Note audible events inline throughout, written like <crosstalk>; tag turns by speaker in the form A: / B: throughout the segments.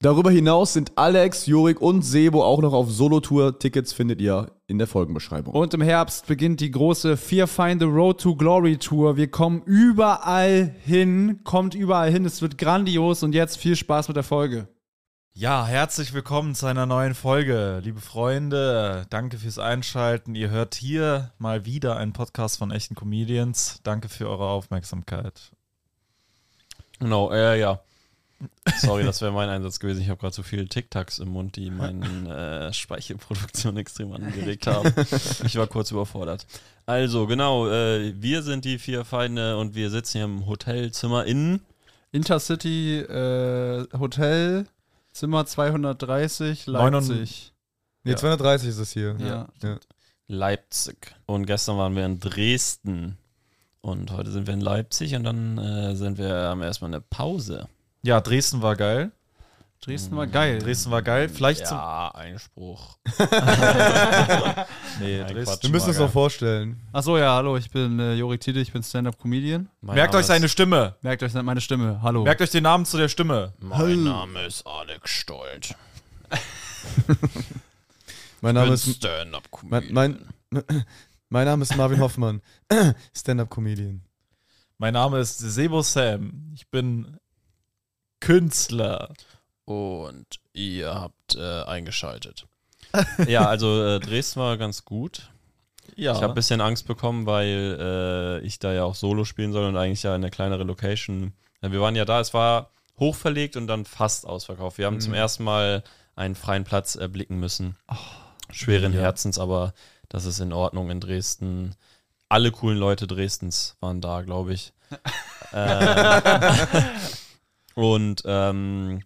A: Darüber hinaus sind Alex, Jurik und Sebo auch noch auf Solo-Tour. Tickets findet ihr in der Folgenbeschreibung.
B: Und im Herbst beginnt die große Fear Find the Road to Glory Tour. Wir kommen überall hin, kommt überall hin. Es wird grandios und jetzt viel Spaß mit der Folge.
C: Ja, herzlich willkommen zu einer neuen Folge. Liebe Freunde, danke fürs Einschalten. Ihr hört hier mal wieder einen Podcast von echten Comedians. Danke für eure Aufmerksamkeit.
D: Genau, äh, ja. Sorry, das wäre mein Einsatz gewesen. Ich habe gerade so viele Tic-Tacs im Mund, die meine äh, Speichelproduktion <laughs> extrem angeregt haben. Ich war kurz überfordert. Also, genau, äh, wir sind die vier Feinde und wir sitzen hier im Hotelzimmer in.
B: Intercity äh, Hotel, Zimmer 230, Leipzig.
E: Nee, 230 ist es hier.
B: Ja.
E: Ja.
D: Leipzig. Und gestern waren wir in Dresden. Und heute sind wir in Leipzig und dann äh, sind wir, haben wir erstmal eine Pause.
C: Ja, Dresden war geil.
B: Dresden war geil.
C: Dresden war geil. Vielleicht zum.
D: Ja, Einspruch. <laughs>
C: Nee,
D: Nein,
C: Dresden.
D: Quatsch,
E: Wir müssen uns
D: Mager.
E: noch vorstellen.
B: Achso, ja, hallo, ich bin äh, Jorik Tiede, ich bin Stand-Up-Comedian.
D: Mein
C: Merkt
D: Name
C: euch seine
D: ist-
C: Stimme.
B: Merkt euch meine Stimme, hallo.
C: Merkt euch den Namen zu der Stimme.
D: Mein Name ist Alex Stolt.
E: Mein Name ist, mein,
D: Stand-up-Comedian.
E: mein, mein Name ist Marvin Hoffmann, Stand-up-Comedian.
C: Mein Name ist Sebo Sam. Ich bin Künstler.
D: Und ihr habt äh, eingeschaltet. <laughs> ja, also äh, Dresden war ganz gut.
C: Ja.
D: Ich habe ein bisschen Angst bekommen, weil äh, ich da ja auch Solo spielen soll und eigentlich ja eine kleinere Location. Ja, wir waren ja da, es war hochverlegt und dann fast ausverkauft. Wir haben zum ersten Mal einen freien Platz erblicken müssen. Schweren Herzens, aber das ist in Ordnung in Dresden. Alle coolen Leute Dresdens waren da, glaube ich. ähm, und ähm,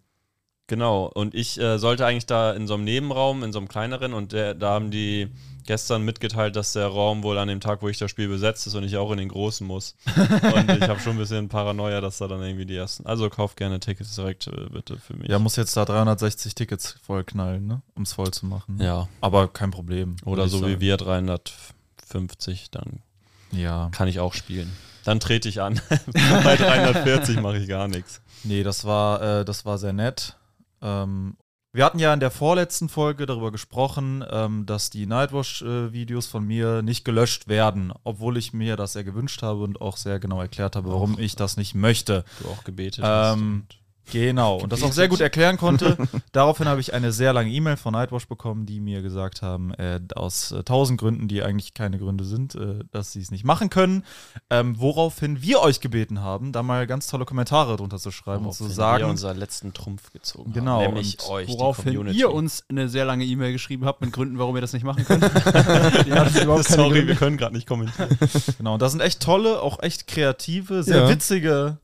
D: Genau, und ich äh, sollte eigentlich da in so einem Nebenraum, in so einem kleineren, und der, da haben die gestern mitgeteilt, dass der Raum wohl an dem Tag, wo ich das Spiel besetzt ist und ich auch in den großen muss. und ich habe schon ein bisschen Paranoia, dass da dann irgendwie die ersten. Also kauft gerne Tickets direkt äh, bitte für mich.
C: ja, muss jetzt da 360 Tickets vollknallen, ne? Um es voll zu machen.
D: Ja.
C: Aber kein Problem.
D: Oder
C: würd ich
D: so wie
C: sagen.
D: wir 350, dann
C: Ja.
D: kann ich auch spielen. Dann trete ich an. <laughs> Bei 340 mache ich gar nichts.
C: Nee, das war, äh, das war sehr nett. Ähm, wir hatten ja in der vorletzten Folge darüber gesprochen, ähm, dass die Nightwatch-Videos von mir nicht gelöscht werden, obwohl ich mir das sehr gewünscht habe und auch sehr genau erklärt habe, warum ich das nicht möchte.
D: Du auch gebetet
C: Ähm, genau, und das auch sehr gut erklären konnte. Daraufhin habe ich eine sehr lange E-Mail von Nightwatch bekommen, die mir gesagt haben, äh, aus tausend Gründen, die eigentlich keine Gründe sind, äh, dass sie es nicht machen können. Ähm, woraufhin wir euch gebeten haben, da mal ganz tolle Kommentare drunter zu schreiben und zu sagen.
D: wir unseren letzten Trumpf gezogen
C: Genau,
D: haben, nämlich
C: und
D: euch, die
B: Woraufhin
D: Community.
B: ihr uns eine sehr lange E-Mail geschrieben habt mit Gründen, warum ihr das nicht machen <laughs> könnt. Ihr hattet überhaupt keine
D: <laughs> Sorry, wir
B: Gründe.
D: können gerade nicht kommentieren.
C: Genau, und da sind echt tolle, auch echt kreative, sehr
E: Ja.
C: witzige,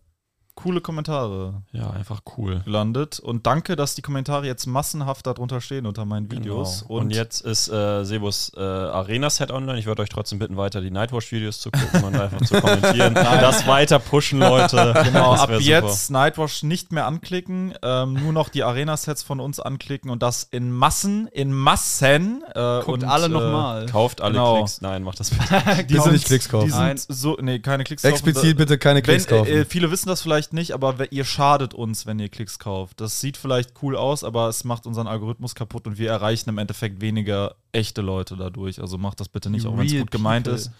C: coole Kommentare
D: Ja, einfach cool.
C: gelandet. Und danke, dass die Kommentare jetzt massenhaft darunter stehen unter meinen Videos.
D: Genau. Und, jetzt ist äh, Sebus äh, Arena-Set online. Ich würde euch trotzdem bitten, weiter die Nightwatch-Videos zu gucken und einfach
C: <laughs>
D: zu kommentieren. Das weiter pushen, Leute.
C: genau,
D: <laughs> Das
C: ab
D: wär
C: jetzt Nightwatch nicht mehr anklicken, ähm, nur noch die Arena-Sets von uns anklicken und das in Massen, in Massen. Äh,
B: Guckt
C: und,
B: alle
D: super.
B: nochmal.
D: Kauft alle
C: Genau.
D: Klicks. Nein, macht das bitte.
C: Äh, die
E: Bitte
C: sind,
E: nicht Klicks kaufen.
C: Die sind
B: Nein.
C: so, nee, keine Klicks
E: Explizit
C: kaufen.
E: bitte keine
C: Wenn,
E: Klicks kaufen.
C: äh, viele wissen das vielleicht nicht, aber we- ihr schadet uns, wenn ihr Klicks kauft. Das sieht vielleicht cool aus, aber es macht unseren Algorithmus kaputt und wir erreichen im Endeffekt weniger echte Leute dadurch. Also macht das bitte nicht, auch wenn es
B: Real
C: gut gemeint
B: people.
C: ist.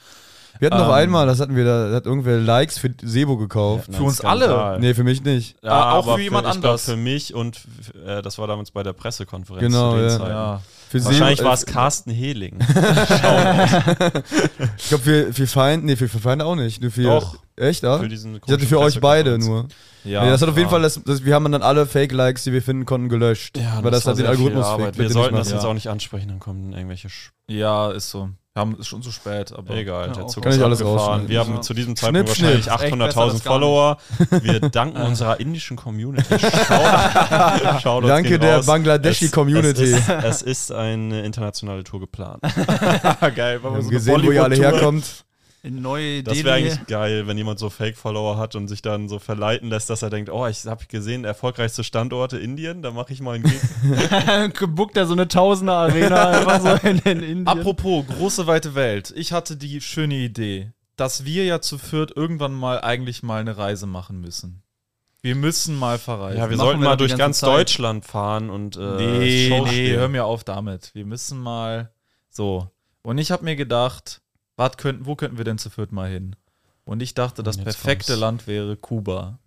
E: wir hatten noch
C: ähm,
E: einmal, das hatten wir da, da hat irgendwer Likes für Sebo gekauft.
C: Für uns alle.
D: Skandal.
E: Nee, für mich nicht.
C: Ah, auch
D: aber
C: für jemand
D: ich glaub,
C: anders.
D: Für mich und f- äh, das war damals bei der Pressekonferenz.
E: Genau,
D: zu den
E: ja.
D: Zeiten.
C: Ja.
E: Für
D: Wahrscheinlich
E: Sebo- äh,
D: war es Carsten
E: <laughs>
D: Heling.
E: Ich glaube, für, für Feind, nee, für, für Feind auch nicht. Nur für,
D: Doch.
E: Echt, ja?
D: Für
E: Ich
D: diesen
E: hatte für euch beide nur.
C: Ja,
E: nee, das hat auf jeden
C: klar.
E: Fall, das, das, wir haben dann alle Fake-Likes, die wir finden konnten, gelöscht. weil das,
D: war sehr
E: hat den
D: viel
E: Algorithmus
D: Arbeit.
E: fickt.
D: Wir
E: Bitte
D: sollten
E: nicht
D: das
E: machen.
D: jetzt auch nicht ansprechen, dann kommen irgendwelche Sch
C: Ja, ist so. Haben ist schon zu spät, aber
D: Egal, der
B: auch.
D: Zug
A: Kann
D: ist
A: ich alles
D: abgefahren.
A: rausschneiden.
D: Wir haben
B: Ja.
D: zu diesem Zeitpunkt
E: Schnipp,
D: wahrscheinlich
E: schnipp.
B: Ist echt besser, das
D: 800.000 Follower. Wir danken unserer indischen Community. Shoutout- Shoutouts
E: Danke
D: gehen
E: der
D: raus.
E: Bangladeschi
D: Es-
E: Community.
D: Es ist, es ist eine internationale Tour geplant.
B: Geil,
E: Wir haben gesehen, wo ihr
D: <laughs>
E: alle herkommt.
B: Neue
D: Das
B: Idee. <laughs>
D: wäre eigentlich geil, wenn jemand so Fake-Follower hat und sich dann so verleiten lässt, dass er denkt, oh, ich habe gesehen, erfolgreichste Standorte Indien, da mache ich mal einen
C: <laughs>
D: Gig.
B: Gebuckt da so eine Tausender-Arena einfach so in, in Indien.
C: Apropos große weite Welt, ich hatte die schöne Idee, dass wir ja zu viert irgendwann mal eigentlich mal eine Reise machen müssen. Wir müssen mal verreisen.
D: Ja, wir
B: machen
D: sollten
B: wir
D: mal
B: doch die
D: durch
B: ganze
D: ganz
B: Zeit.
D: Deutschland fahren und äh,
C: nee,
D: Show
C: nee,
D: spielen.
C: hör mir auf damit. Wir müssen mal so. Und ich habe mir gedacht, wat könnten, wo könnten wir denn zu viert mal hin? Und ich dachte, das
D: Jetzt
C: perfekte
D: kommt's.
C: Land wäre Kuba.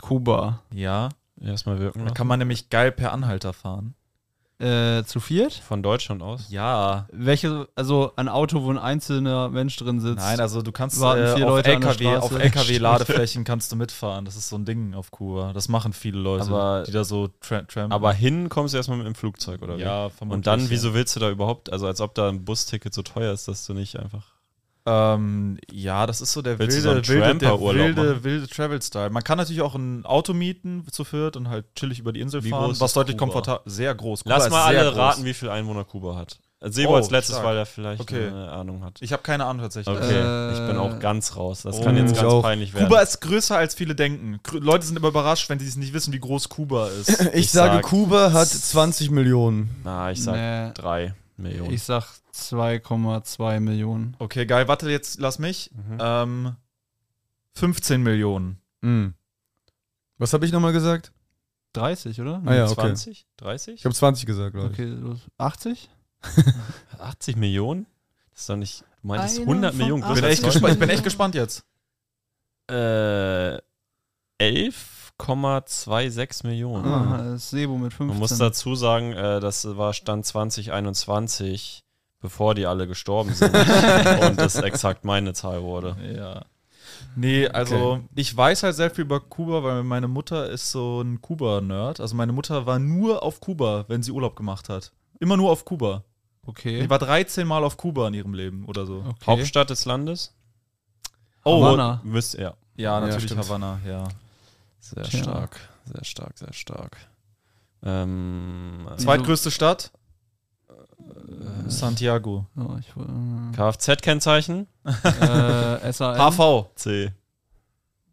B: Kuba.
C: Ja,
D: Erstmal wirken
C: da
D: lassen.
C: kann man nämlich geil per Anhalter fahren.
B: Äh, zu viert?
D: Von Deutschland aus.
C: Ja.
B: Welche, also ein Auto, wo ein einzelner Mensch drin sitzt.
C: Nein, also du kannst
B: Warten
C: äh,
B: vier
C: auf
B: Leute an der
C: LKW, auf
B: Straße.
D: <laughs>
C: LKW-Ladeflächen kannst du mitfahren. Das ist so ein Ding auf Kuba. Das machen viele Leute,
D: Aber-
C: die da so tra trampen.
D: Aber hin kommst du erstmal mit dem Flugzeug, oder
C: Mhm.
D: wie?
C: ja, vermutlich.
D: Und dann,
C: ja.
D: wieso willst du da überhaupt, also als ob da ein Busticket so teuer ist, dass du nicht einfach.
C: Ähm, ja, das ist so der
D: Willst du
C: wilde,
D: so einen
C: wilde, der
D: Tramper-Urlaub
C: wilde,
D: machen?
C: wilde Travel-Style. Man kann natürlich auch ein Auto mieten zu viert und halt chillig über die Insel
D: Wie
C: fahren,
D: groß
C: was
D: ist
C: deutlich
D: Kuba?
C: komfortabel Sehr groß. Kuba
D: Lass
C: ist
D: mal
C: sehr
D: alle
C: groß.
D: raten, wie viel Einwohner Kuba hat. Äh, Sebo
C: Oh,
D: als letztes,
C: stark.
D: weil er vielleicht
C: Okay.
D: eine Ahnung hat.
C: Ich habe keine Ahnung tatsächlich.
D: Okay,
B: Äh,
D: ich bin auch ganz raus. Das
C: oh,
D: kann jetzt
E: ich
D: ganz
E: auch.
D: peinlich werden.
C: Kuba ist größer, als viele denken. Gr- Leute sind immer überrascht, wenn sie es nicht wissen, wie groß Kuba
D: <coughs>
C: ist.
E: Ich,
D: Ich
E: sage,
D: sag-
E: Kuba hat 20 Millionen.
D: Na, ich sag
B: Nee.
D: drei Millionen.
B: Ich sag 2,2 Millionen.
C: Okay, geil. Warte, jetzt lass mich.
B: Mhm.
C: Ähm, 15 Millionen.
E: Hm. Was habe ich nochmal gesagt?
B: 30, oder?
E: Ah ja,
D: Hm,
E: okay.
D: 20? 30?
E: Ich habe 20 gesagt, glaube ich.
B: Okay, los. 80?
D: 80 Millionen? Das ist doch nicht. Du meintest
B: Einer
D: 100
B: von
D: Millionen
C: Ich
D: größer
C: bin, echt
D: als
C: gespannt, ich bin echt gespannt jetzt.
D: Deutschland? Äh, 11,26 Millionen.
B: Ah, das ist Sebo mit 15.
D: Man muss dazu sagen, äh, das war Stand 2021, bevor die alle gestorben sind. und das exakt meine Zahl wurde.
C: Ja. Nee, also ich weiß halt sehr viel über Kuba, weil meine Mutter ist so ein Kuba-Nerd. Also meine Mutter war nur auf Kuba, wenn sie Urlaub gemacht hat. Immer nur auf Kuba.
B: okay.
C: Die war 13 Mal auf Kuba in ihrem Leben oder so. Oh,
B: okay.
D: Hauptstadt des Landes?
B: Havanna.
D: Müsst, ja.
C: Ja, natürlich
E: stimmt.
C: Havanna, ja.
D: Sehr
B: Tja.
D: stark, sehr stark, sehr stark. Ähm, äh,
C: Zweitgrößte Stadt?
B: Äh,
C: Santiago.
B: Oh, ich, äh,
D: Kfz-Kennzeichen?
B: äh, <laughs> SAM.
C: HV.
D: C.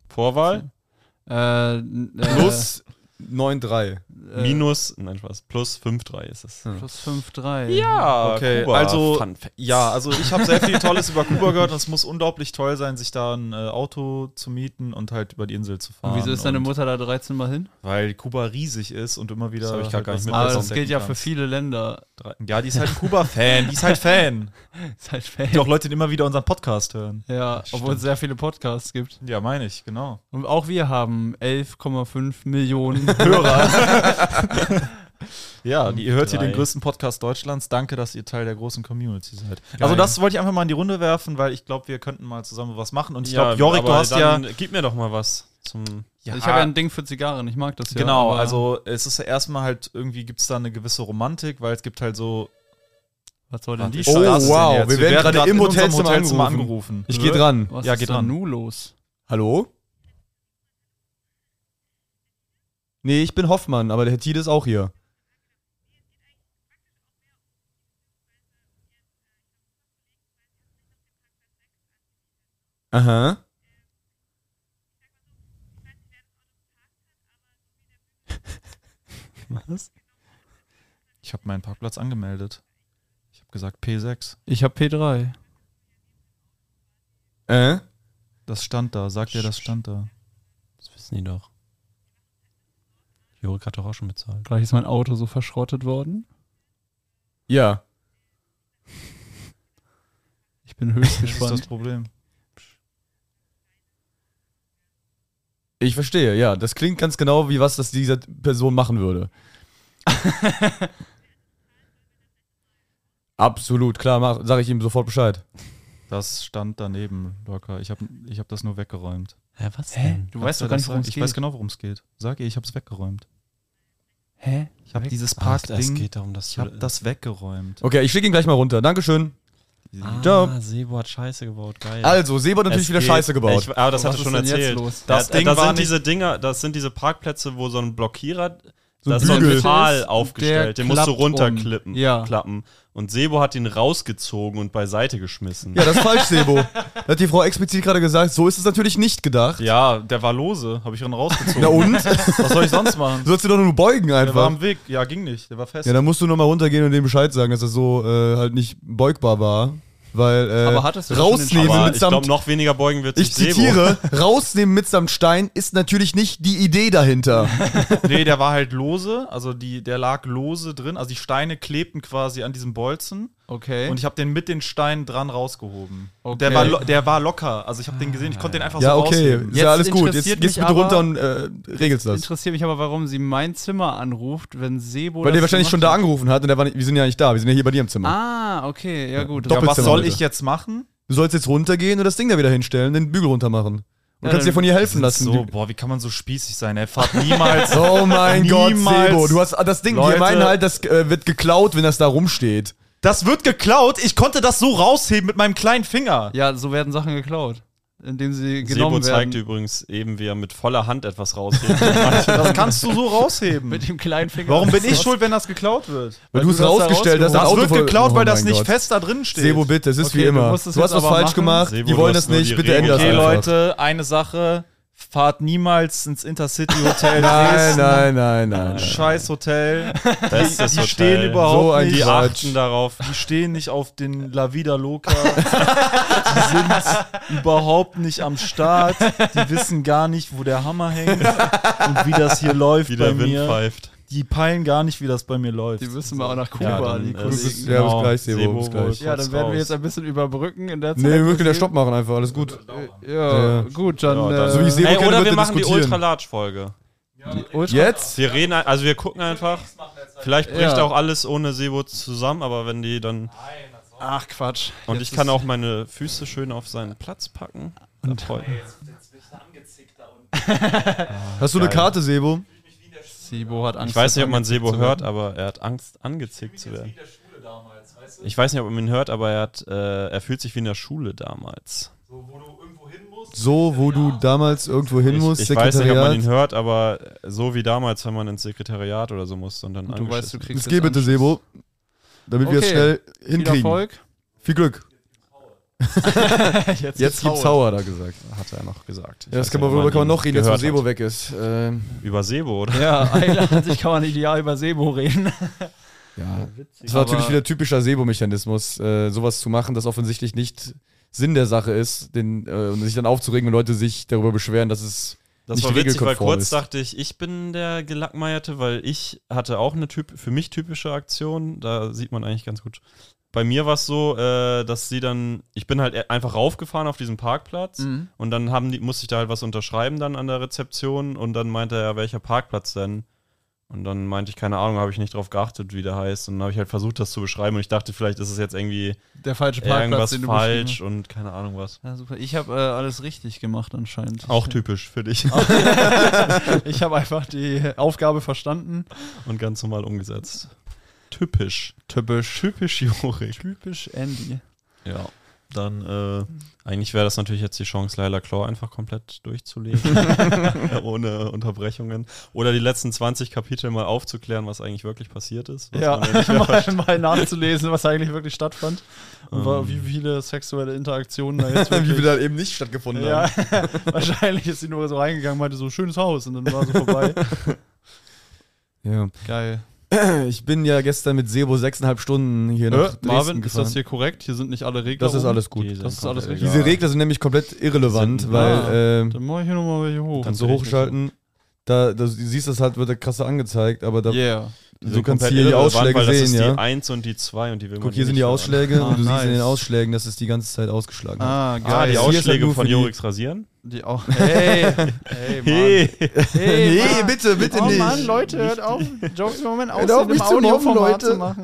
D: Vorwahl?
B: Äh, n- äh,
E: Plus 9,3.
B: äh,
D: Minus, nein, Spaß, plus 5,3 ist es.
B: Plus 5,3.
D: Ja,
C: Okay,
D: Kuba,
C: also-
D: Fun Facts.
C: Ja, also ich habe sehr viel Tolles über Kuba gehört und es muss unglaublich toll sein, sich da ein äh, Auto zu mieten und halt über die Insel zu fahren.
B: Und wieso ist deine
C: Ah, Und-
B: Mutter da 13 Mal hin?
C: Weil Kuba riesig ist und immer wieder.
D: Das hab ich grad
C: halt
D: gar nicht
C: was
D: mitbekommen.
B: Aber
C: Neues
B: Ah, das gilt
C: entdecken kannst.
B: ja für viele Länder.
C: Drei- Ja, die ist halt Kuba-Fan. Die ist halt Fan.
B: Ist halt fair.
C: Die auch Leute, die immer wieder unseren Podcast hören.
B: Ja, obwohl es sehr viele Podcasts gibt.
C: Ja, meine ich, genau.
B: Und auch wir haben 11,5 Millionen Hörer.
C: Ja, die, ihr hört hier
D: Drei.
C: den größten Podcast Deutschlands. Danke, dass ihr Teil der großen Community seid. Also
B: Geil.
C: das wollte ich einfach mal in die Runde werfen, weil ich glaube, wir könnten mal zusammen was machen. Und ich
D: Ja,
C: glaube, Jorik, du
D: aber
C: hast ja...
D: dann Gib mir doch mal was zum.
C: ja
B: Ich habe ja ein Ding für Zigarren, ich mag das ja.
C: Genau,
B: aber-
C: also es ist ja erstmal halt, irgendwie gibt es da eine gewisse Romantik, weil es gibt halt so...
B: Was soll denn die
C: Was
E: Oh,
C: ist denn
E: wow,
C: jetzt?
E: wir werden gerade
C: grad
E: im
C: in unserem
E: Hotelzimmer
C: angerufen.
E: Ich gehe dran.
B: Was
C: Ja,
B: ist
C: geht
B: da
C: dran.
B: nu los?
E: Hallo? Nee, ich bin Hoffmann, aber der Herr Tide ist auch hier. Aha.
C: Ich habe meinen Parkplatz angemeldet. Ich habe gesagt P6.
B: Ich habe P3.
E: Äh?
C: Das stand da, sagt ihr, das stand da.
D: Das wissen die doch. Jorik hat doch auch schon bezahlt.
B: Gleich ist mein Auto so verschrottet worden.
E: Ja.
B: Ich bin höchst
C: Das ist das
B: gespannt.
C: Problem.
E: Ich verstehe, ja. Das klingt ganz genau wie was, das diese Person
D: <laughs>
E: machen würde. Absolut, klar, mach, sag ich ihm sofort Bescheid.
C: Das stand daneben, locker. Ich habe ich hab das nur weggeräumt.
D: Hä, was denn?
B: du
C: Kannst
B: weißt doch
C: das
B: gar nicht, worum
C: sagen?
B: es
C: Ich
B: geht.
C: weiß genau, worum es geht. Sag ihr, ich habe es weggeräumt.
B: Hä?
C: Ich habe dieses
D: Ach, es
C: Parkding,
D: geht darum, dass
C: ich habe das weggeräumt.
E: Okay, ich schicke ihn gleich mal runter. Dankeschön. Ciao.
D: Ah, Sebo hat Scheiße gebaut, geil.
E: Also, Sebo hat natürlich
D: Es
E: wieder
D: geht.
E: Scheiße gebaut.
D: Ich, aber das
B: Was
D: hat er
B: ist
D: schon
B: denn jetzt
D: erzählt.
B: los?
D: Das,
E: Das Ding
D: das
E: war
D: sind
E: nicht-
D: diese Dinger, das sind diese Parkplätze, wo so ein Blockierer,
B: So
D: da
B: ein
D: ist so ein
B: Bügel.
D: Pfahl
B: Der
D: aufgestellt, den musst du
B: klappt
D: runterklippen,
B: um. Ja.
D: klappen. Und Sebo hat ihn rausgezogen und beiseite geschmissen.
E: Ja, das ist
D: <laughs>
E: falsch, Sebo. Da hat die Frau explizit gerade gesagt, so ist es natürlich nicht gedacht.
C: Ja, der war lose, habe ich dann rausgezogen.
E: Na und?
C: <laughs> Was soll ich sonst machen?
E: Du sollst du doch nur beugen
C: Der war
E: einfach.
C: am Weg. Ja, ging nicht. Der war fest.
E: Ja, dann musst du nochmal runtergehen und dem Bescheid sagen, dass das so äh, halt nicht beugbar war. Weil, äh,
B: Aber hattest du schon den
E: rausnehmen
D: Aber ich
E: mitsamt,
D: glaube, noch weniger beugen wird sich
E: ich
D: Sebo.
E: zitiere, rausnehmen mitsamt Stein ist natürlich nicht die Idee dahinter.
C: Nee, der war halt lose. Also die, der lag lose drin. Also die Steine klebten quasi an diesem Bolzen.
B: Okay.
C: Und ich habe den mit den Steinen dran rausgehoben.
B: Okay.
C: Der, war lo- der war locker. Also ich habe den gesehen. Ich konnte den einfach
E: ja,
C: so
E: okay,
C: rausheben.
E: ist ja
B: Jetzt
E: alles gut. Jetzt
B: interessiert
E: gehst du
B: mich
E: bitte runter
B: aber-
E: und äh, regelst das.
B: Interessiert mich aber, warum sie mein Zimmer anruft, wenn Sebo.
E: Weil
B: das
E: der wahrscheinlich schon
B: gemacht
E: da
B: hat.
E: angerufen hat und der war nicht, wir sind ja nicht da, wir sind ja hier bei dir im Zimmer.
B: Ah, okay, ja gut.
E: Doppel-
C: Ja, was
E: Doppelzimmer,
C: soll
E: bitte.
C: ich jetzt machen?
E: Du sollst jetzt runtergehen und das Ding da wieder hinstellen, den Bügel runter machen. Und
C: Ja,
E: kannst
C: dann-
E: dir von ihr helfen lassen.
C: So, boah, wie kann man so spießig sein? Er fahrt niemals.
E: <laughs>
C: <laughs>
E: Oh mein Gott,
C: Niemals.
E: Sebo, du hast ah, das Ding,
C: Leute.
E: wir meinen halt, das äh, wird geklaut, wenn das da rumsteht.
C: das wird geklaut. Ich konnte das so rausheben mit meinem kleinen Finger.
E: <laughs>
B: ja, so werden Sachen geklaut, indem sie
D: Sebo
B: genommen
D: zeigt
B: werden.
D: übrigens eben, wie er mit voller Hand etwas
E: <laughs>
D: raushebt.
C: Das kannst du so rausheben.
B: Mit dem kleinen Finger.
C: Warum bin ich schuld, wenn das geklaut wird?
E: Weil,
B: du
E: du es
B: hast da
E: rausgestellt hast.
C: Das
E: ein
C: wird
E: voll-
C: geklaut,
E: Oh
C: weil das
E: mein
C: nicht
E: Gott.
C: fest da drin steht.
E: Sebo, bitte, es ist
B: Okay,
E: wie
B: du
E: immer.
B: musst es
E: Du hast
B: jetzt
E: was
B: aber
E: falsch
B: machen.
E: gemacht,
D: Sebo,
E: die
D: du
E: wollen
D: hast
E: das
D: nur
E: nicht,
D: die
E: bitte
D: Regeln.
E: ändern
C: Okay,
E: das einfach.
C: Leute, eine Sache. Fahrt niemals ins Intercity Hotel.
E: <laughs> Nein,
C: Dresden.
E: nein, nein, nein.
C: Scheiß Hotel.
D: Bestes
C: Die stehen
E: So
C: überhaupt
E: ein
C: nicht.
D: Die
E: Quatsch.
D: achten darauf.
C: Die stehen nicht auf den La Vida Loca. Die sind überhaupt nicht am Start. Die wissen gar nicht, wo der Hammer hängt und wie das hier läuft
D: Wie
C: bei
D: der Wind
C: mir.
D: pfeift.
C: Die peilen gar nicht, wie das bei mir läuft.
B: Die müssen mal auch nach Kuba,
D: Ja,
B: die
D: dann, äh,
B: Kollegen.
E: bist- ja, bis gleich, Sebo, bis gleich.
D: wohl
B: Ja,
D: kurz
B: dann werden wir
D: raus.
B: jetzt ein bisschen überbrücken in der Zeit.
E: Nee, wir müssen wieder Stopp machen einfach, alles gut.
B: Ja,
E: Ja.
B: gut, dann.
D: Ja, dann-
B: äh,
E: So wie ich Sebo
D: Äh, Ey,
E: kenne,
D: oder
E: wird
D: wir
E: er
D: machen die
E: diskutieren.
D: Ultra-Large-Folge.
B: Ultra-
E: Jetzt?
D: Wir reden, ein- also wir gucken einfach. Vielleicht bricht
B: Ja.
D: auch alles ohne Sebo zusammen, aber wenn die dann.
B: Ach, Quatsch.
D: Und
B: Ah, Jetzt
D: ich kann
B: ist-
D: auch meine Füße schön auf seinen Platz packen. Und freut.
E: Hast du eine Karte, Sebo?
B: Sebo hat Angst.
D: Ich weiß nicht, ob man
B: angezickt
D: Sebo
B: zu
D: hört,
B: werden.
D: aber er hat Angst, angezickt zu werden. Ich weiß nicht, ob man ihn hört, aber er, hat, äh, er fühlt sich wie in der Schule damals.
E: So, wo du damals irgendwo hin musst,
D: ich ich weiß nicht, ob man ihn hört, aber so wie damals, wenn man ins Sekretariat oder so muss und dann
B: Du weißt, du
D: angeschissen.
B: kriegst.
E: Jetzt geh bitte,
B: Anschluss.
E: Sebo. Damit wir es
B: Okay.
E: schnell
B: Viel
E: hinkriegen. Viel,
B: Erfolg.
D: <laughs>
E: Glück.
B: Jetzt,
E: Jetzt gibt's Hauer, da gesagt.
D: hat er noch gesagt. Ich
E: Ja, das
D: weiß
E: kann man,
D: nicht, ob
E: worüber kann man
D: ihn
E: noch reden, jetzt wo
D: gehört
E: Sebo
D: hat.
E: weg ist. Ähm,
D: Über Sebo, oder?
B: <laughs> Ja, Eile an sich kann man ideal über Sebo reden.
D: <laughs>
E: ja. Das war
B: aber-
E: natürlich wieder typischer Sebo-Mechanismus, äh, sowas zu machen, das offensichtlich nicht Sinn der Sache ist, den, äh, und sich dann aufzuregen, wenn Leute sich darüber beschweren, dass es
D: Das
E: nicht
D: war witzig, weil
E: regelkonform
D: kurz
E: ist.
D: dachte ich, ich bin der Gelackmeierte, weil ich hatte auch eine typ für mich typische Aktion. Da sieht man eigentlich ganz gut. Bei mir war es so, äh, dass sie dann, ich bin halt e- einfach raufgefahren auf diesen Parkplatz
B: Mhm.
D: und dann haben die, musste ich da halt was unterschreiben dann an der Rezeption und dann meinte er, welcher Parkplatz denn? Und dann meinte ich, keine Ahnung, habe ich nicht drauf geachtet, wie der heißt. Und dann habe ich halt versucht, das zu beschreiben und ich dachte, vielleicht ist es jetzt irgendwie
B: Der falsche Parkplatz,
D: irgendwas
B: den du beschrieben
D: falsch und keine Ahnung was.
B: hast. Ja, super. Ich habe äh, alles richtig gemacht anscheinend.
D: Auch typisch für dich
B: <laughs> Ich habe einfach die Aufgabe verstanden.
D: und ganz normal umgesetzt. Typisch.
B: Typisch.
D: Typisch Jorik.
B: Typisch Andy.
D: Ja. Dann, äh, eigentlich wäre das natürlich jetzt die Chance, Lila Claw einfach komplett
E: <laughs>
D: durchzulegen. <laughs> Äh, ohne Unterbrechungen. Oder die letzten 20 Kapitel mal aufzuklären, was eigentlich wirklich passiert ist. Was
B: Ja,
D: man nicht mehr
E: <laughs>
B: mal,
D: versteht.
B: <laughs> mal nachzulesen, was eigentlich wirklich stattfand. Und wa-
D: Ähm.
B: wie viele sexuelle Interaktionen da jetzt
E: Wie
B: wirklich.
E: wir da eben nicht stattgefunden
B: ja,
E: haben.
B: <laughs> wahrscheinlich ist sie nur so reingegangen, meinte so schönes Haus und dann war sie vorbei.
E: Ja.
B: Geil.
E: Ich bin ja gestern mit Sebo sechseinhalb Stunden hier nach Dresden
B: Marvin, ist
E: gefahren.
B: das hier korrekt? Hier sind nicht alle Regler.
E: Das ist
B: oben.
E: alles gut.
D: Die sind
B: Das ist alles
D: komplett
B: richtig.
E: Diese
D: egal.
E: Regler sind nämlich komplett irrelevant,
D: Die sind-
E: weil ähm,
B: Dann mache ich hier nochmal welche hoch.
E: kannst du hochschalten. Da, da, du siehst das halt, wird der krasser angezeigt, aber da,
B: Yeah.
D: Die
E: du
D: sind
E: kannst
D: komplett
E: hier die
D: irrelevant,
E: Ausschläge
D: weil das
E: sehen,
D: ist
E: ja.
D: die 1 und die 2 und die will man
E: Guck, hier sind
D: nicht
E: die
D: hören.
E: Ausschläge
B: Ah,
E: und du siehst in
B: nice.
E: den Ausschlägen, dass es die ganze Zeit ausgeschlagen hat.
B: Ah, geil.
D: Ah, die
E: Hier ist halt
D: Ausschläge
E: nur
D: von
E: für die-
D: Joriks
E: <laughs>
D: Rasieren?
B: Die auch. Hey, hey, Mann. Hey,
E: Nee,
B: Mann.
E: bitte, bitte
B: oh
E: nicht.
B: Mann, Leute, hört auf, Jokes im Moment aus
E: Hört auf,
B: dem
E: mich zu mobben,
B: Audioformat
E: Leute.
B: zu machen.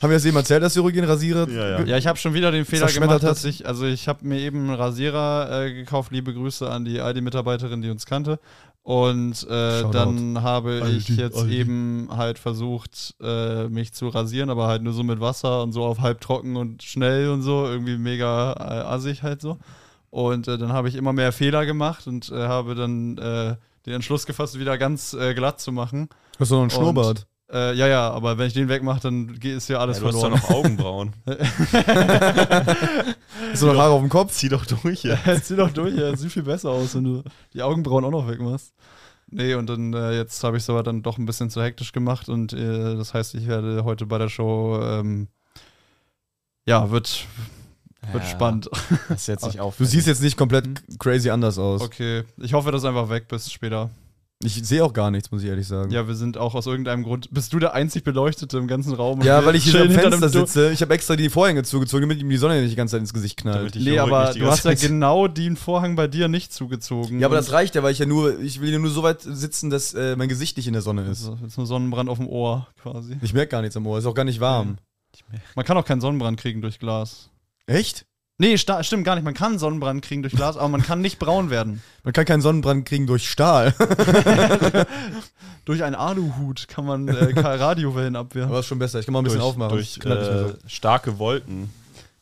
E: Haben wir das jemand erzählt, dass Jürgen rasiert?
D: Ja, ja.
B: Ja, ich habe schon wieder den Fehler
E: Zerschmettert
B: gemacht, dass
E: hat.
B: ich, also ich habe mir eben einen Rasierer äh, gekauft, liebe Grüße an die Aldi-Mitarbeiterin, die uns kannte. Und äh, dann habe ich jetzt eben halt versucht, äh, mich zu rasieren, aber halt nur so mit Wasser und so auf halb trocken und schnell und so, irgendwie mega äh, assig halt so. Und äh, dann habe ich immer mehr Fehler gemacht und äh, habe dann äh, den Entschluss gefasst, wieder ganz äh, glatt zu machen.
E: Hast du noch einen
B: Und- Äh, ja, ja, aber wenn ich den wegmache, dann geht- ist ja alles
D: Ja, du hast doch
B: verloren.
D: noch
E: <laughs>
D: Augenbrauen.
E: Hast du noch Haare auf dem Kopf?
D: Zieh doch
B: <laughs>
D: durch jetzt.
B: Ja, zieh doch durch, ja. sieht viel besser aus, wenn du die Augenbrauen auch noch wegmachst. Nee, und dann äh, jetzt habe ich es aber dann doch ein bisschen zu hektisch gemacht und äh, das heißt, ich werde heute bei der Show, ähm, ja, wird, wird
D: Ja.
B: spannend.
D: Das setzt sich auf.
E: Du siehst jetzt nicht komplett crazy anders aus.
B: Okay, ich hoffe, dass du einfach weg bist später.
E: Ich sehe auch gar nichts, muss ich ehrlich sagen.
B: Ja, wir sind auch aus irgendeinem Grund, bist du der einzig Beleuchtete im ganzen Raum? Und
E: Ja,
B: wir
E: weil ich hier
B: chillen
E: am
B: hinter
E: Fenster
B: einem Du-
E: sitze. Ich habe extra die Vorhänge zugezogen, damit ihm die Sonne nicht die ganze Zeit ins Gesicht knallt.
D: Damit die
B: Nee,
D: Chirurg
B: aber
D: nicht die
B: du hast
D: ganze
B: ja
D: Zeit-
B: genau den Vorhang bei dir nicht zugezogen.
E: Ja, aber das
B: Und-
E: reicht ja, weil ich ja nur, ich will ja nur so weit sitzen, dass äh, mein Gesicht nicht in der Sonne ist.
B: also, jetzt nur Sonnenbrand auf dem Ohr quasi.
E: Ich merke gar nichts am Ohr, ist auch gar nicht warm.
B: Man kann auch keinen Sonnenbrand kriegen durch Glas.
E: Echt?
B: Nee, sta- stimmt gar nicht. Man kann Sonnenbrand kriegen durch Glas, aber man kann nicht braun werden.
E: Man kann keinen Sonnenbrand kriegen durch <laughs> Stahl.
B: Durch einen Aluhut kann man <laughs> äh, Ka- Radiowellen abwehren.
E: aber ist schon besser, ich kann mal ein bisschen
D: durch,
E: aufmachen.
D: Durch
E: Knallt nicht mehr
D: äh, starke Wolken,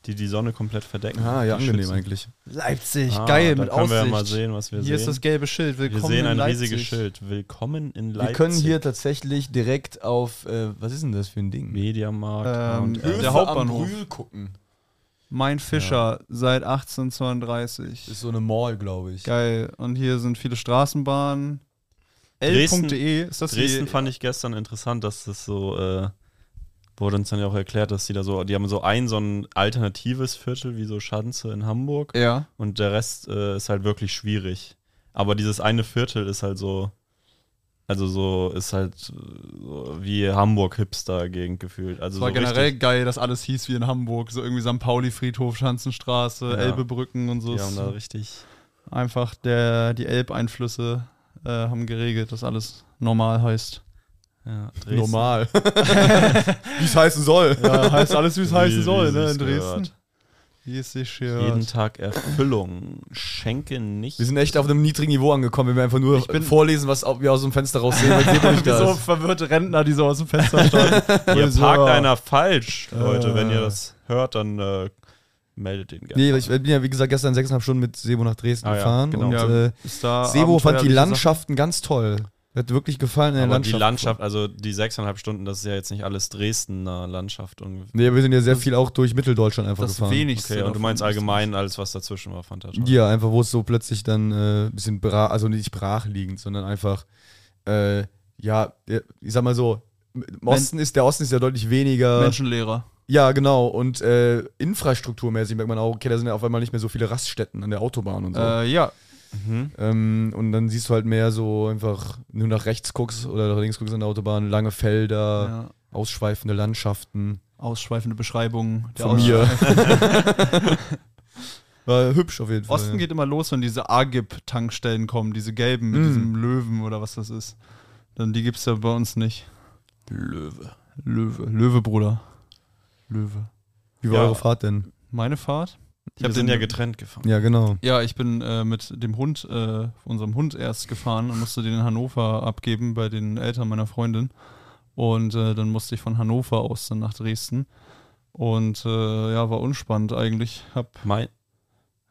D: die die Sonne komplett verdecken.
E: so. Ah, ja,
D: Die
E: angenehm
D: schützen.
E: eigentlich.
B: Leipzig,
D: Ah,
B: geil,
D: da
B: mit
D: können
B: Aussicht.
D: wir ja mal sehen, was wir
B: Hier
D: sehen.
B: ist das gelbe Schild.
D: wir
B: Willkommen
D: sehen ein
B: in Leipzig.
D: riesiges Schild. Willkommen in
E: Wir
D: Leipzig.
E: können hier tatsächlich direkt auf, äh, was ist denn das für ein Ding?
D: Mediamarkt.
B: Ähm,
D: H&M.
B: der Hauptbahnhof.
E: Brühl gucken.
B: Mein Fischer seit 1832.
E: Ist so eine Mall, glaube ich.
B: Geil. Und hier sind viele Straßenbahnen.
D: Dresden-
B: L.de E, ist das
D: Dresden
B: die?
D: fand ich gestern interessant, dass das so äh, wurde uns dann ja auch erklärt, dass die da so, die haben so ein so ein alternatives Viertel wie so Schanze in Hamburg
B: Ja.
D: und der Rest äh, ist halt wirklich schwierig. Aber dieses eine Viertel ist halt so, also so ist halt äh, so wie Hamburg Hipster Gegend gefühlt. Also
B: Es war
D: so
B: generell
D: richtig,
B: geil, dass alles hieß wie in Hamburg. So irgendwie St. Pauli, Friedhof, Schanzenstraße,
D: Ja.
B: Elbebrücken und so.
D: die haben
B: Ist
D: da richtig
B: einfach der, die Elbeinflüsse äh, haben geregelt, dass alles normal heißt.
D: ja, Dresden.
E: Normal. Wie es heißen soll.
B: Ja, heißt alles, wie es
D: Wie-
B: heißen soll,
D: wie
B: ne,
D: sie's
B: in Dresden.
D: gehört.
B: Wie es sich
D: Jeden
B: gehört.
D: Tag Erfüllung. Schenke nicht.
E: Wir sind echt auf einem niedrigen Niveau angekommen, wenn wir einfach nur
B: bin-
E: vorlesen, was au- wir aus dem Fenster raussehen, <laughs> weil seht ihr nicht
B: Wie so
E: das.
B: verwirrte Rentner, die so aus dem Fenster standen.
D: Ihr
B: So,
D: parkt
B: ja.
D: einer falsch, Leute.
E: Äh.
D: Wenn ihr das hört, dann äh, meldet ihn gerne.
E: Nee, ich bin ja, wie gesagt, gestern sechseinhalb Stunden mit Sebo nach Dresden
D: Ah ja,
E: gefahren.
D: genau.
E: Und
B: Ja,
E: äh,
B: Ist da
E: Sebo fand die
B: abenteuerliche
E: Landschaften ganz toll. Hat wirklich gefallen in der
D: Aber
E: Landschaft.
D: die Landschaft, also die sechseinhalb Stunden, das ist ja jetzt nicht alles Dresdener Landschaft. ungefähr.
E: Nee, wir sind ja sehr viel auch durch Mitteldeutschland einfach
B: Sachen. Das
E: gefahren.
B: wenigste.
D: Okay, und du
B: davon
D: meinst
B: ist-
D: allgemein alles, was dazwischen war, fand er toll.
E: Ja, einfach, wo es so plötzlich dann äh, ein bisschen bra also nicht brachliegend, sondern einfach, äh, ja, der- ich sag mal so, im Osten ist, der Osten ist ja deutlich weniger.
B: Menschenlehrer.
E: Ja, genau. Und äh, infrastrukturmäßig merkt man auch, okay, da sind ja auf einmal nicht mehr so viele Raststätten an der Autobahn und so.
B: Äh, ja,
E: Ähm, und dann siehst du halt mehr so einfach, nur nach rechts guckst oder nach links guckst an der Autobahn, lange Felder,
B: ja.
E: ausschweifende Landschaften.
B: Ausschweifende Beschreibungen der
E: Von
B: Aus-
E: mir. War hübsch auf jeden Fall.
B: Osten geht immer los, wenn diese Agib-Tankstellen kommen, diese gelben mit
E: Mm.
B: diesem Löwen oder was das ist. Dann die gibt's ja bei uns nicht.
D: Löwe.
B: Löwe, Löwe, Bruder. Löwe.
E: Wie war
D: Ja.
E: eure Fahrt denn?
B: Meine Fahrt?
D: Ich
B: Wir
D: habe den
B: sind-
D: ja getrennt gefahren.
E: Ja, genau.
B: Ja, ich bin äh, mit dem Hund, äh, unserem Hund erst gefahren und musste den in Hannover abgeben bei den Eltern meiner Freundin. Und äh, dann musste ich von Hannover aus dann nach Dresden. Und äh, ja, war unspannend eigentlich. Hab
D: Mein,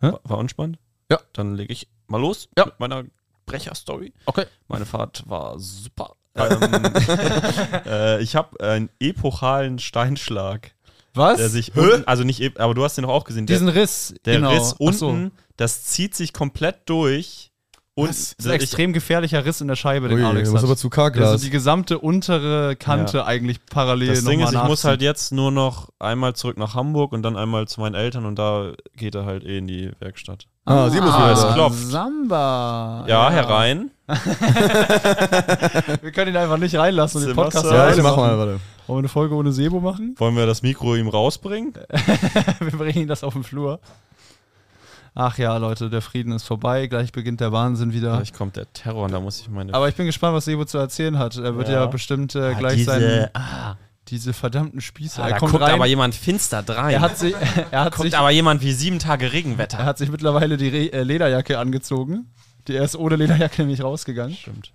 B: Hä?
D: War war unspannend?
E: Ja.
D: Dann lege ich mal los
E: Ja.
D: mit meiner Brecher-Story.
E: Okay.
D: Meine Fahrt war super. ähm, <laughs> äh, ich habe einen epochalen Steinschlag,
B: was?
D: der sich unten, also nicht, ep- aber du hast den doch auch gesehen. Der-
B: Diesen Riss,
D: Der
B: genau.
D: Riss
B: Ach so.
D: unten, das zieht sich komplett durch. Und
B: Das ist ein extrem gefährlicher Riss in der Scheibe, den
E: Ui,
B: Alex
E: du musst
B: hat.
E: aber zu K-Glas.
B: Also die gesamte untere Kante eigentlich parallel
D: ich, das Ding ist,
B: nochmal
D: ich muss halt
B: nachziehen.
D: jetzt nur noch einmal zurück nach Hamburg und dann einmal zu meinen Eltern und da geht er halt eh in die Werkstatt.
E: <laughs> ah, Sebo ist
D: Ah,
E: wieder
D: es
E: da.
D: klopft.
B: Samba.
D: Ja, herein.
B: Wir können ihn einfach nicht reinlassen und den
D: Semester.
B: Podcast
D: Ja,
E: Ja,
B: alleine
E: ich mach mal, warte.
B: Wollen wir eine Folge ohne Sebo machen?
D: Wollen wir das Mikro ihm rausbringen?
B: <laughs> wir bringen ihn das auf den Flur. Ach ja, Leute, der Frieden ist vorbei. Gleich beginnt der Wahnsinn wieder.
D: Gleich kommt der Terror und da muss ich meine.
B: Aber ich bin gespannt, was Sebo zu erzählen hat. Er wird ja,
D: Ja.
B: bestimmt äh, gleich seinen.
D: Ah,
B: Diese verdammten Spieße. er kommt rein.
D: jemand finster drein.
B: er hat sich. er hat sich
D: aber jemand wie sieben Tage Regenwetter.
B: Er hat sich mittlerweile die Re äh, Lederjacke angezogen, Die, er ist ohne Lederjacke nämlich rausgegangen.
D: Stimmt.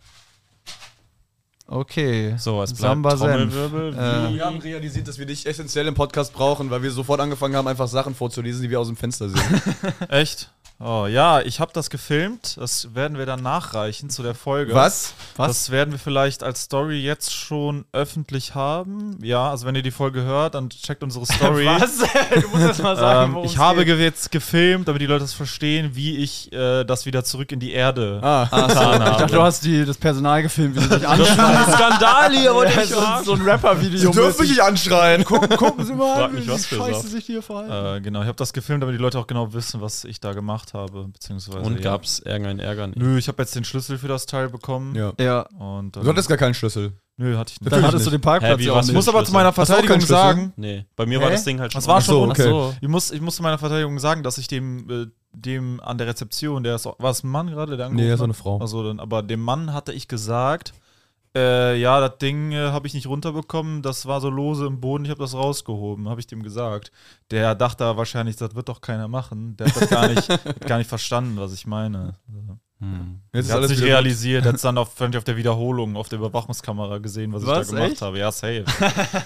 B: Okay.
D: So, es bleibt
B: Samba Senf.
D: Trommelwirbel.
B: Äh,
E: Wir haben realisiert, dass wir dich essentiell im Podcast brauchen, weil wir sofort angefangen haben, einfach Sachen vorzulesen, die wir aus dem Fenster sehen.
C: Echt? Oh ja, ich habe das gefilmt. Das werden wir dann nachreichen zu der Folge.
E: Was?
C: Was? Das werden wir vielleicht als Story jetzt schon öffentlich haben. Ja, also wenn ihr die Folge hört, dann checkt unsere Story.
B: Was? du musst erst mal sagen,
C: Ähm,
B: worum
C: ich
B: es
C: habe
B: geht.
C: ge- jetzt gefilmt, damit die Leute das verstehen, wie ich äh, das wieder zurück in die Erde
E: Ah.
C: getan
B: Ich dachte,
C: habe.
B: du hast die, das Personal gefilmt, wie sie dich
C: das war ein Skandal hier, wollte ich
B: so, ein- so ein Rapper-Video.
E: mich nicht anschreien.
B: Gucken Sie mal,
D: Frag
B: an,
D: mich,
B: wie
D: was für
B: scheiße
D: Saft.
B: sich hier verhalten.
C: Äh, genau, ich habe das gefilmt, damit die Leute auch genau wissen, was ich da gemacht habe, beziehungsweise.
D: Und
C: ja.
D: gab's irgendeinen Ärger? Nee.
C: Nö, ich habe jetzt den Schlüssel für das Teil bekommen.
E: Ja.
B: Ja,
C: Und,
E: Du hattest gar keinen Schlüssel.
C: nö, hatte ich nicht.
B: dann hattest du den Parkplatz
D: Hä, wie,
B: ja
D: was
C: Ich muss aber zu meiner
E: Hast du auch keinen
C: Verteidigung
E: Schlüssel?
C: sagen,
D: Nee, bei mir war
B: Hä?
D: das Ding halt schon.
C: Das war
D: offen.
C: schon
E: Ach so,
C: okay.
B: okay.
C: Ich, muss, ich muss zu meiner Verteidigung sagen, dass ich dem, äh, dem an der Rezeption, der ist, war es ein Mann gerade, der angerufen
E: Nee, das war eine
C: hat?
E: Frau.
C: Also, dann, aber dem Mann hatte ich gesagt, äh, ja, das Ding äh, habe ich nicht runterbekommen, das war so lose im Boden, ich habe das rausgehoben, habe ich dem gesagt. Der dachte da wahrscheinlich, das wird doch keiner machen. Der hat das gar
E: <laughs>
C: nicht, hat gar nicht verstanden, was ich meine.
D: Hm.
E: Jetzt
C: Der hat nicht
E: wieder-
C: realisiert, hat es dann auf, wahrscheinlich auf der Wiederholung, auf der Überwachungskamera gesehen, was,
B: Was,
C: ich da gemacht
B: echt?
C: habe. Ja,
E: <laughs>
C: safe.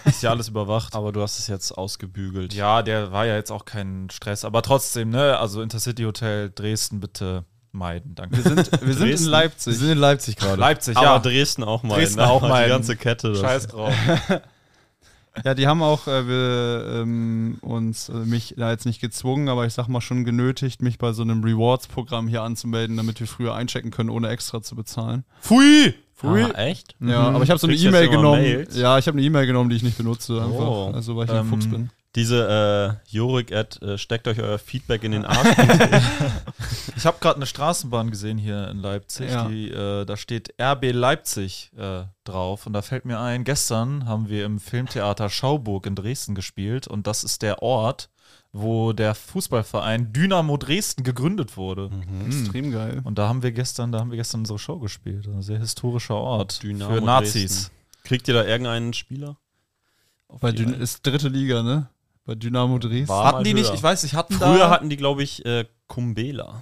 C: ist ja alles überwacht.
D: Aber du hast es jetzt ausgebügelt.
C: Ja, der war ja jetzt auch kein Stress, aber trotzdem, ne? Also Intercity Hotel Dresden bitte meiden, danke.
B: Wir sind, wir sind in
D: Dresden.
E: Wir
B: Leipzig.
E: sind in Leipzig gerade.
C: Leipzig,
D: Aber
C: ja.
D: Dresden auch mal. ne?
C: Dresden auch
D: Die
C: meinen.
D: ganze Kette. Das
C: Scheiß drauf.
B: <laughs> Ja, die haben auch äh, wir, ähm, uns, äh, mich da jetzt nicht gezwungen, aber ich sag mal schon genötigt, mich bei so einem Rewards-Programm hier anzumelden, damit wir früher einchecken können, ohne extra zu bezahlen.
C: Pfui!
D: Ah, echt?
B: Ja, aber ich habe so eine
D: Kriegst du jetzt
B: E-Mail
D: immer
B: genommen.
D: Mails?
B: Ja, ich habe eine E-Mail genommen, die ich nicht benutze, einfach.
D: Oh.
B: Also, weil ich ein
C: Ähm,
B: Fuchs bin.
D: Diese äh, Jorik-Ad äh, steckt euch euer Feedback in den Arsch.
C: <laughs> Ich habe gerade eine Straßenbahn gesehen hier in Leipzig,
B: Ja.
C: die, äh, da steht RB Leipzig äh, drauf und da fällt mir ein, gestern haben wir im Filmtheater Schauburg in Dresden gespielt und das ist der Ort, wo der Fußballverein Dynamo Dresden gegründet wurde.
B: Mhm.
D: mhm.
B: Extrem geil.
C: Und da haben wir gestern, da haben wir gestern unsere Show gespielt. Ein sehr historischer Ort
D: Dynamo
C: für Nazis.
D: Dresden. Kriegt ihr da irgendeinen Spieler?
B: Bei
D: die
B: Dyn
D: Reihe.
B: ist dritte Liga, ne? Bei Dynamo Dresden.
D: War-
C: Hatten
D: mal
C: die nicht,
D: höher.
C: ich weiß nicht, hatten
D: Früher
C: da,
D: hatten die, glaube ich, äh, Kumbela.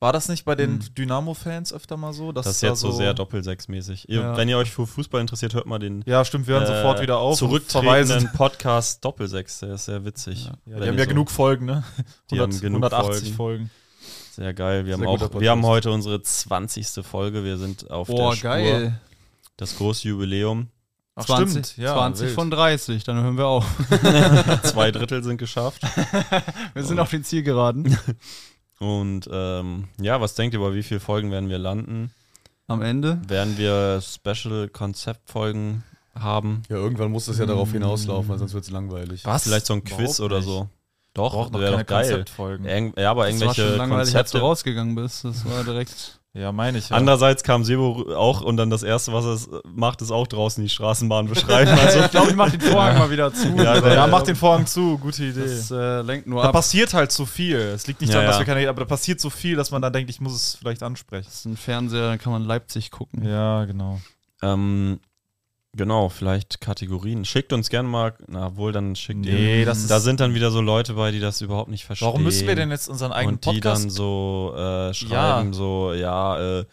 C: war das nicht bei den Dynamo-Fans öfter mal so? dass
D: Hm. Das ist
C: da
D: jetzt so sehr Doppelsechs-mäßig. Ihr-
C: Ja.
D: Wenn ihr euch für Fußball interessiert, hört mal den äh,
C: Ja, stimmt, wir hören sofort wieder auf. und
D: Zurücktretenden Podcast Doppelsechs. Der ist sehr witzig.
C: Ja,
D: Wenn
C: die haben
D: ihr
C: ja
D: so-
C: genug Folgen, ne?
D: Die haben genug
C: 180 Folgen.
D: Sehr geil. Wir,
E: Sehr
D: haben,
E: guter
D: auch, wir haben
E: Podcast.
D: heute unsere 20. Folge. Wir sind auf der Spur. Das große Jubiläum.
C: Ach,
B: 20,
C: stimmt, ja,
B: 20
C: wild.
B: von 30, dann hören wir auf.
C: <laughs>
D: Zwei Drittel sind geschafft.
B: Wir sind auf den Ziel geraten.
D: Und ähm, ja, was denkt ihr, bei wie vielen Folgen werden wir landen?
B: Am Ende.
D: Werden wir Special-Konzept-Folgen haben?
E: Ja, irgendwann muss das ja darauf hinauslaufen, weil sonst wird es langweilig.
C: Was?
D: Vielleicht so ein
C: Überhaupt
D: Quiz oder
C: nicht.
D: so. Doch,
C: Braucht noch keine
D: wäre doch geil. Äh,
C: Konzeptfolgen.
D: Irgend, ja, aber
B: das war schon
D: irgendwelche
B: langweilig, als du
D: Konzepte.
B: rausgegangen bist. Das war direkt.
C: Ja, meine ich. Ja. <laughs>
D: Andererseits kam Sebo auch und dann das Erste, was er äh, macht, ist auch draußen die
C: <laughs>
D: Straßenbahn beschreiben. Also,
B: ich glaube, ich mache den Vorhang mal wieder zu.
D: Ja,
C: ja,
D: ja,
C: mach den Vorhang zu, gute Idee.
B: Das äh, lenkt nur
C: Also, da
B: ab.
C: passiert halt so viel. Es liegt nicht
D: Ja,
C: daran, dass
D: ja.
C: wir keine, aber da passiert so viel, dass man dann denkt, ich muss es vielleicht ansprechen.
B: Das ist ein Fernseher, dann kann man Leipzig gucken.
C: Ja, genau.
D: ähm, genau, vielleicht Kategorien. Schickt uns gerne mal, na wohl, dann schickt
C: Nee,
D: ihr.
C: das ist-
D: da sind dann wieder so Leute bei, die das überhaupt nicht verstehen.
C: Warum müssen wir denn jetzt unseren eigenen
D: Und die
C: Podcast
D: dann so äh, schreiben, so, ja, äh,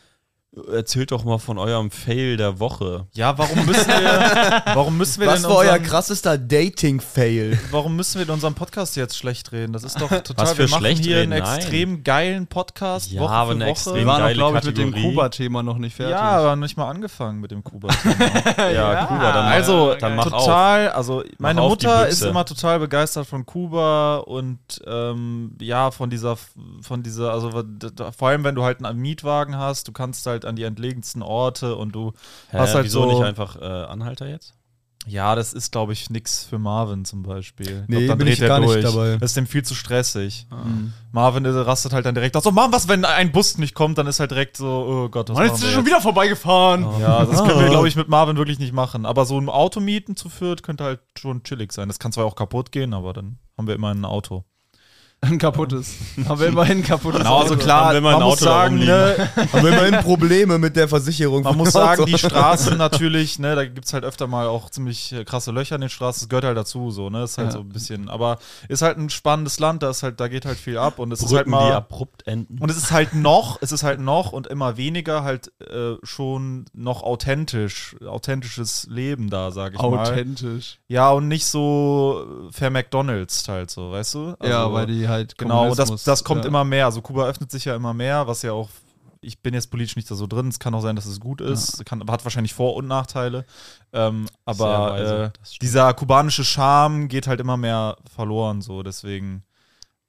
D: erzählt doch mal von eurem Fail der Woche.
C: Ja, warum müssen
D: <laughs>
C: wir, warum müssen wir
E: Was
C: denn
E: war euer
C: unseren,
E: krassester Dating-Fail? <laughs>
C: warum müssen wir in unserem Podcast jetzt schlecht reden? Das ist doch total,
D: Was für
C: wir machen
D: schlecht
C: hier
D: reden?
C: einen
D: Nein.
C: extrem geilen Podcast,
D: Ja,
C: Woche
D: aber
C: für
D: eine
C: Woche.
D: extrem
B: Wir waren auch,
D: Geile
B: glaube ich, mit dem
D: Kategorie.
B: Kuba-Thema noch nicht fertig.
C: ja, aber nicht mal angefangen mit dem Kuba.
D: <laughs> Ja, Kuba, dann,
C: <laughs>
D: mach-
C: also
D: dann mach auf.
C: total, also meine
D: auf die
C: Mutter ist
D: Büchse.
C: immer total begeistert von Kuba und ähm, ja von dieser, von dieser, also d- d- vor allem wenn du halt einen Mietwagen hast, du kannst halt an die entlegensten Orte und du
D: Hä,
C: hast halt
D: wieso
C: so
D: nicht einfach äh, Anhalter jetzt?
C: Ja, das ist, glaube ich, nix für Marvin zum Beispiel.
E: Nee, bin ich
C: er
E: gar nicht dabei.
C: Das ist dem viel zu stressig. Mhm. Marvin äh, rastet halt dann direkt aus. So, Mann, was, wenn ein Bus nicht kommt, dann ist halt direkt so, oh Gott, was machen wir
B: wieder vorbeigefahren.
C: jetzt? Ja, das können wir,
E: Ah.
C: glaube ich, mit Marvin wirklich nicht machen. Aber so ein Auto mieten zu viert könnte halt schon chillig sein. Das kann zwar auch kaputt gehen, aber dann haben wir immer ein Auto. Genau,
B: Ein kaputtes. Aber immerhin kaputtes.
D: Na, also
B: Auto.
D: klar,
C: Haben wir mal ein
D: man muss
C: Auto da
D: sagen,
C: rumliegen.
D: ne,
E: Haben wir immerhin Probleme mit der Versicherung.
C: Man
E: vom
B: <laughs>
C: muss sagen,
E: Auto.
C: die Straßen natürlich, ne, da gibt es halt öfter mal auch ziemlich äh, krasse Löcher in den Straßen. Das gehört halt dazu, so, ne? Ist halt
B: Ja.
C: so ein bisschen. Aber ist halt ein spannendes Land, da ist halt, da geht halt viel ab und es ist halt
D: Brücken, die
C: mal.
D: abrupt enden.
C: Und es ist halt noch, es ist halt noch und immer weniger halt äh, schon noch authentisch, authentisches Leben da, sage ich mal.
B: Authentisch.
C: Ja, und nicht so äh, ver McDonalds halt so, weißt du?
B: ja,
C: Also-
B: weil die halt
C: Genau, das,
B: Kommunismus,
C: das kommt
B: ja.
C: immer mehr. Also Kuba öffnet sich ja immer mehr, was ja auch, ich bin jetzt politisch nicht da so drin, es kann auch sein, dass es gut ist, kann, hat wahrscheinlich Vor- und Nachteile. Ähm, aber
D: Sehr weise,
C: äh,
D: das stimmt.
C: dieser kubanische Charme geht halt immer mehr verloren, so deswegen,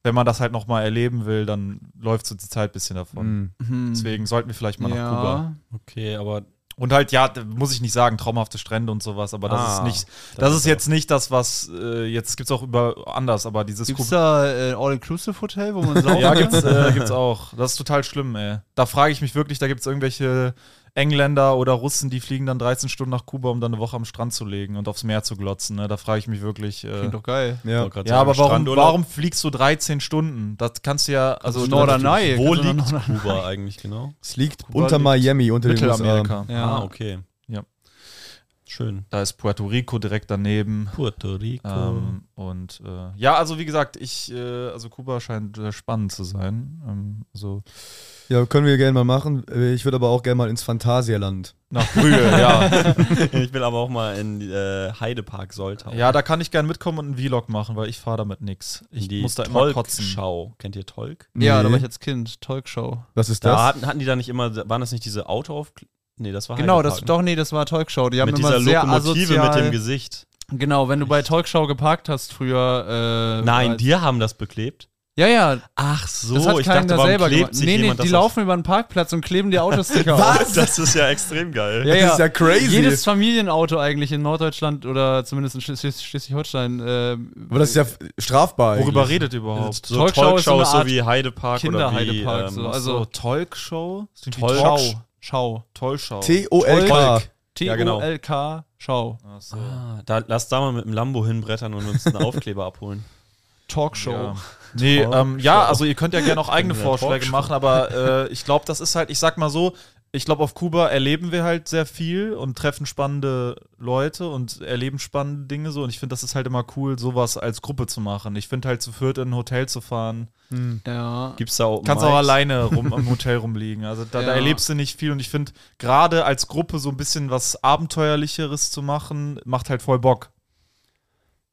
C: wenn man das halt nochmal erleben will, dann läuft so die Zeit ein bisschen davon.
D: Mhm.
E: Hm.
B: Hm.
C: Deswegen sollten wir vielleicht mal nach Kuba.
B: ja.
D: Okay, aber
C: Und halt, ja, d- muss ich nicht sagen, traumhafte Strände und sowas, aber das
D: Ah,
C: ist nicht, das,
D: das
C: ist jetzt nicht das, was äh, jetzt gibt's auch über anders, aber dieses
B: Gibt
C: Kuba-
B: es da äh, ein All-Inclusive-Hotel, wo man saufen
C: Ja,
B: kann?
C: gibt's, äh, gibt's auch. Das ist total schlimm, ey. Da frage ich mich wirklich, da gibt's irgendwelche Engländer oder Russen, die fliegen dann 13 Stunden nach Kuba, um dann eine Woche am Strand zu legen und aufs Meer zu glotzen. Ne? Da frage ich mich wirklich. Äh,
B: Klingt doch geil.
E: Ja.
D: wollte grad
C: ja,
D: sagen,
C: aber warum,
D: Strandurlaub.
C: warum fliegst du 13 Stunden? Das kannst du ja, also
B: Also Norderney.
D: Wo
B: kannst du
D: liegt
B: nach Norderney?
D: Kuba eigentlich genau?
E: Es liegt
B: Kuba
E: unter
B: liegt
E: Miami, unter den USA.
C: Mittelamerika.
B: Ja.
D: Ah, okay.
C: Ja.
D: Schön.
C: Da ist Puerto Rico direkt daneben.
D: Puerto Rico. <laughs>
C: Ähm, und äh, ja, also wie gesagt, ich, äh, also Kuba scheint äh, spannend zu sein. Ähm, also
E: Ja, können wir gerne mal machen. Äh, Ich würde aber auch gerne mal ins Phantasialand.
C: nach
D: <laughs>
C: Brühe, ja.
D: ich will aber auch mal in äh, Heidepark Soltau.
C: Ja, da kann ich gern mitkommen und einen Vlog machen, weil ich fahre damit nix. Ich
D: die
C: muss da immer kotzen.
D: Tolk-Schau. Kennt ihr Tolk?
B: Ja, da
E: Nee.
B: war ich als Kind. Talkshow.
E: Was ist
D: Da
E: das?
D: hatten, hatten die da nicht immer, waren das nicht diese Auto auf... Nee, das war
B: Genau, das,
D: Heidepark.
B: doch, nee, das war Talkshow. Die haben
D: mit
B: immer
D: dieser
B: sehr
D: Lokomotive
B: asozial.
D: mit dem Gesicht.
B: Genau, wenn du bei Talkshow geparkt hast früher. Äh,
D: Nein,
B: als-
D: die haben das beklebt.
B: Ja, ja.
D: Ach so,
B: Das hat
D: ich
B: keiner
D: dachte,
B: da
D: warum
B: selber
D: klebt
B: gemacht.
D: sich
B: Nee, nee,
D: jemand
B: die
D: das
B: laufen über den Parkplatz und kleben dir
D: <laughs>
B: Autosticker auf. <laughs>
D: auf? Das ist ja extrem geil.
B: Ja, ja.
E: ist ja crazy.
B: Jedes Familienauto eigentlich in Norddeutschland oder zumindest in Schles- Schleswig-Holstein. Äh,
E: Aber das ist ja f- strafbar. eigentlich.
C: Worüber redet ihr überhaupt?
D: So
B: Talkshow
D: Talkshow,
B: ist so eine
D: so
B: Art
D: wie Heidepark oder wie
B: Kinderheidepark, so.
D: ähm,
B: also-
C: Talkshow?
D: Talk-
C: Talk
B: Schau.
C: Tollschau.
E: T-O-L-K.
D: Ja, genau.
B: T-O-L-K. Schau.
C: Ach so.
D: Ah, da, lass da mal mit dem Lambo hinbrettern und
B: <laughs>
D: uns einen Aufkleber abholen.
B: Talkshow. <laughs>
C: Ja. Nee, ähm, ja, also ihr könnt ja gerne auch eigene
D: Ja,
C: Vorschläge
D: Talkshow.
C: machen, aber äh, ich glaube, das ist halt, ich sag mal so, ich glaube, auf Kuba erleben wir halt sehr viel und treffen spannende Leute und erleben spannende Dinge so. Und ich finde, das ist halt immer cool, sowas als Gruppe zu machen. Ich finde halt zu viert in ein Hotel zu fahren.
B: Ja.
D: Gibt's da Open
C: Um kannst auch
D: Mics?
C: alleine rum
E: <laughs>
C: im Hotel rumliegen. Also da, da
B: Ja.
C: erlebst du nicht viel. Und ich finde, gerade als Gruppe so ein bisschen was Abenteuerlicheres zu machen, macht halt voll Bock.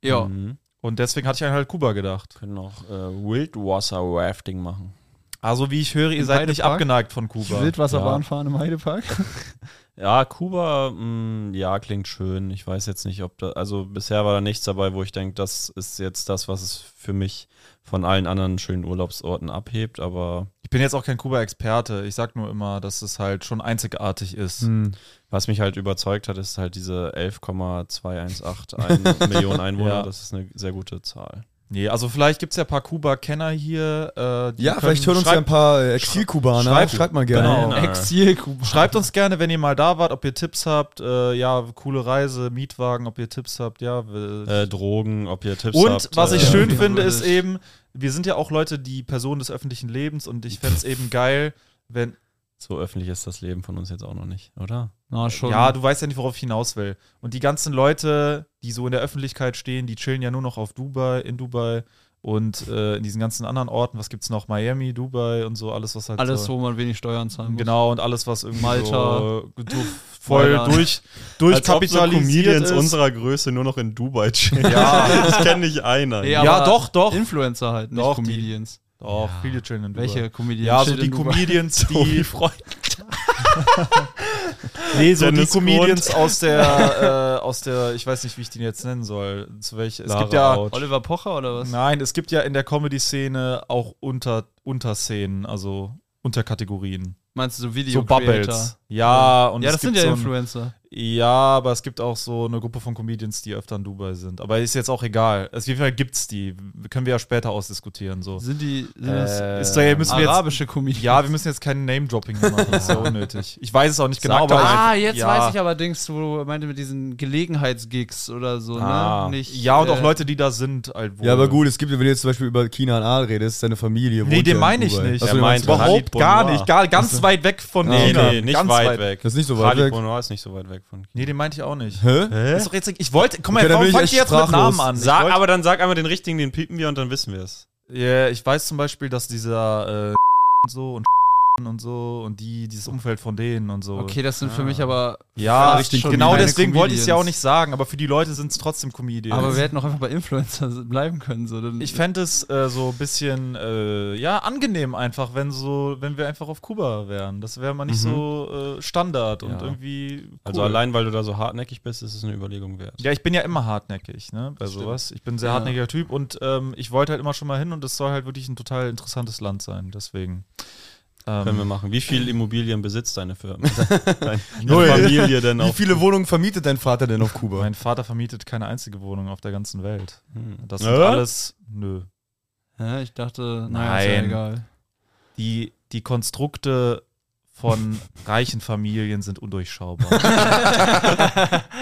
B: Ja.
D: Mhm.
C: Und deswegen hatte ich an halt Kuba gedacht.
D: Können auch äh, Wildwasser Rafting machen.
C: Also wie ich höre, ihr
B: Im
C: seid nicht
B: Heidepark?
C: abgeneigt von Kuba.
B: Wildwasserbahn fahren im
D: <laughs>
B: Heidepark.
D: Ja, Kuba, mh, ja, klingt schön. Ich weiß jetzt nicht, ob da, also bisher war da nichts dabei, wo ich denke, das ist jetzt das, was es für mich von allen anderen schönen Urlaubsorten abhebt, aber
C: Ich bin jetzt auch kein Kuba-Experte. Ich sag nur immer, dass es halt schon einzigartig ist.
E: Hm.
D: Was mich halt überzeugt hat, ist halt diese
C: <laughs>
D: 11,2181 Millionen Einwohner.
C: Ja.
D: Das ist eine sehr gute Zahl.
C: Nee, also vielleicht gibt es ja ein paar Kuba-Kenner hier. Äh, die
E: Ja,
C: können-
E: vielleicht hören uns ja ein
C: schreibt,
E: paar äh, Exilkubaner.
C: schreib-
E: Schreibt, mal gerne.
C: Genau.
B: Exil-Kuba.
C: schreibt uns gerne, wenn ihr mal da wart, ob ihr Tipps habt. Äh, ja, coole Reise, Mietwagen, ob ihr Tipps habt. Ja, wir-
D: Äh, Drogen, ob ihr Tipps
C: Und
D: habt.
C: was ich
D: äh,
C: schön
B: wie
C: finde,
B: würde
C: ist
B: ich-
C: eben, wir sind ja auch Leute, die Personen des öffentlichen Lebens und ich fände es eben geil, wenn.
D: So öffentlich ist das Leben von uns jetzt auch noch nicht, oder?
B: Na schon.
C: Ja, du weißt ja nicht, worauf ich hinaus will. Und die ganzen Leute, die so in der Öffentlichkeit stehen, die chillen ja nur noch auf Dubai, in Dubai und äh, in diesen ganzen anderen Orten. Was gibt's noch? Miami, Dubai und so, alles, was halt.
D: Also
B: Alles,
C: so.
B: wo man wenig Steuern zahlen muss.
C: Genau, und alles, was irgendwie
B: Malta.
C: so, äh, du, voll
B: Mailand. <laughs>
C: durch, durchkapitalisiert
D: Comedians
C: ist.
D: unserer Größe nur noch in
C: <laughs>
D: Dubai chillen.
C: ja,
D: ich kenne nicht einer.
B: Nee,
C: ja,
B: aber
C: doch, doch.
B: Influencer halt, nicht
C: Doch, die-
B: Comedians.
C: Doch, viele chillen in Dubai.
B: Welche Comedians?
C: Ja, so
B: Shit
C: die
B: in
C: <laughs>
B: Dubai.
C: Comedians, die.
D: Die Freunde.
C: Nee, so die
D: Dennis
C: Comedians aus <laughs> der, äh, aus der, ich weiß nicht, wie ich den jetzt nennen soll. Zu welch, es
D: Lara
C: gibt ja,
D: Out.
B: Oliver Pocher oder was?
C: nein, es gibt ja in der Comedy-Szene auch unter, Unterszenen, also Unterkategorien.
B: Meinst du so Video
C: So Bubbles. Ja, und
B: Ja,
C: es
B: das sind
C: gibt
B: ja
C: so ein,
B: Influencer.
C: Ja, aber es gibt auch so eine Gruppe von Comedians, die öfter in Dubai sind. Aber ist jetzt auch egal. Auf jeden Fall gibt's die. Können wir ja später ausdiskutieren. So.
B: Sind die sind
C: Äh,
B: das
C: ist doch- ja, müssen wir jetzt-
B: arabische Comedians?
C: Ja, wir müssen jetzt kein Name-Dropping mehr machen. Das
E: <laughs>
C: ist ja unnötig. Ich weiß es auch nicht genau,
B: Sag doch
C: aber.
B: ah, jetzt
C: ja.
B: weiß ich allerdings, wo du meinte mit diesen Gelegenheitsgigs oder so,
C: Ah.
B: ne? Nicht,
C: ja, und auch
B: äh,
C: Leute, die da sind, halt wohl.
E: Ja, aber gut, es gibt, wenn du jetzt zum Beispiel über China und Aal redest, seine Familie.
C: Nee, den meine ich nicht.
E: Also,
D: Er
E: du
D: meint
E: meinst,
C: Überhaupt
D: Khalid
C: gar
D: Bonoir.
C: nicht. Gar, ganz
E: Also-
C: weit weg von
D: Nee,
C: China.
D: nee, nicht
C: ganz
D: weit, weg.
E: Das ist nicht so weit
D: Khalid
E: weg.
D: Bonoir ist nicht so weit weg von China.
C: Nee, den meinte ich auch nicht.
E: Hä?
C: Ist doch jetzt, ich wollte, komm mal,
E: Okay, dann
C: warum
E: bin ich
C: fangt
E: echt
C: ihr jetzt mit
E: sprachlos.
C: Namen an? Ich
D: Sag,
C: wollte-
D: aber dann sag einmal den richtigen, den piepen wir und dann wissen wir es.
C: Ja, ich weiß zum Beispiel, dass dieser äh, und so und <laughs> und so und die, dieses Umfeld von denen und so.
B: Okay, das sind für mich aber.
C: Ja,
B: fast
C: richtig.
B: schon
C: Genau
B: keine
C: deswegen wollte ich es ja auch
B: Comedians.
C: nicht sagen, aber für die Leute sind es trotzdem Comedians.
B: Aber wir hätten auch einfach bei Influencer <laughs> bleiben können. So. Dann
C: ich fände es äh, so ein bisschen äh, ja angenehm einfach, wenn so, wenn wir einfach auf Kuba wären. Das wäre mal nicht so äh, Standard und
D: Mhm. Ja.
C: irgendwie. Cool.
D: Also allein, weil du da so hartnäckig bist, ist es eine Überlegung wert.
C: Ja, ich bin ja immer hartnäckig, ne? Bei sowas. Ich bin ein sehr
B: Ja.
C: hartnäckiger Typ und ähm, ich wollte halt immer schon mal hin und es soll halt wirklich ein total interessantes Land sein. Deswegen. Ähm,
D: Können wir machen. Wie viel Immobilien besitzt deine Firma? Deine <laughs> Familie denn
E: Wie
D: auch?
E: viele Wohnungen vermietet dein Vater denn auf Kuba?
C: Mein Vater vermietet keine einzige Wohnung auf der ganzen Welt. Das sind
D: Äh?
C: alles. Nö.
B: Hm. Hä? ich dachte, naja, ist ja
C: Nein.
B: egal.
C: <laughs> Die, die Konstrukte
D: <laughs>
C: von reichen Familien sind undurchschaubar.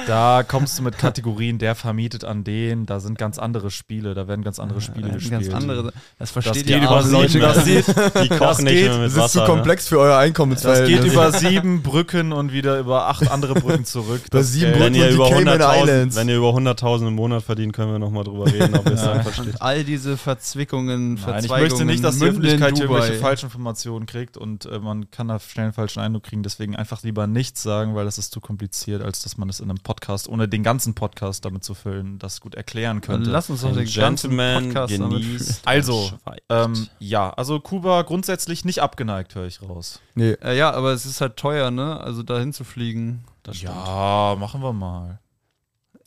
C: da kommst du mit Kategorien, der vermietet an den, da sind ganz andere Spiele, da werden ganz andere Spiele
B: Ein
C: gespielt.
B: ganz andere. Das
C: Das
B: versteht
C: geht
B: ihr
C: über
B: armen
C: sieben,
B: Leute gar
C: das
B: nicht.
C: geht,
D: Die kochen
C: Das
D: nicht
C: geht,
D: mehr mit
E: Das
D: Wasser.
E: ist zu
D: ne?
E: komplex für euer Einkommen.
C: das geht über sieben Brücken und wieder über acht andere Brücken zurück.
E: Über
C: Das
E: sieben
C: Geld-
E: Brücken.
D: Wenn ihr,
E: Und die
D: über
E: Cayman
D: 100.000,
E: Islands.
D: wenn ihr über 100.000 im Monat verdient, können wir nochmal drüber reden, ob ihr es dann versteht.
B: Und all diese Verzwickungen,
C: Nein, ich
B: Verzweigungen.
C: möchte nicht, dass die
B: münden in
C: Öffentlichkeit hier irgendwelche
B: Dubai.
C: Falschinformationen kriegt und äh, man kann da schnell einen falschen Eindruck kriegen. Deswegen einfach lieber nichts sagen, weil das ist zu kompliziert, als dass man es in einem Podcast, ohne den ganzen Podcast damit zu füllen, das gut erklären
B: Dann
C: könnte.
B: lass uns doch den ganzen Podcast damit füllen.
C: Also,
D: und
C: ähm,
D: schweigt.
C: ja, also Kuba grundsätzlich nicht abgeneigt, höre ich raus.
E: Nee,
B: Äh, ja, aber es ist halt teuer, ne? Also dahin zu fliegen.
C: Ja, machen wir mal.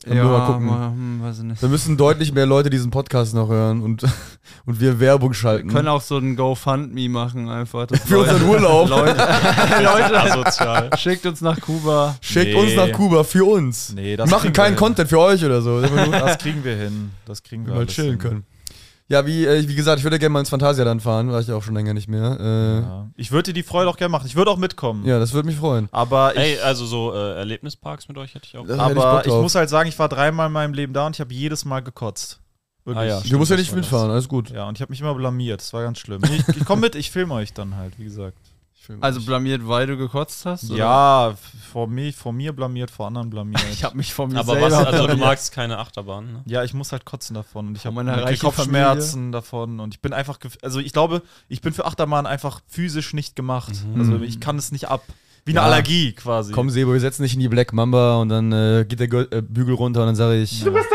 E: Dann müssen wir mal gucken.
B: mal, hm, weiß ich nicht.
E: da müssen deutlich mehr Leute diesen Podcast noch hören und, <laughs> und wir Werbung schalten.
B: können auch so ein GoFundMe machen einfach.
E: <laughs> Für unseren Urlaub.
B: Leute,
D: Leute.
E: Also
D: Asozial.
B: <laughs> schickt uns nach Kuba.
E: <laughs> Schickt
C: Nee.
E: uns nach Kuba für uns.
C: Nee,
E: wir machen
C: kriegen
E: keinen
C: wir hin.
E: Content für euch
C: <laughs>
E: oder so. dass wir nur- dass
C: Das kriegen wir hin. Das kriegen
E: wir
C: wir
E: mal
C: alles
E: chillen
C: hin.
E: können. Ja, wie, äh, wie gesagt, ich würde gerne mal ins Phantasialand fahren, war ich auch schon länger nicht mehr. Äh, ja.
C: Ja. Ich würde dir die Freude auch gerne machen. Ich würde auch mitkommen.
E: das würde mich freuen.
C: Aber ich,
D: Ey, also so äh, Erlebnisparks mit euch hätte ich auch.
E: Da hätte
C: aber
E: Bock
C: ich,
E: drauf.
C: muss halt sagen, ich war dreimal in meinem Leben da und ich habe jedes Mal gekotzt. Wirklich.
D: Ah ja,
E: Du musst ja
C: das
E: nicht
C: war das.
E: mitfahren, alles gut.
C: Ja, und ich habe mich immer blamiert. Das war ganz schlimm. Ich, ich komme mit, ich filme euch dann halt, wie gesagt.
B: Also blamiert, weil du gekotzt hast? oder?
C: Ja, f- vor, mir, vor mir blamiert, vor anderen blamiert.
B: Ich habe mich vor mir
D: Aber was,
B: selber...
D: also du magst keine Achterbahn, ne?
C: ja, ich muss halt kotzen davon und ich
B: Von
C: habe
B: meiner reichen
C: Kopfschmerzen davon und ich bin einfach, gef- also ich glaube, ich bin für Achterbahn einfach physisch nicht gemacht. Also ich kann es nicht ab. Wie eine
E: Ja.
C: Allergie quasi.
E: Komm, Sebo, wir setzen dich in die Black Mamba und dann äh, geht der Gö äh, Bügel runter und dann sage ich. <laughs> Du bist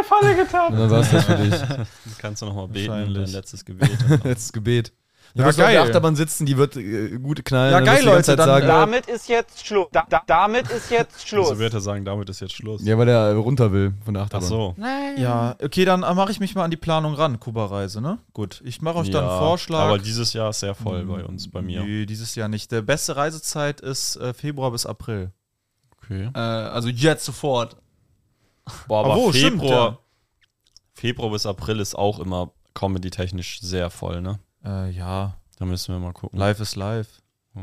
E: direkt in meine Falle getappt. Und dann war es das für
C: <laughs>
E: dich.
D: Das kannst du nochmal beten,
C: Wahrscheinlich.
D: dein letztes Gebet.
C: <laughs>
E: Letztes Gebet. Du
C: Ja,
E: wirst auf der
C: geil.
E: Achterbahn sitzen, die wird äh, gut knallen.
C: Ja,
E: dann wirst
C: geil,
E: du die ganze
C: Leute,
E: Zeit
C: dann-
E: Sagen,
F: Damit ist jetzt Schluss. Da, da, damit ist jetzt Schluss.
D: So Also wird er sagen, damit ist jetzt Schluss.
E: ja, weil der runter will von der
D: Ach
E: Achterbahn.
D: so.
C: Ja, okay, dann äh, mache ich mich mal an die Planung ran, Kuba-Reise, ne? Gut, ich mache euch dann einen Vorschlag.
D: Aber dieses Jahr ist sehr voll bei uns, bei mir.
C: Nö, dieses Jahr nicht. Der beste Reisezeit ist äh, Februar bis April.
D: Okay.
B: Äh, also jetzt sofort.
D: Boah, aber
C: Obwohl, Ah, stimmt,
D: Februar,
C: ja.
D: Februar bis April ist auch immer comedy-technisch sehr voll, ne?
C: Äh, ja,
D: Da müssen wir mal gucken.
C: live ist live.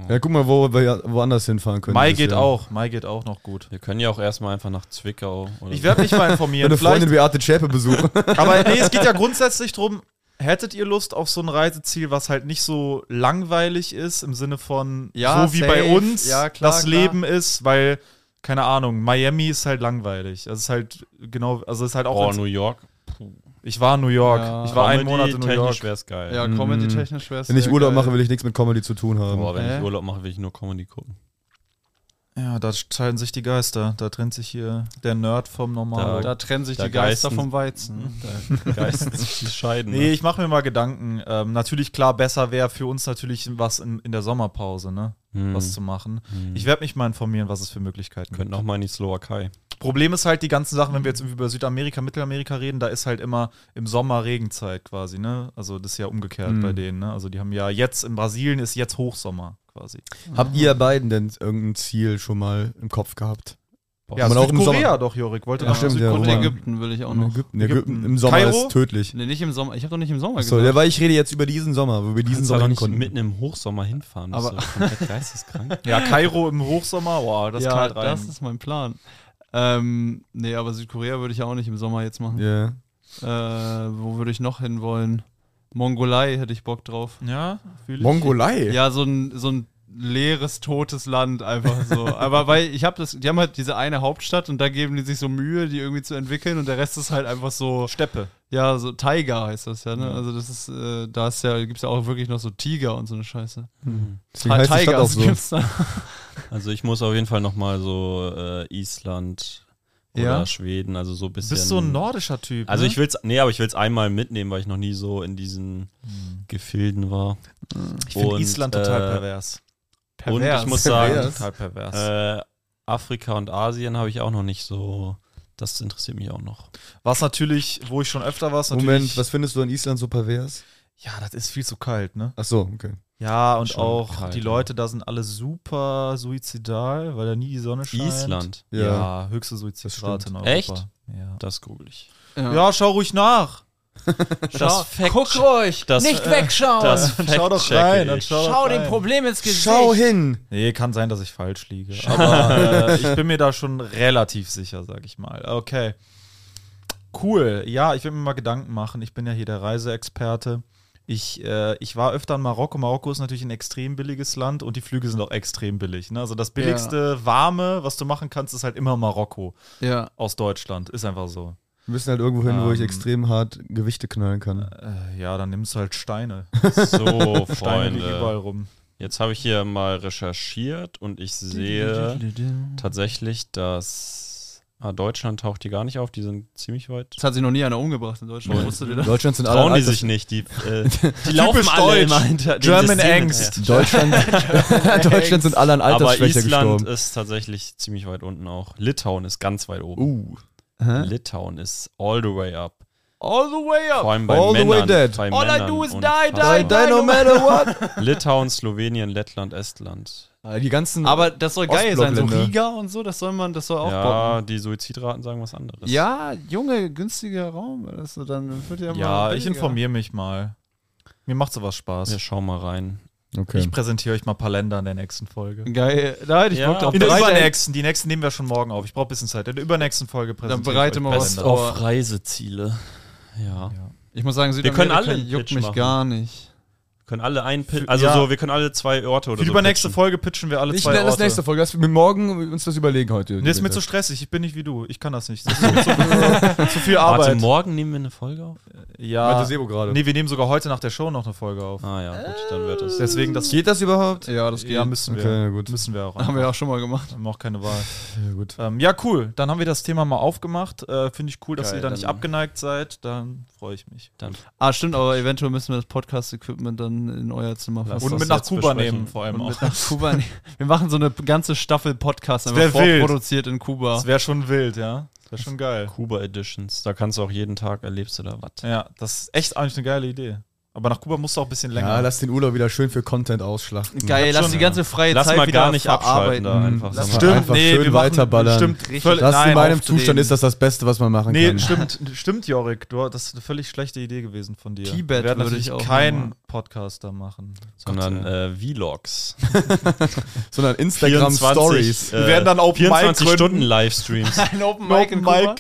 E: Ja, guck mal, wo wir woanders hinfahren können.
C: Mai
E: Das
C: geht
E: Jahr.
C: auch, Mai geht auch noch gut.
D: Wir können ja auch erstmal einfach nach Zwickau oder
C: Ich werde mich mal informieren.
E: Eine Freundin
C: Vielleicht,
E: Beate Zschäpe <laughs> besuchen.
C: aber nee, es geht ja grundsätzlich drum. Hättet ihr Lust auf so ein Reiseziel, was halt nicht so langweilig ist, im Sinne von
B: Ja,
C: so wie
B: safe.
C: bei uns
B: Ja, klar,
C: das
B: klar.
C: Leben ist, weil, keine Ahnung, Miami ist halt langweilig. Also es ist halt genau, also es ist halt auch.
D: oh,
C: als-
D: New York.
C: ich war in New York.
B: Ja.
C: ich war einen Monat in New York.
D: technisch wäre es geil.
B: Ja, comedy-technisch wär's
E: Hm. Wenn ich
B: sehr
E: Urlaub
B: geil.
E: mache, will ich nichts mit Comedy zu tun haben.
D: Boah, wenn
B: Hä?
D: ich Urlaub mache, will ich nur
C: <laughs>
D: Comedy gucken.
C: Ja, da scheiden sich die Geister. Da trennt sich hier der Nerd vom Normalen.
B: Da trennen sich
D: Da
B: die Geister
D: geisten-
B: vom Weizen.
D: Geistens die scheiden.
C: nee, ich mache mir mal Gedanken. Ähm, natürlich, klar, besser wäre für uns natürlich was in, in der Sommerpause, ne?
D: Hm.
B: Mhm.
C: Was zu machen. Ich werde mich mal informieren, was es für Möglichkeiten
D: Könnten
C: gibt.
D: auch mal in die Slowakei.
C: Problem ist halt die ganzen Sachen, wenn wir jetzt irgendwie über Südamerika, Mittelamerika reden, da ist halt immer im Sommer Regenzeit quasi, ne? Also das ist ja umgekehrt bei
D: Mhm.
C: denen, ne? Also die haben ja jetzt, in Brasilien ist jetzt Hochsommer quasi.
E: Habt ihr beiden denn irgendein Ziel schon mal im Kopf gehabt? Ja, man auch im
G: Korea
E: Sommer.
G: doch, Jorik. Wollte
E: Ja,
G: nach
E: stimmt,
G: Südkorea.
B: Und
E: Roman.
B: Ägypten will ich auch
E: In
B: noch.
E: Ägypten, Ägypten. Im Sommer
G: Kairo?
E: ist tödlich.
B: Nee, nicht im Sommer. Ich habe doch nicht im Sommer
E: So,
B: gesagt.
E: ja, weil ich rede jetzt über diesen Sommer, wo wir diesen
D: Kannst du
E: Sommer
D: doch nicht
E: hinkommen.
D: mitten im Hochsommer hinfahren.
B: Aber-
D: das ist doch
C: <laughs>
D: komplett geisteskrank.
G: ja, Kairo im Hochsommer, boah, das
B: ja,
G: knallt rein.
B: das ist mein Plan. Ähm, nee, aber Südkorea würde ich ja auch nicht im Sommer jetzt machen.
E: Ja.
B: Äh, wo würde ich noch hin wollen? Mongolei hätte ich Bock drauf.
C: Ja, fühle ich.
E: Mongolei?
B: Ja, so ein, so ein leeres, totes Land einfach
E: <laughs>
B: so. Aber weil ich habe das, die haben halt diese eine Hauptstadt und da geben die sich so Mühe, die irgendwie zu entwickeln und der Rest ist halt einfach so,
C: Steppe.
B: ja, so Tiger heißt das ja, ne? Also das ist, äh, da ist ja, gibt's ja auch wirklich noch so Tiger und so eine Scheiße. Halt
E: Deswegen heißt die Stadt auch so.
B: gibt's da.
D: Also ich muss auf jeden Fall nochmal so äh, Island oder
B: Ja.
D: Schweden, also so ein bisschen.
C: Bist so ein nordischer Typ.
D: Also
C: ne?
D: ich will's, nee, aber ich will's einmal mitnehmen, weil ich noch nie so in diesen Gefilden war.
C: Ich finde
D: Und,
C: Island total
D: äh,
C: pervers.
D: Und ich muss sagen,
E: Pervers.
C: Total pervers.
D: äh, Afrika und Asien habe ich auch noch nicht so. Das interessiert mich auch noch.
C: was natürlich, wo ich schon öfter war, ist natürlich.
E: Moment, was findest du in Island so pervers?
C: ja, das ist viel zu kalt, ne?
E: Ach so, okay.
C: Ja, und
D: Schon
C: auch
D: kalt,
C: die
D: ja.
C: Leute da sind alle super suizidal, weil da nie die Sonne scheint.
D: Island,
C: Ja, höchste Suizidrate in Europa.
D: Echt?
C: Ja.
D: das google ich.
C: ja, schau ruch nach.
D: Das Fact,
H: Guckt euch,
D: das-
H: nicht wegschauen.
C: <laughs>
D: das Fact
C: Schau doch rein. Dann schau
H: Schau
C: doch rein.
H: dem Problem ins Gesicht.
E: Schau hin!
C: Nee, kann sein, dass ich falsch liege. Aber äh, ich bin mir da schon relativ sicher, sag ich mal. Okay. Cool. Ja, ich will mir mal Gedanken machen. Ich bin ja hier der Reiseexperte. Ich, äh, ich war öfter in Marokko. Marokko ist natürlich ein extrem billiges Land und die Flüge sind auch extrem billig. Ne? Also das billigste Warme, was du machen kannst, ist halt immer Marokko
B: Ja.
C: aus Deutschland. Ist einfach so.
E: Wir müssen halt irgendwo hin, wo ich
C: Ähm.
E: extrem hart Gewichte knallen kann.
C: Äh, ja, dann nimmst du halt <laughs> Steine.
D: So,
C: Steine liegen überall
D: Freunde.
C: rum.
D: Jetzt habe ich hier mal recherchiert und ich sehe tatsächlich, dass ah, Deutschland taucht die gar nicht auf. Die sind ziemlich weit.
B: Das hat sich noch nie einer umgebracht in Deutschland.
D: Nein.
B: Wusstet ihr
E: In
B: das?
E: Deutschland sind
D: Trauen
E: alle
D: die sich nicht. Die, äh, die laufen alle
C: deutsch.
D: immer hinter dem
C: German
D: System
C: Angst.
D: hinterher.
E: <laughs> Deutschland, <laughs> Deutschland sind alle an
D: Aber
E: Altersschwäche
D: Island
E: gestorben.
D: ist tatsächlich ziemlich weit unten auch. Litauen ist ganz weit oben.
E: Uh,
D: Litauen ist all the way up.
H: All the way up.
D: Vor allem bei
E: All the
D: Männern.
E: way dead.
D: Bei
H: All I
D: Männern
H: do is die,
D: unfassbar.
H: die, die, no matter
E: what.
D: Litauen, Slowenien, Lettland, Estland.
E: Die ganzen.
B: Aber das soll geil sein, so
E: Ostblockländer.
B: Riga und so, das soll man, das soll auch
D: ja, die Suizidraten sagen was anderes.
B: Ja, Junge, günstiger Raum. Also dann wird ja mal.
C: Ja, ich
B: billiger.
C: informiere mich mal. Mir macht sowas Spaß.
D: Wir schauen mal rein.
E: okay.
C: Ich präsentiere euch mal ein paar Länder in der nächsten Folge.
B: Geil. Da hätte ich
D: Ja.
B: Bock drauf.
C: In der
B: Bereit-
C: übernächsten, die nächsten nehmen wir schon morgen auf. Ich brauche ein bisschen Zeit. In der übernächsten Folge präsentieren.
B: bereite mal was
C: auf.
B: auf.
D: Auf Reiseziele. Ja.
C: Ja.
B: Ich muss sagen, Südamerika
D: können alle einen
B: juckt
D: Pitch
B: mich
D: machen.
B: gar nicht. <laughs>
D: Wir können alle ein Pit- also
C: ja.
D: so, wir können alle zwei Orte oder
C: Für die
D: so.
C: übernächste
D: pitchen.
C: Folge pitchen wir alle
E: Ich
C: zwei
E: nenne das
C: Orte.
E: nächste Folge, dass wir morgen uns das überlegen heute.
C: Nee, ist mir zu stressig. Ich bin nicht wie du. Ich kann das nicht. Das ist zu, zu, zu viel
D: Warte,
C: Arbeit.
D: morgen nehmen wir eine Folge auf?
C: ja.
E: Sebo gerade.
C: Nee, wir nehmen sogar heute nach der Show noch eine Folge auf.
D: Ah ja, gut, dann wird das.
C: Deswegen, das
E: Geht das überhaupt?
B: Ja, das
C: ja, müssen wir.
E: Okay, na gut.
C: Müssen wir auch.
B: Haben wir auch schon mal gemacht.
C: Wir haben auch keine Wahl.
E: Ja, gut.
C: Ähm, ja, cool. Dann haben wir das Thema mal aufgemacht. Äh, Finde ich cool, dass
D: Geil,
C: ihr da nicht
D: dann-
C: abgeneigt seid. Dann freue ich mich.
D: Dann
B: Ah, stimmt, aber eventuell müssen wir das Podcast-Equipment dann in euer Zimmer
D: Lass
C: Und
D: das
C: mit nach
D: jetzt
C: Kuba
D: besprechen.
C: nehmen vor allem
B: Und
C: auch.
B: mit nach Kuba. <laughs> nehmen. Wir machen so eine ganze Staffel Podcast
C: wär
B: einfach
C: wild.
B: vorproduziert in Kuba.
C: Das wäre schon wild, ja. Das wäre schon geil.
D: Kuba Editions. Da kannst du auch jeden Tag erlebst du da was.
C: Ja, das ist echt eigentlich eine geile Idee. Aber nach Kuba musst du auch ein bisschen länger.
E: Ja, lass den Urlaub wieder schön für Content ausschlachten.
B: Geil, lass die ganze freie
D: Lass
B: Zeit
D: mal
B: wieder
D: gar nicht
B: <laughs> verarbeiten.
D: abschalten da einfach.
E: Lass
D: sondern-
E: Stimmt, einfach schön
C: machen-
E: weiterballern.
C: Stimmt,
E: Das
C: völlig, nein,
E: in meinem
C: aufdrehen.
E: Zustand ist das das Beste, was man machen
C: Nee,
E: kann.
C: stimmt, stimmt, Jorik. Du, das ist eine völlig schlechte Idee gewesen von dir.
B: Tibet
C: Wir werden
B: würde
C: natürlich
B: ich auch
C: keinen
B: nochmal.
C: Podcaster machen.
D: sondern äh, Vlogs.
E: Sondern
C: <laughs>
E: Instagram Stories.
D: äh,
C: werden dann Open Mic
D: 24
C: gründen.
D: Stunden Livestreams.
C: <laughs>
B: Ein Open Mic in Kuba.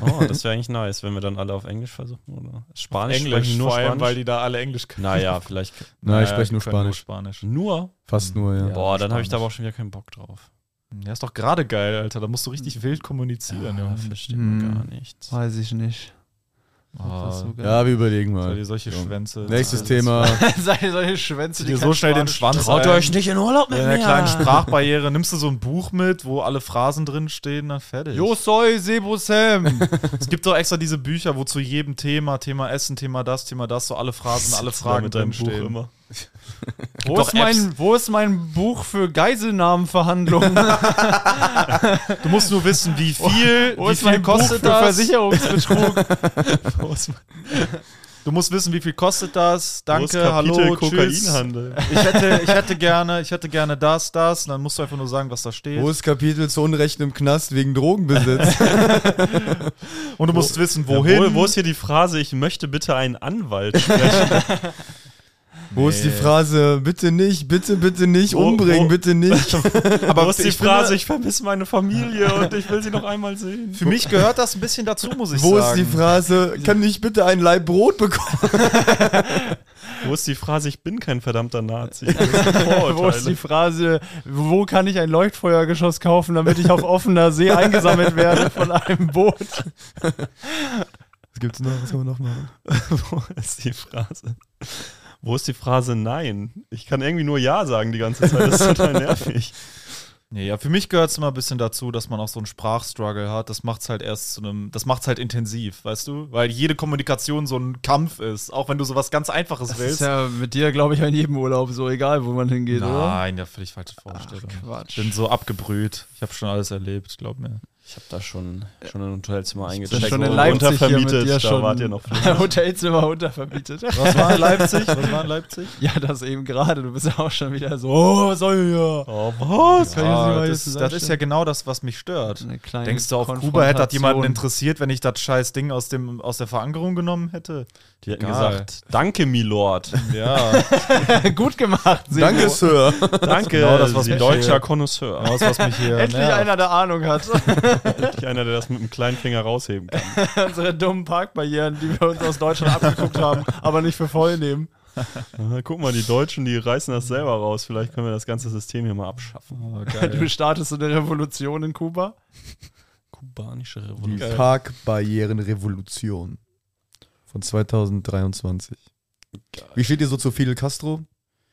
D: Oh, das wäre eigentlich nice, wenn wir dann alle auf Englisch versuchen oder Spanisch sprechen, nur
C: vor allem,
D: Spanisch.
C: weil die da alle Englisch können. <laughs>
D: naja, vielleicht
E: Nein,
C: Naja,
E: ich spreche nur
C: die können
E: Spanisch.
C: Spanisch.
D: nur.
E: Fast nur, ja.
C: Ja.
D: Boah, dann habe ich
C: Spanisch.
D: da aber auch schon wieder keinen Bock drauf.
C: Ja, ist doch gerade geil, Alter. Da musst du richtig wild kommunizieren.
D: Ja,
C: Ja,
D: verstehe
B: Hm.
D: gar nichts.
B: Weiß ich nicht. Ob das so geil <laughs>
E: Ja, wir überlegen
C: Weil
E: mal.
C: die solche Schwänze.
E: Oh. Nächstes
C: Das-
E: Thema.
B: Seine solche Schwänze,
C: Zieh dir so schnell den Schwanz
D: Traut ihr
C: ein.
D: euch nicht in Urlaub mit
C: In einer
D: mir?
C: kleinen Sprachbarriere nimmst du so ein Buch mit, wo alle Phrasen drin stehen, dann fertig.
B: Yo soy Sebo Sam. <laughs>
C: Es gibt doch extra diese Bücher, wo zu jedem Thema, Thema Essen, Thema das, Thema das, so alle Phrasen, alle Fragen
D: mit deinem
C: drin
D: Buch
C: stehen.
D: immer.
B: Wo ist, mein, wo ist mein Buch für Geiselnahmenverhandlungen?
C: Du musst nur wissen, wie viel,
B: <laughs> Wo
C: wie
B: ist
C: viel
B: mein Buch
C: kostet
B: für
C: das.
B: Versicherungsbetrug?
C: Wo ist mein- <laughs> Du musst wissen, wie viel kostet das.
D: Wo ist
C: Danke, hallo, tschüss.
D: Kokainhandel.
C: Ich hätte, ich hätte gerne, ich hätte gerne das, das. Und dann musst du einfach nur sagen, was da steht.
E: Wo ist Kapitel zu Unrecht im Knast
C: <laughs>
E: wegen Drogenbesitz?
C: Und du musst wissen, wohin.
D: Wo, wo ist hier die Phrase, ich möchte bitte einen Anwalt sprechen?
E: Wo ist die Phrase, bitte nicht, bitte, bitte nicht,
D: Wo-
E: umbringen,
C: <laughs>
D: wo-
E: bitte nicht?
D: <laughs> Aber wo ist die
C: ich
D: Phrase, ich vermisse meine Familie und ich will sie noch einmal sehen?
C: Für mich gehört das ein bisschen dazu, muss ich
E: Wo ist
C: sagen.
E: die Phrase, kann ich bitte ein Leib Brot bekommen?
D: Wo ist die Phrase, ich bin kein verdammter <laughs> Nazi?
B: Wo ist die Phrase, wo kann ich ein Leuchtfeuergeschoss kaufen, damit ich auf offener See eingesammelt werde von einem Boot? <laughs>
E: Was gibt's noch? Was kann man noch machen?
D: wo ist die Phrase? Wo ist die Phrase Nein? Ich kann irgendwie nur Ja sagen die ganze Zeit. Das ist total nervig.
C: Nee, ja, für mich gehört es immer ein bisschen dazu, dass man auch so einen Sprachstruggle hat. Das macht's halt erst zu einem, das macht's halt intensiv, weißt du? Weil jede Kommunikation so ein Kampf ist, auch wenn du sowas ganz Einfaches willst.
B: ja mit dir, glaube ich, in jedem Urlaub so, egal wo man hingeht,
C: Nein, ja, völlig falsche Vorstellung.
B: Quatsch.
C: bin so abgebrüht. Ich habe schon alles erlebt, glaub mir.
D: Ich habe da schon, schon ein Hotelzimmer
B: bin
D: eingesteckt.
B: schon in
D: und
B: Leipzig hier mit dir
D: da
B: schon
D: wart <laughs> ihr noch.
B: Hotelzimmer untervermietet. <laughs>
C: Was war in Leipzig? Was war in Leipzig?
B: Ja, das eben gerade. Du bist ja auch schon wieder so, oh, soll ja.
C: Oh, was?
B: Kann ich das nicht mal
C: das,
B: jetzt
C: das ist ja genau das, was mich stört.
B: Eine kleine
C: Denkst du, auf Kuba hätte das jemanden
B: Konfrontation.
C: interessiert, wenn ich das scheiß Ding aus, dem, aus der Verankerung genommen hätte? Äh,
D: Die hätten
C: Egal.
D: gesagt, danke, Milord.
C: Ja.
B: <laughs> Gut gemacht, Sebo.
E: Danke,
C: <laughs>
E: Sir.
D: Danke,
C: genau das, was
D: Sie
C: mich
D: deutscher
C: hier-
D: Connoisseur.
C: Aus was mich hier
B: Endlich
C: nervt.
B: einer, der Ahnung <laughs> hat.
D: Endlich einer, der das mit dem kleinen Finger rausheben kann.
B: Unsere dummen Parkbarrieren, die wir uns aus Deutschland abgeguckt haben, aber nicht für voll nehmen.
D: Ah, Guck mal, die Deutschen, die reißen das selber raus. Vielleicht können wir das ganze System hier mal abschaffen.
B: Du startest so eine Revolution in Kuba.
D: Kubanische
E: Die
D: Revolution.
E: Parkbarrierenrevolution von 2023. Wie steht ihr so zu Fidel Castro?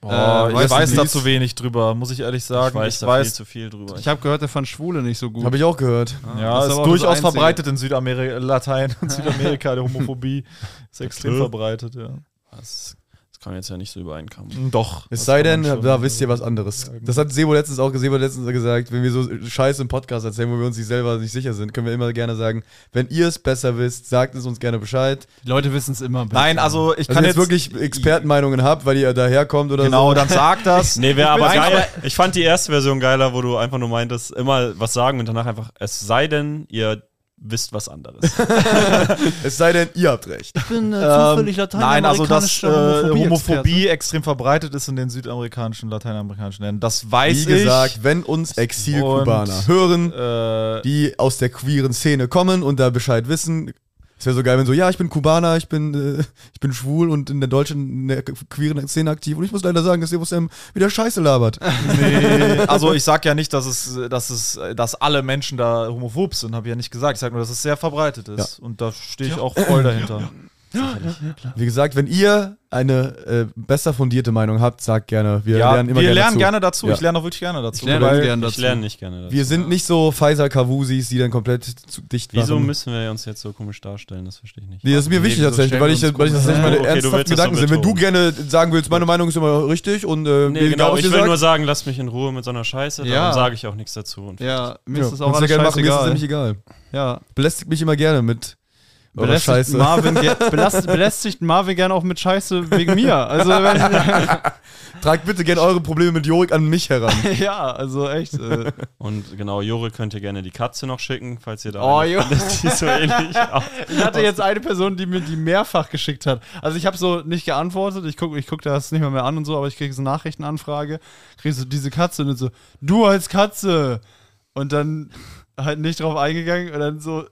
C: Oh,
B: Äh,
C: ich
B: Rest
C: weiß
B: in
C: da
B: Peace.
C: zu wenig drüber, muss ich ehrlich
D: Ich
C: sagen.
D: weiß
C: Ich
D: da viel
C: weiß,
D: zu viel drüber.
B: Ich habe gehört, der fand Schwule nicht so gut.
E: Habe ich auch gehört.
C: ja,
B: Das ist
C: ist
B: aber auch das
C: durchaus
B: Einzige.
C: verbreitet in Südamerika, Latein und Südamerika, die Homophobie ist extrem
D: Tö.
C: verbreitet, ja.
D: das, das kann jetzt ja nicht so übereinkommen.
C: Doch.
E: Es sei denn,
C: schon-
E: da wisst ihr was anderes. Das hat Sebo letztens auch Sebo hat letztens gesagt, wenn wir so Scheiße im Podcast erzählen, wo wir uns nicht selber nicht sicher sind, können wir immer gerne sagen, wenn ihr es besser wisst, sagt es uns gerne Bescheid.
B: Die Leute wissen es immer.
C: Nein, also ich
E: Wenn
C: kann
E: ihr jetzt wirklich Expertenmeinungen habt, weil ihr daherkommt oder
C: Genau,
E: so.
C: dann sag das.
D: Nee, wäre aber
C: bin
D: geil. Ich fand die erste Version geiler, wo du einfach nur meintest, immer was sagen und danach einfach, es sei denn, ihr wisst
C: <laughs>
D: was anderes.
E: Es sei denn, ihr habt recht.
B: ich bin äh,
C: Ähm, Nein, also dass äh, Homophobie extrem verbreitet ist in den südamerikanischen, lateinamerikanischen Ländern. Das weiß
E: Wie
C: ich.
E: gesagt, wenn uns Exil-Kubaner
C: Und-
E: hören,
C: Äh,
E: die aus der queeren Szene kommen und da Bescheid wissen. Es wäre so geil, wenn so, ja, ich bin Kubaner, ich bin, äh, ich bin schwul und in der deutschen in der queeren Szene aktiv und ich muss leider sagen, dass Evo Sam wieder Scheiße labert.
C: Nee, also ich sag ja nicht, dass es, dass es, dass alle Menschen da homophob sind, habe ich ja nicht gesagt. Ich sag nur, dass es sehr verbreitet ist. Und da stehe ich auch voll dahinter.
B: äh,
E: Wie gesagt, wenn ihr eine äh, besser fundierte Meinung habt, sagt gerne. Wir
C: Ja,
E: lernen immer
C: wir
E: gerne
C: lernen
E: dazu.
C: gerne dazu.
E: Ja.
C: Ich lerne auch wirklich gerne dazu.
B: Ich lerne
C: weil-
B: gerne
D: Ich
B: dazu.
D: lerne nicht gerne das.
E: Wir sind nicht so Pfizer Kavusis, die dann komplett zu dicht
D: Wieso
E: machen.
D: müssen wir uns jetzt so komisch darstellen? Das verstehe ich nicht.
E: Nee, das ist mir wichtig
B: so
E: tatsächlich, weil ich,
B: stellen wir uns
E: weil ich
B: komisch
E: tatsächlich meine
D: vor. Okay, du
E: ernsthaften
D: willst das so
E: Gedanken sind. Wenn du
D: betonen.
E: gerne sagen willst, meine Meinung ist immer richtig und äh,
D: Nee,
E: mir egal,
D: genau,
E: was
D: ich
E: ihr
D: will
E: sagt,
D: nur sagen, lasst mich in Ruhe mit so einer Scheiße,
B: Ja.
D: darum sage ich auch nichts dazu. Und
B: Ja, mir
E: ja,
B: ist das auch
E: kannst du
B: alles
E: gerne machen, mir ist
B: scheißegal.
E: das nämlich egal.
B: ja.
E: belästigt mich immer gerne mit eurer
B: Belästigt
E: Scheiße.
B: Marvin, <laughs> ge- belastet, belästigt Marvin gern auch mit Scheiße wegen mir. Also, <laughs> wenn,
E: Tragt bitte gerne eure Probleme mit Jorik an mich heran.
B: ja, also echt. Äh,
D: Und genau, Jore könnt ihr gerne die Katze noch schicken, falls ihr da
B: Oh,
D: eine
B: Jo-
D: findet, die
B: <laughs>
D: so ähnlich aus.
B: ich hatte jetzt eine Person, die mir die mehrfach geschickt hat. Also, ich habe so nicht geantwortet. Ich gucke ich guck das nicht mehr, mehr an und so, aber ich kriege so Nachrichtenanfrage. Kriege so diese Katze und dann so, du als Katze. Und dann halt nicht drauf eingegangen und dann so.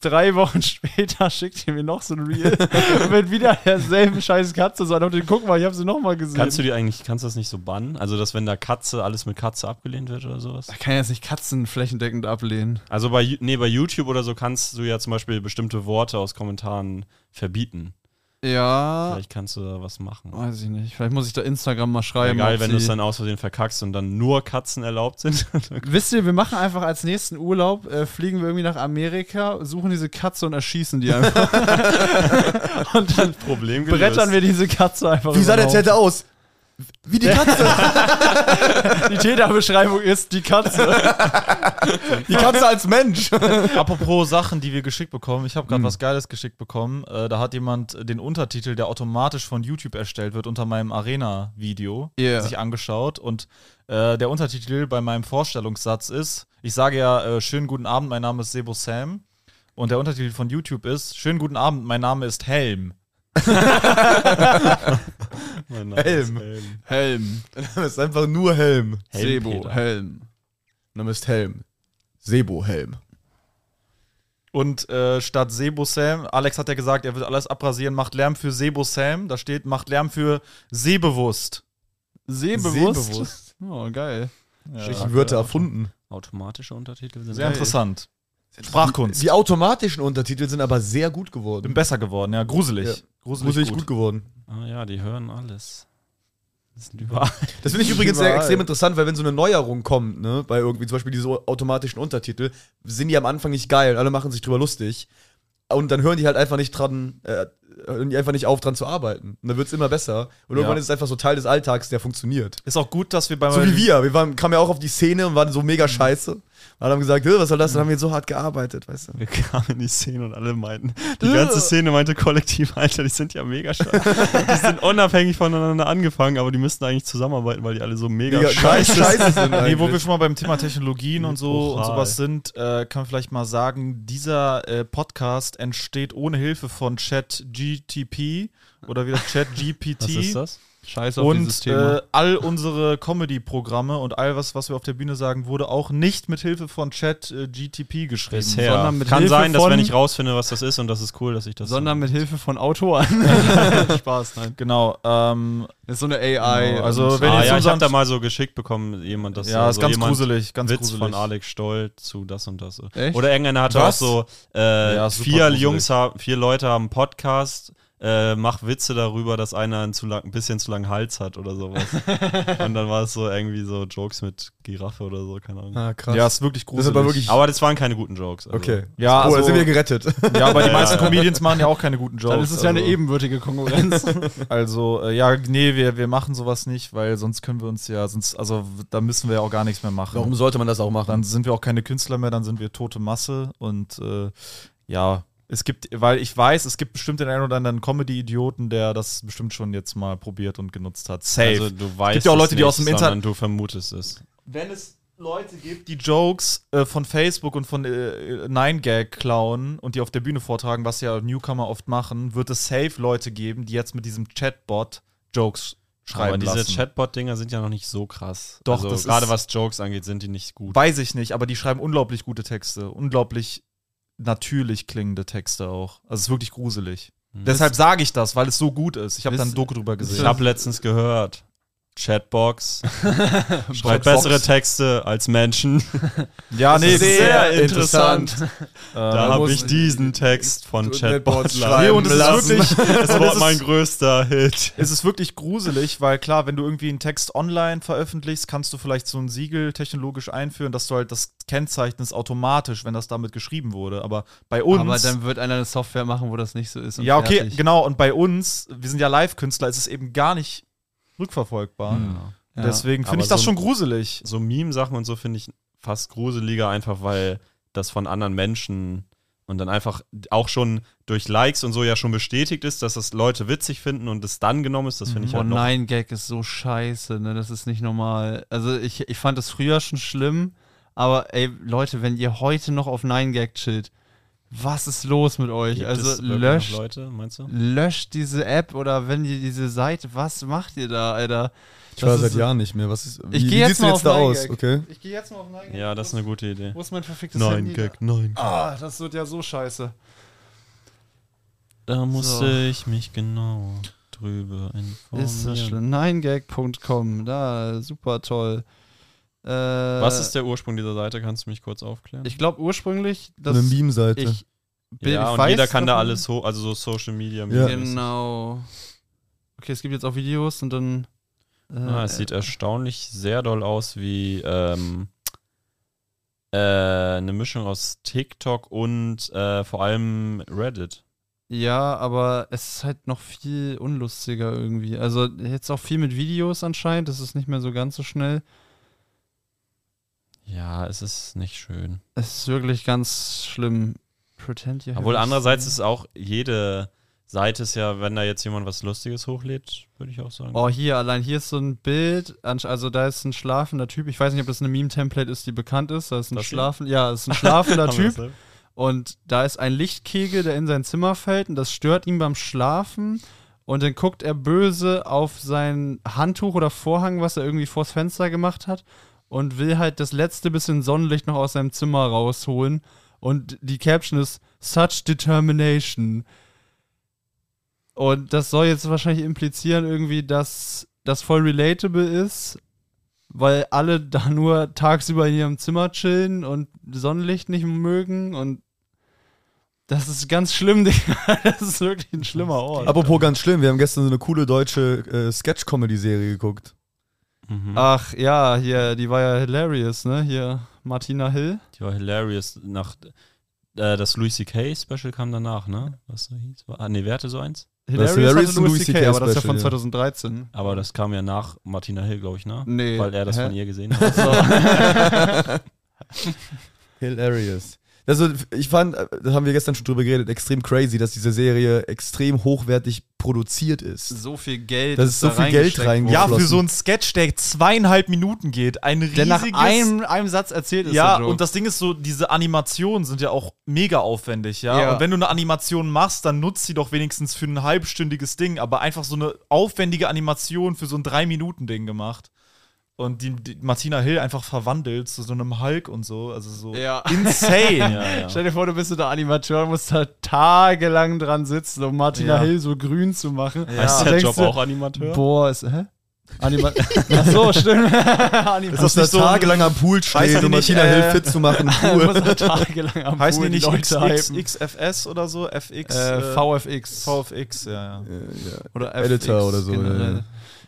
B: Drei Wochen <laughs> später schickt ihr mir noch so ein <laughs> Reel mit wieder derselben scheiß Katze. So, und guck mal, ich habe sie nochmal gesehen.
D: Kannst du die eigentlich, kannst du das nicht so bannen? Also, dass wenn da Katze, alles mit Katze abgelehnt wird oder sowas?
B: Da kann ja jetzt nicht Katzen flächendeckend ablehnen.
D: Also bei, Ju- nee, bei YouTube oder so kannst du ja zum Beispiel bestimmte Worte aus Kommentaren verbieten.
B: Ja.
D: Vielleicht kannst du da was machen.
B: Weiß ich nicht. Vielleicht muss ich da Instagram mal schreiben.
D: Egal,
B: ob
D: wenn
B: sie-
D: du es dann aus Versehen verkackst und dann nur Katzen erlaubt sind. <laughs>
B: Wisst ihr, wir machen einfach als nächsten Urlaub, äh, fliegen wir irgendwie nach Amerika, suchen diese Katze und erschießen die einfach. und dann
D: Problem gelöst.
B: brettern wir diese Katze einfach.
E: Wie sah der
B: überhaupt.
E: Täter aus? Wie die Katze.
B: Die Täterbeschreibung ist die Katze.
E: die Katze als Mensch.
C: Apropos Sachen, die wir geschickt bekommen. Ich habe gerade was Geiles geschickt bekommen. Äh, da hat jemand äh, den Untertitel, der automatisch von YouTube erstellt wird, unter meinem Arena-Video
I: Yeah.
C: sich angeschaut. Und äh, der Untertitel bei meinem Vorstellungssatz ist, ich sage ja, äh, schönen guten Abend, mein Name ist Sebo Sam. Und der Untertitel von YouTube ist, schönen guten Abend, mein Name ist Helm.
E: Helm.
B: Helm.
E: Das ist einfach nur Helm.
B: Sebo. Helm.
E: Name ist Helm. Sebo Helm.
C: Und äh, statt Sebo Sam, Alex hat ja gesagt, er will alles abrasieren, macht Lärm für Sebo Sam. Da steht, macht Lärm für Sehbewusst.
B: Sehbewusst. Oh, geil.
E: Richtig Wörter erfunden.
D: Automatische Untertitel sind
C: Sehr interessant. Sprachkunst.
E: Die automatischen Untertitel sind aber sehr gut geworden.
C: Bin besser geworden, ja, gruselig.
E: Ja.
C: Gruselig,
E: Gruselig gut geworden.
D: Ah ja, die hören alles. Das
B: <laughs>
D: sind überall.
E: Das finde ich übrigens sehr
B: Überall.
E: extrem interessant, weil wenn so eine Neuerung kommt, ne, bei irgendwie zum Beispiel diese automatischen Untertitel, sind die am Anfang nicht geil, alle machen sich drüber lustig. Und dann hören die halt einfach nicht dran, äh, hören die einfach nicht auf, dran zu arbeiten. Und dann wird es immer besser. Und irgendwann ist es einfach so Teil des Alltags, der funktioniert.
C: Ist auch gut, dass wir bei
E: So wie wir. Wir waren, kamen ja auch auf die Szene und waren so mega
A: Mhm.
E: scheiße. Und alle haben gesagt, "Hö, was soll das? Dann haben wir so hart gearbeitet, weißt du.
D: Wir kamen in die Szene und alle meinten, die ganze Szene meinte kollektiv, Alter, die sind ja mega scheiße. Die sind unabhängig voneinander angefangen, aber die müssten eigentlich zusammenarbeiten, weil die alle so mega,
E: Mega scheiße, scheiße sind
C: Nee, wo wir
E: eigentlich.
C: schon mal beim Thema Technologien und so und
D: Oral.
C: sowas sind, äh, kann man vielleicht mal sagen, dieser äh, Podcast entsteht ohne Hilfe von Chat GTP oder wieder Chat GPT.
D: Was ist das?
B: Scheiß auf dieses
C: Und
B: Thema.
C: äh, all unsere Comedy-Programme und all was, was wir auf der Bühne sagen, wurde auch nicht mit Hilfe von Chat äh, GTP geschrieben.
D: Bisher.
B: Sondern mit
D: Kann
B: Hilfe
D: sein, dass
B: von-
D: wenn ich rausfinde, was das ist, und das ist cool, dass ich das.
B: sondern mit Hilfe von Autoren. Spaß, nein.
C: Genau. Ähm,
B: Das ist so eine AI.
C: Genau, also
B: und-
C: wenn ihr
D: ah, ja, ich
C: unseren-
D: habe da mal so geschickt bekommen, jemand das
C: ja,
D: äh,
C: ist
D: so
C: ganz
D: jemand
C: gruselig, ganz
D: Witz
C: gruselig.
D: von Alex Stoll zu das und das.
B: Echt?
D: Oder irgendeiner hatte
C: Was?
D: auch so äh,
C: Ja, super
D: vier
C: gruselig.
D: Jungs haben, vier Leute haben einen Podcast, äh, mach Witze darüber, dass einer einen zu lang, ein bisschen zu langen Hals hat oder sowas. und dann war es so irgendwie so Jokes mit Giraffe oder so, keine Ahnung.
E: Ah, krass.
C: Ja, ist wirklich
E: das ist
C: gruselig.
E: aber wirklich.
D: Aber das waren keine guten Jokes. also.
E: Okay.
C: Ja,
E: oh,
C: also-
E: dann sind wir gerettet.
C: Ja, aber die
D: Ja,
B: <laughs>
C: meisten
D: ja.
C: Comedians machen ja auch keine guten Jokes.
B: Dann ist es ja eine
C: also,
B: ebenwürdige Konkurrenz.
C: Also, äh, ja, nee, wir, wir machen sowas nicht, weil sonst können wir uns ja, sonst, also w- da müssen wir ja auch gar nichts mehr machen.
E: <laughs> Warum sollte man das auch machen?
C: Dann sind wir auch keine Künstler mehr, dann sind wir tote Masse und äh, ja, es gibt, weil ich weiß, es gibt bestimmt den einen oder anderen Comedy-Idioten, der das bestimmt schon jetzt mal probiert und genutzt hat. Safe.
D: Also du weißt
C: gibt ja auch Leute,
D: es
C: die aus dem
D: nicht,
C: Internet-
D: sondern Du vermutest es.
C: wenn es Leute gibt, die Jokes äh, von Facebook und von äh, 9gag klauen und die auf der Bühne vortragen, was ja Newcomer oft machen, wird es safe Leute geben, die jetzt mit diesem Chatbot Jokes schreiben
D: Aber diese
C: lassen.
D: Chatbot-Dinger sind ja noch nicht so krass.
C: Doch, das
D: also,
C: ist-
D: gerade was Jokes angeht, sind die nicht gut.
C: Weiß ich nicht, aber die schreiben unglaublich gute Texte, unglaublich natürlich klingende Texte auch. Also es ist wirklich gruselig. Deshalb sage ich das, weil es so gut ist. Ich habe da ein Doku drüber
D: Hm. Ich
C: gesehen.
D: habe letztens gehört, <laughs> Chatbox schreibt
C: Chatbox.
D: bessere Texte als Menschen.
C: ja, nee,
D: ist Ah, sehr interessant. Ah, Da
C: Ähm,
D: habe ich diesen Text von Chatbot
E: Chatbots schreiben
D: schreiben
C: und es ist
D: lassen. <laughs> Das
C: und es
D: war
C: ist-
D: mein größter Hit.
C: es ist wirklich gruselig, weil klar, wenn du irgendwie einen Text online veröffentlichst, kannst du vielleicht so ein Siegel technologisch einführen, dass du halt das kennzeichnest automatisch, wenn das damit geschrieben wurde. Aber bei uns.
B: Aber dann wird einer eine Software machen, wo das nicht so ist. und
C: ja, okay,
B: fertig.
C: genau. Und bei uns, wir sind ja Live-Künstler, ist es eben gar nicht rückverfolgbar.
B: Hm. Ja.
C: Deswegen finde
D: Aber
C: ich das
D: so-
C: schon gruselig.
D: So Meme-Sachen und so finde ich fast gruseliger, einfach weil das von anderen Menschen und dann einfach auch schon durch Likes und so ja schon bestätigt ist, dass das Leute witzig finden und es dann genommen ist. Das finde ich
B: Oh
D: halt noch
B: nein, Gag ist so scheiße, ne? Das ist nicht normal. Also ich, ich fand das früher schon schlimm, aber ey, Leute, wenn ihr heute noch auf 9Gag chillt, was ist los mit euch?
D: Gibt es
B: also
D: wirklich noch
B: löscht,
D: Leute, meinst du?
B: löscht diese App oder wenn ihr diese Seite, was macht ihr da, Alter?
E: Ich war
B: Das
E: seit
B: ist-
E: Jahren nicht mehr. Was ist,
B: Ich geh jetzt
E: siehst du
B: mal
E: jetzt
B: auf
E: da
B: Nein
E: aus?
B: Gag.
E: Okay.
B: Ich gehe jetzt mal auf 9Gag.
D: Ja, das ist eine gute Idee.
B: Wo ist mein verficktes
D: Nein, Gag, nein.
B: Ah, das wird ja so scheiße.
D: Da musste
B: So.
D: ich mich genau drüber informieren.
B: Ist das schlimm. 9gag.com, da, super toll. Äh,
D: Was ist der Ursprung dieser Seite? Kannst du mich kurz aufklären?
B: Ich glaube ursprünglich, dass
E: Eine Meme-Seite.
B: ich bin,
D: ja,
B: ich
D: und
B: weiß
D: jeder kann da
B: davon.
D: alles, ho also so Social Media.
E: Ja.
B: Genau. Okay, es gibt jetzt auch Videos und dann. Äh,
D: Ah, es sieht erstaunlich sehr doll aus wie ähm, äh, eine Mischung aus TikTok und äh, vor allem Reddit.
B: Ja, aber es ist halt noch viel unlustiger irgendwie. Also jetzt auch viel mit Videos anscheinend. Das ist nicht mehr so ganz so schnell.
D: Ja, es ist nicht schön.
B: Es ist wirklich ganz schlimm. Pretend you have
D: Obwohl
B: a
D: andererseits ist auch jede Seite ist ja, wenn da jetzt jemand was Lustiges hochlädt, würde ich auch sagen.
B: Oh, hier, allein hier ist so ein Bild. ansch- Also, da ist ein schlafender Typ. Ich weiß nicht, ob das eine Meme-Template ist, die bekannt ist. Da ist ein,
D: Das hier?
B: schlafen ja,
D: <laughs>
B: ist ein schlafender
D: Haben wir
B: Typ.
D: das selber?
B: Und da ist ein Lichtkegel, der in sein Zimmer fällt. Und das stört ihn beim Schlafen. Und dann guckt er böse auf sein Handtuch oder Vorhang, was er irgendwie vors Fenster gemacht hat. Und will halt das letzte bisschen Sonnenlicht noch aus seinem Zimmer rausholen. Und die Caption ist: Such Determination. Und das soll jetzt wahrscheinlich implizieren irgendwie, dass das voll relatable ist, weil alle <laughs> da nur tagsüber in ihrem Zimmer chillen und Sonnenlicht nicht mögen und das ist ganz schlimm, <laughs> Digga. Das ist wirklich ein schlimmer Ort.
A: Apropos ganz schlimm, wir haben gestern so eine coole deutsche äh, Sketch-Comedy-Serie geguckt. Ah.
D: Mhm.
B: Ach ja, hier, die war ja hilarious, ne? Hier, Martina Hill.
D: Die war hilarious. Nach, äh, das Louis C.K. Special kam danach, ne? Was so hieß? War, ah, nee, wer hatte so eins?
B: Hilarious,
A: Hilarious
B: hatte
A: und
B: Louis
A: Louis
B: C.K.,
A: CK
B: aber das ist ja
A: Special,
B: von
A: ja.
B: 2013.
D: Aber das kam ja nach Martina Hill, glaube ich, ne?
B: Nee.
D: Weil er das
B: Hä?
D: von ihr
A: <laughs>
D: gesehen hat.
A: Hilarious. Also, ich fand, äh, da haben wir gestern schon drüber geredet, extrem crazy, dass diese Serie extrem hochwertig produziert ist.
B: So viel Geld.
A: Das ist so
B: da
A: viel Geld
B: reingesteckt
A: rein-
B: worden.
C: Ja,
A: Geflossen.
C: für so einen Sketch, der zweieinhalb Minuten geht, ein riesiges...
B: Der nach einem, einem Satz erzählt ist.
C: ja,
B: der Joke.
C: und das Ding ist so, diese Animationen sind ja auch mega aufwendig, ja?
B: Ja.
C: Und wenn du eine Animation machst, dann nutzt sie doch wenigstens für ein halbstündiges Ding, aber einfach so eine aufwendige Animation für so ein Drei-Minuten-Ding gemacht. Und die, die Martina Hill einfach verwandelt zu so einem Hulk und so, also so
B: Ja.
C: insane.
D: ja,
B: <laughs>
D: ja.
B: Stell dir vor, du bist in der Animateur und musst da tagelang dran sitzen, um Martina
C: Ja.
B: Hill so grün zu machen.
D: Heißt
B: Und
D: der
B: denkst
D: Job
B: du,
D: auch Animateur?
B: Boah, ist. Hä? Anima Ach so, stimmt. Animateur.
A: Dass da tagelang am Pool stehen,
C: die
A: um
C: nicht,
A: Martina
C: äh,
A: Hill fit zu
B: <laughs>
A: machen. im Pool.
B: Du musst da tagelang am
C: Heißt
B: Pool
C: die nicht
B: Leute
C: X,
B: hypen.
C: X, XFS oder so? FX?
B: äh,
C: äh,
B: VFX.
C: VFX, ja, ja.
B: oder
A: Editor oder so.
B: generell.
A: Ja.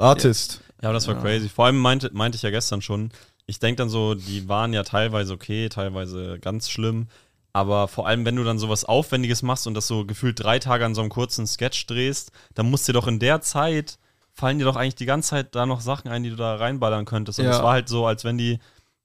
A: Artist.
D: Ja, aber das war crazy. Vor allem meinte, meinte ich ja gestern schon, ich denke dann so, die waren ja teilweise okay, teilweise ganz schlimm. Aber vor allem, wenn du dann sowas Aufwendiges machst und das so gefühlt drei Tage an so einem kurzen Sketch drehst, dann musst dir doch in der Zeit, fallen dir doch eigentlich die ganze Zeit da noch Sachen ein, die du da reinballern könntest. Und
B: Ja.
D: es war halt so, als wenn die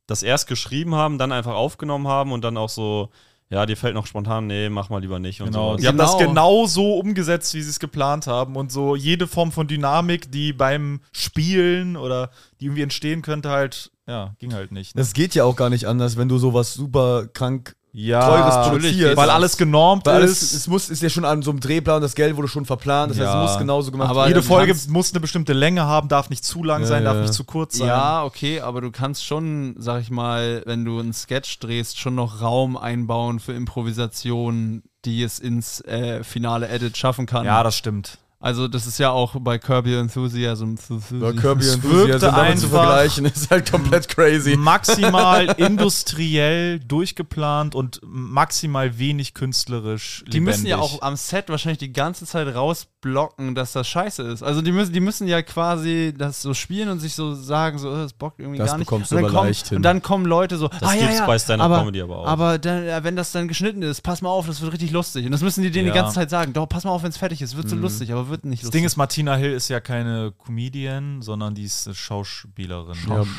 D: das erst geschrieben haben, dann einfach aufgenommen haben und dann auch so, ja, dir fällt noch spontan, nee, mach mal lieber nicht und
C: Genau.
D: so.
C: Die haben das
B: Genau.
C: genau so umgesetzt, wie sie es geplant haben. Und so jede Form von Dynamik, die beim Spielen oder die irgendwie entstehen könnte, halt, ja, ging halt nicht. Ne?
A: Das geht ja auch gar nicht anders, wenn du sowas super krank
C: Ja,
A: teures
C: natürlich,
A: produzierst.
C: weil alles genormt
A: Weil alles,
C: ist.
A: es muss, ist ja schon an so einem Drehplan, das Geld wurde schon verplant, das heißt,
C: Ja.
A: es muss genauso gemacht
B: Aber
C: Jede
B: du
C: Folge
B: kannst-
C: muss eine bestimmte Länge haben, darf nicht zu lang sein, darf nicht zu kurz sein.
B: Ja, okay, aber du kannst schon, sag ich mal, wenn du einen Sketch drehst, schon noch Raum einbauen für Improvisationen, die es ins äh, finale Edit schaffen kann.
C: ja das stimmt.
B: Also das ist ja auch bei Kirby Enthusiasm.
A: Über Kirby also
C: Es wirkte
A: Enthusiasm damit zu
C: einfach-
A: vergleichen, <laughs> ist halt komplett crazy.
C: Maximal <laughs> industriell durchgeplant und maximal wenig künstlerisch
B: Die müssen ja
C: lebendig.
B: auch am Set wahrscheinlich die ganze Zeit rausblocken, dass das scheiße ist. Also die müssen, die müssen ja quasi das so spielen und sich so sagen, so, äh, das bockt irgendwie
A: Das
B: gar nicht.
A: bekommst du
B: und, dann
A: aber
B: kommen,
A: leicht hin.
B: und dann kommen Leute so, das ah, ja,
D: gibt's
B: ja,
D: bei Stand-up
B: aber,
D: Comedy aber auch.
B: Aber dann, äh, wenn das dann geschnitten ist, pass mal auf, das wird richtig lustig. Und das müssen die denen
C: Ja.
B: die ganze Zeit sagen. Doch, pass mal auf, wenn es fertig ist,
A: Mhm.
B: wird so lustig, aber wird nicht
C: Das
B: lustig.
C: Ding ist, Martina Hill ist ja keine Comedian, sondern die ist eine Schauspielerin.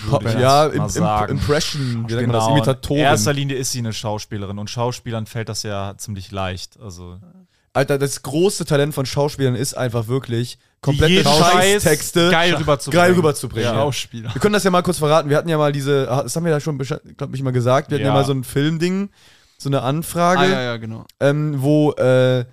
A: Ja, ja im, im, Impression, wie nennt man
E: Genau.
C: Genau.
A: das?
C: In erster
A: Imitatoren.
C: Linie ist sie eine Schauspielerin und Schauspielern fällt das ja ziemlich leicht. Also
A: Alter, das große Talent von Schauspielern ist einfach wirklich,
C: jeden
A: komplette
C: Scheiß
A: Scheißtexte
C: geil rüberzubringen.
A: geil rüberzubringen.
B: Schauspieler.
A: Wir können das ja mal kurz verraten. Wir hatten ja mal diese, ah, das haben wir da schon, glaube ich, mal gesagt. Wir hatten ja.
C: Ja.
A: mal so ein Filmding, so eine Anfrage.
B: Ah, ja, ja, genau.
A: ähm, wo äh,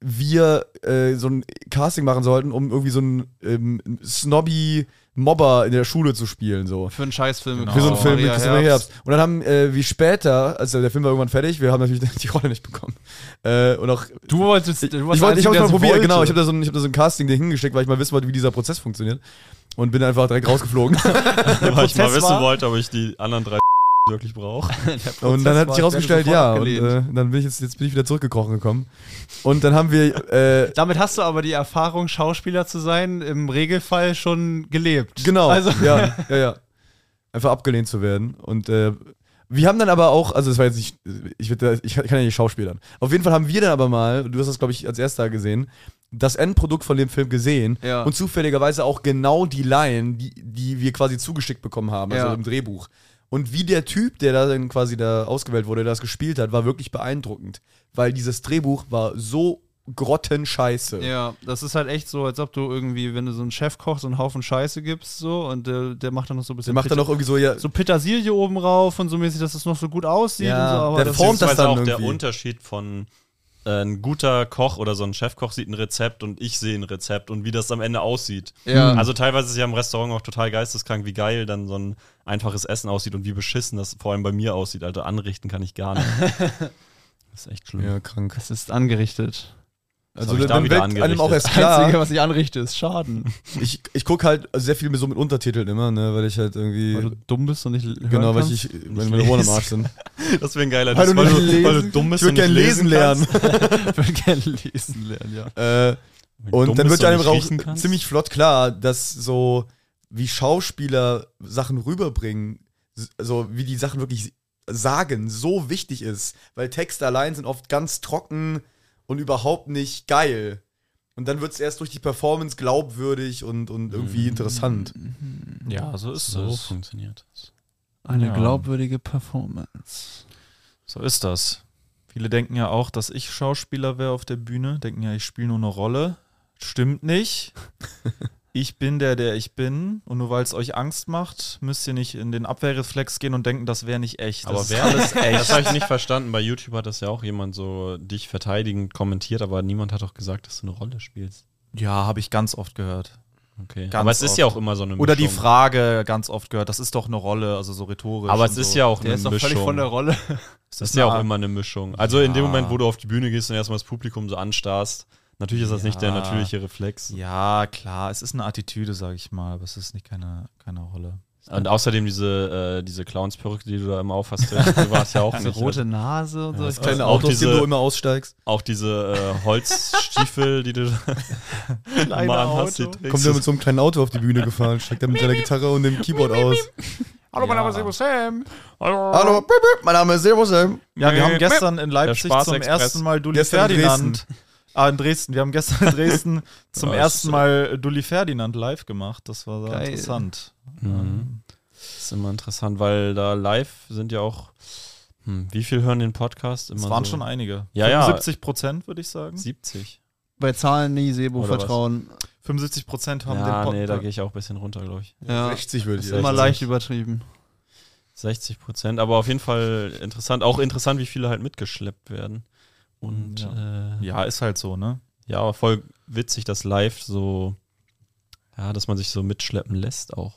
A: wir äh, so ein Casting machen sollten, um irgendwie so einen ähm, snobby Mobber in der Schule zu spielen. So.
B: Für einen Scheißfilm.
C: Genau.
A: Für so einen Film mit
B: Maria
A: Christian
B: Oh, Herbst.
A: Herbst. Und dann haben äh, wir später, also der Film war irgendwann fertig, wir haben natürlich <laughs> die Rolle nicht bekommen. Äh, und auch
B: Du wolltest,
A: ich,
B: du
A: ich wollte, ich habe mal probiert, genau. Ich habe da, so ein- ich hab da so ein Casting Ding hingeschickt, weil ich mal wissen wollte, wie dieser Prozess funktioniert. Und bin einfach direkt rausgeflogen.
D: <laughs> Weil ich mal
C: Prozess
D: wissen
C: war-
D: wollte, ob ich die anderen drei <laughs> wirklich brauche.
A: und dann hat sich herausgestellt, ja. Und
B: abgelehnt.
A: äh, dann bin ich jetzt, jetzt bin ich wieder zurückgekrochen gekommen. Und dann haben wir äh,
B: Damit hast du aber die Erfahrung, Schauspieler zu sein, im Regelfall schon gelebt.
A: Genau.
B: Also, <laughs>
A: ja, ja, ja. Einfach abgelehnt zu werden. Und äh, Wir haben dann aber auch, also das war jetzt nicht, ich, würd da- ich kann ja nicht schauspielern. Auf jeden Fall haben wir dann aber mal, du hast das glaube ich als erster gesehen, das Endprodukt von dem Film gesehen
E: Ja.
A: und zufälligerweise auch genau die Laien, die, die wir quasi zugeschickt bekommen haben, also
E: Ja.
A: im Drehbuch. Und wie der Typ, der da dann quasi da ausgewählt wurde, der das gespielt hat, war wirklich beeindruckend. Weil dieses Drehbuch war so grottenscheiße.
B: Ja, das ist halt echt so, als ob du irgendwie, wenn du so einen Chefkoch so einen Haufen Scheiße gibst, so und der, der macht dann noch so ein bisschen.
A: Der macht dann
B: Pete-
A: auch irgendwie so, ja,
B: so Petersilie oben rauf und so mäßig, dass es noch so gut aussieht
A: Ja,
B: und so, aber
A: der
B: das
A: formt das
D: Beziehungsweise
A: dann
D: auch der
A: irgendwie.
D: Unterschied von äh, ein guter Koch oder so ein Chefkoch sieht ein Rezept und ich sehe ein Rezept und wie das am Ende aussieht.
E: Ja.
A: Hm.
D: Also teilweise ist ja im Restaurant auch total geisteskrank, wie geil dann so ein einfaches Essen aussieht und wie beschissen das vor allem bei mir aussieht. Also anrichten kann ich gar nicht.
A: <laughs>
D: das ist echt schlimm.
A: ja krank.
B: es ist angerichtet.
D: Das
A: Also
D: hab ich da
A: dann
D: wieder
A: wird einem auch erst
D: angerichtet.
B: Das
A: klar.
B: Einzige, was ich anrichte, ist Schaden.
A: ich, ich gucke halt sehr viel so mit Untertiteln immer, ne, weil ich halt irgendwie.
B: <laughs> Weil du dumm bist und nicht hören
A: genau, weil
B: kannst.
A: ich, wenn meine Ohren am Arsch
B: <laughs>
A: sind.
D: Das wäre ein geiler
A: Weil
D: Diss,
A: du nicht lesen-
D: dumm
A: Ich würde gerne
D: und nicht
A: lesen
D: kannst.
A: lernen.
B: ich würde gerne lesen lernen, ja.
A: äh,
D: Weil du dumm
A: und dann
D: bist
A: wird einem
D: nicht
A: auch
D: riechen kannst.
A: ziemlich flott klar, dass so, wie Schauspieler Sachen rüberbringen, s- also wie die Sachen wirklich sagen, so wichtig ist. Weil Texte allein sind oft ganz trocken und überhaupt nicht geil. Und dann wird es erst durch die Performance glaubwürdig und, und irgendwie
E: Mhm.
A: interessant.
C: Ja, so ist
D: So
C: es.
D: funktioniert das.
B: Eine
C: Ja.
B: glaubwürdige Performance.
C: So ist das. Viele denken ja auch, dass ich Schauspieler wäre auf der Bühne, denken ja, ich spiele nur eine Rolle. Stimmt
D: <laughs>
C: nicht. Ich bin der, der ich bin. Und nur weil es euch Angst macht, müsst ihr nicht in den Abwehrreflex gehen und denken, das wäre nicht echt.
D: Aber
C: das
D: wer alles echt? <laughs> Das habe ich nicht verstanden. Bei YouTube hat das ja auch jemand so dich verteidigend kommentiert, aber niemand hat doch gesagt, dass du eine Rolle spielst.
C: ja, habe ich ganz oft gehört.
D: Okay.
C: Ganz
D: aber es ist ja
C: oft.
D: auch immer so eine Mischung.
C: Oder die Frage ganz oft gehört, das ist doch eine Rolle, also so rhetorisch.
D: Aber
C: und
D: es ist
C: so.
D: ja auch
B: Der
D: eine
B: ist doch
D: Mischung.
B: völlig von der Rolle.
D: es ist ja auch
C: Na,
D: immer eine Mischung. Also in dem
C: ja.
D: Moment, wo du auf die Bühne gehst und erstmal das Publikum so anstarrst, natürlich ist das nicht der
C: Ja.
D: natürliche Reflex.
C: Ja, klar, es ist eine Attitüde, sage ich mal, aber es ist nicht keine, keine Rolle.
D: Und außerdem diese, äh, diese Clowns-Perücke, die du da immer aufhast, die war es ja auch
B: Eine
D: nicht.
B: rote Nase und so. Ich
A: Kleine
D: Auch
A: Autos,
D: diese-
A: die du immer aussteigst.
D: Auch diese äh, Holzstiefel, die du da
B: Kleine
D: immer anhast, die
B: Auto.
D: trägst.
A: Kommt er mit so einem kleinen Auto auf die Bühne gefahren, steigt er mit seiner Gitarre und dem Keyboard aus.
B: Hallo, mein Name ist Ebo Sam. Oh.
A: Hallo, piep, piep, mein Name ist Zero Sam.
C: Ja, wir haben gestern in Leipzig
D: Spaß
C: zum
D: Express.
C: ersten Mal Dulli
A: Gestern in
C: Ferdinand. Ah, in Dresden. Wir haben
D: <laughs>
C: gestern in Dresden zum
D: Ja, das
C: ersten
D: ist,
C: Mal Dulli Ferdinand live gemacht. Das war sehr
B: Geil.
C: interessant.
D: Mhm. Das ist immer interessant, weil da live sind ja auch. Hm, wie viel hören den Podcast? Immer
C: Es waren
D: so
C: schon einige.
D: Ja, ja.
C: 75 Prozent, würde ich sagen.
D: 70.
B: Bei Zahlen nie Sebo
D: Oder was?
B: vertrauen.
C: 75 Prozent haben den
D: Ja,
C: Podcast.
D: nee, da gehe ich auch ein bisschen runter, glaube ich.
B: Ja.
A: 60 würde ich
D: Ist
A: sagen.
B: Immer
D: 60.
B: leicht übertrieben.
D: 60 Prozent, aber auf jeden Fall interessant. Auch interessant, wie viele halt mitgeschleppt werden. Und ja, äh, ja.
C: ja, ist halt so, ne?
D: aber voll witzig, dass live so, ja, dass man sich so mitschleppen lässt auch.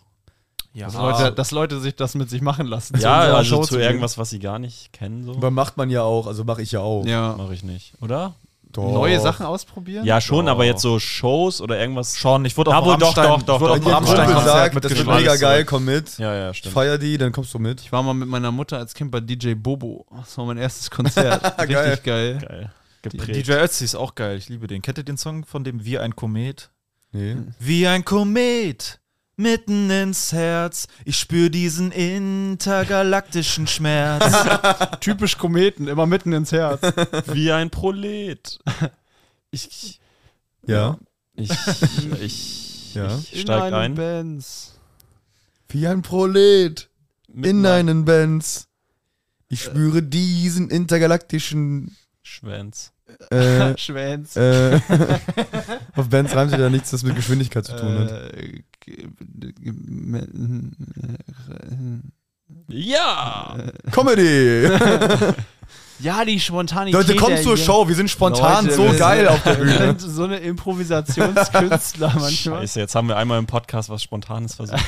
C: Ja,
B: Dass,
D: Ah,
B: Leute, dass Leute sich das mit sich machen lassen. zu
D: Ja,
B: unserer
D: also
B: Show
D: zu
B: gehen.
D: irgendwas, was sie gar nicht kennen, so.
A: Aber macht man ja auch, also mache ich ja auch.
B: Ja.
D: Mache ich nicht, oder?
A: Doch.
E: Oh.
B: Neue Sachen ausprobieren?
D: Ja, schon, aber jetzt so Shows oder irgendwas.
C: Schon, ich wurde auch
D: Aber
C: auf
D: doch,
C: Rammstein-
D: doch, doch,
C: ich wurde
D: doch,
C: auf dem
A: Wenn
D: doch.
A: dir ein Kumpel
D: Rammstein-Konzert
C: Rammstein-Konzert
A: sagt, das wird
C: mitgeschrieben.
D: mitgeschrieben.
A: mega
D: Alles
A: geil,
D: zurück.
A: komm mit.
D: Ja, ja,
A: Ich
D: stimmt.
A: feier die, dann kommst du mit.
B: Ich war mal mit meiner Mutter als Kind bei DJ Bobo. Das war mein erstes Konzert. Richtig geil.
D: Geil.
C: DJ Ötzi ist auch geil, ich liebe den. Kennt ihr den Song von dem Wie ein Komet?
A: Nee.
C: Wie ein Komet mitten ins Herz. Ich spür diesen intergalaktischen Schmerz.
B: Typisch Kometen, immer mitten ins Herz.
A: <laughs>
D: Wie ein Prolet. Ich,
A: Ja.
C: <laughs>
D: Ich, ich,
A: Ja.
D: ich steig ein.
B: Benz.
A: Wie ein Prolet in
D: deinem
A: deinen Bands. Ich spüre diesen intergalaktischen.
D: Schwanz.
A: Äh,
B: Schwänz.
A: äh, <laughs> auf Bands reimt sich da nichts, das mit Geschwindigkeit zu tun ne? hat.
B: Äh, g- g- g- me-
D: Ja!
A: Comedy!
B: Ja, die Spontanität.
A: Leute, kommt
B: der
A: zur
B: hier-
A: Show, wir sind spontan
B: Leute,
A: so
B: wir
E: <laughs>
A: geil
B: sind-
A: auf der
B: Wir
A: Bühne.
B: sind <laughs> so
A: <laughs>
B: eine Improvisationskünstler manchmal.
D: Scheiße, jetzt haben wir einmal im Podcast was
C: <laughs>
D: Spontanes versucht.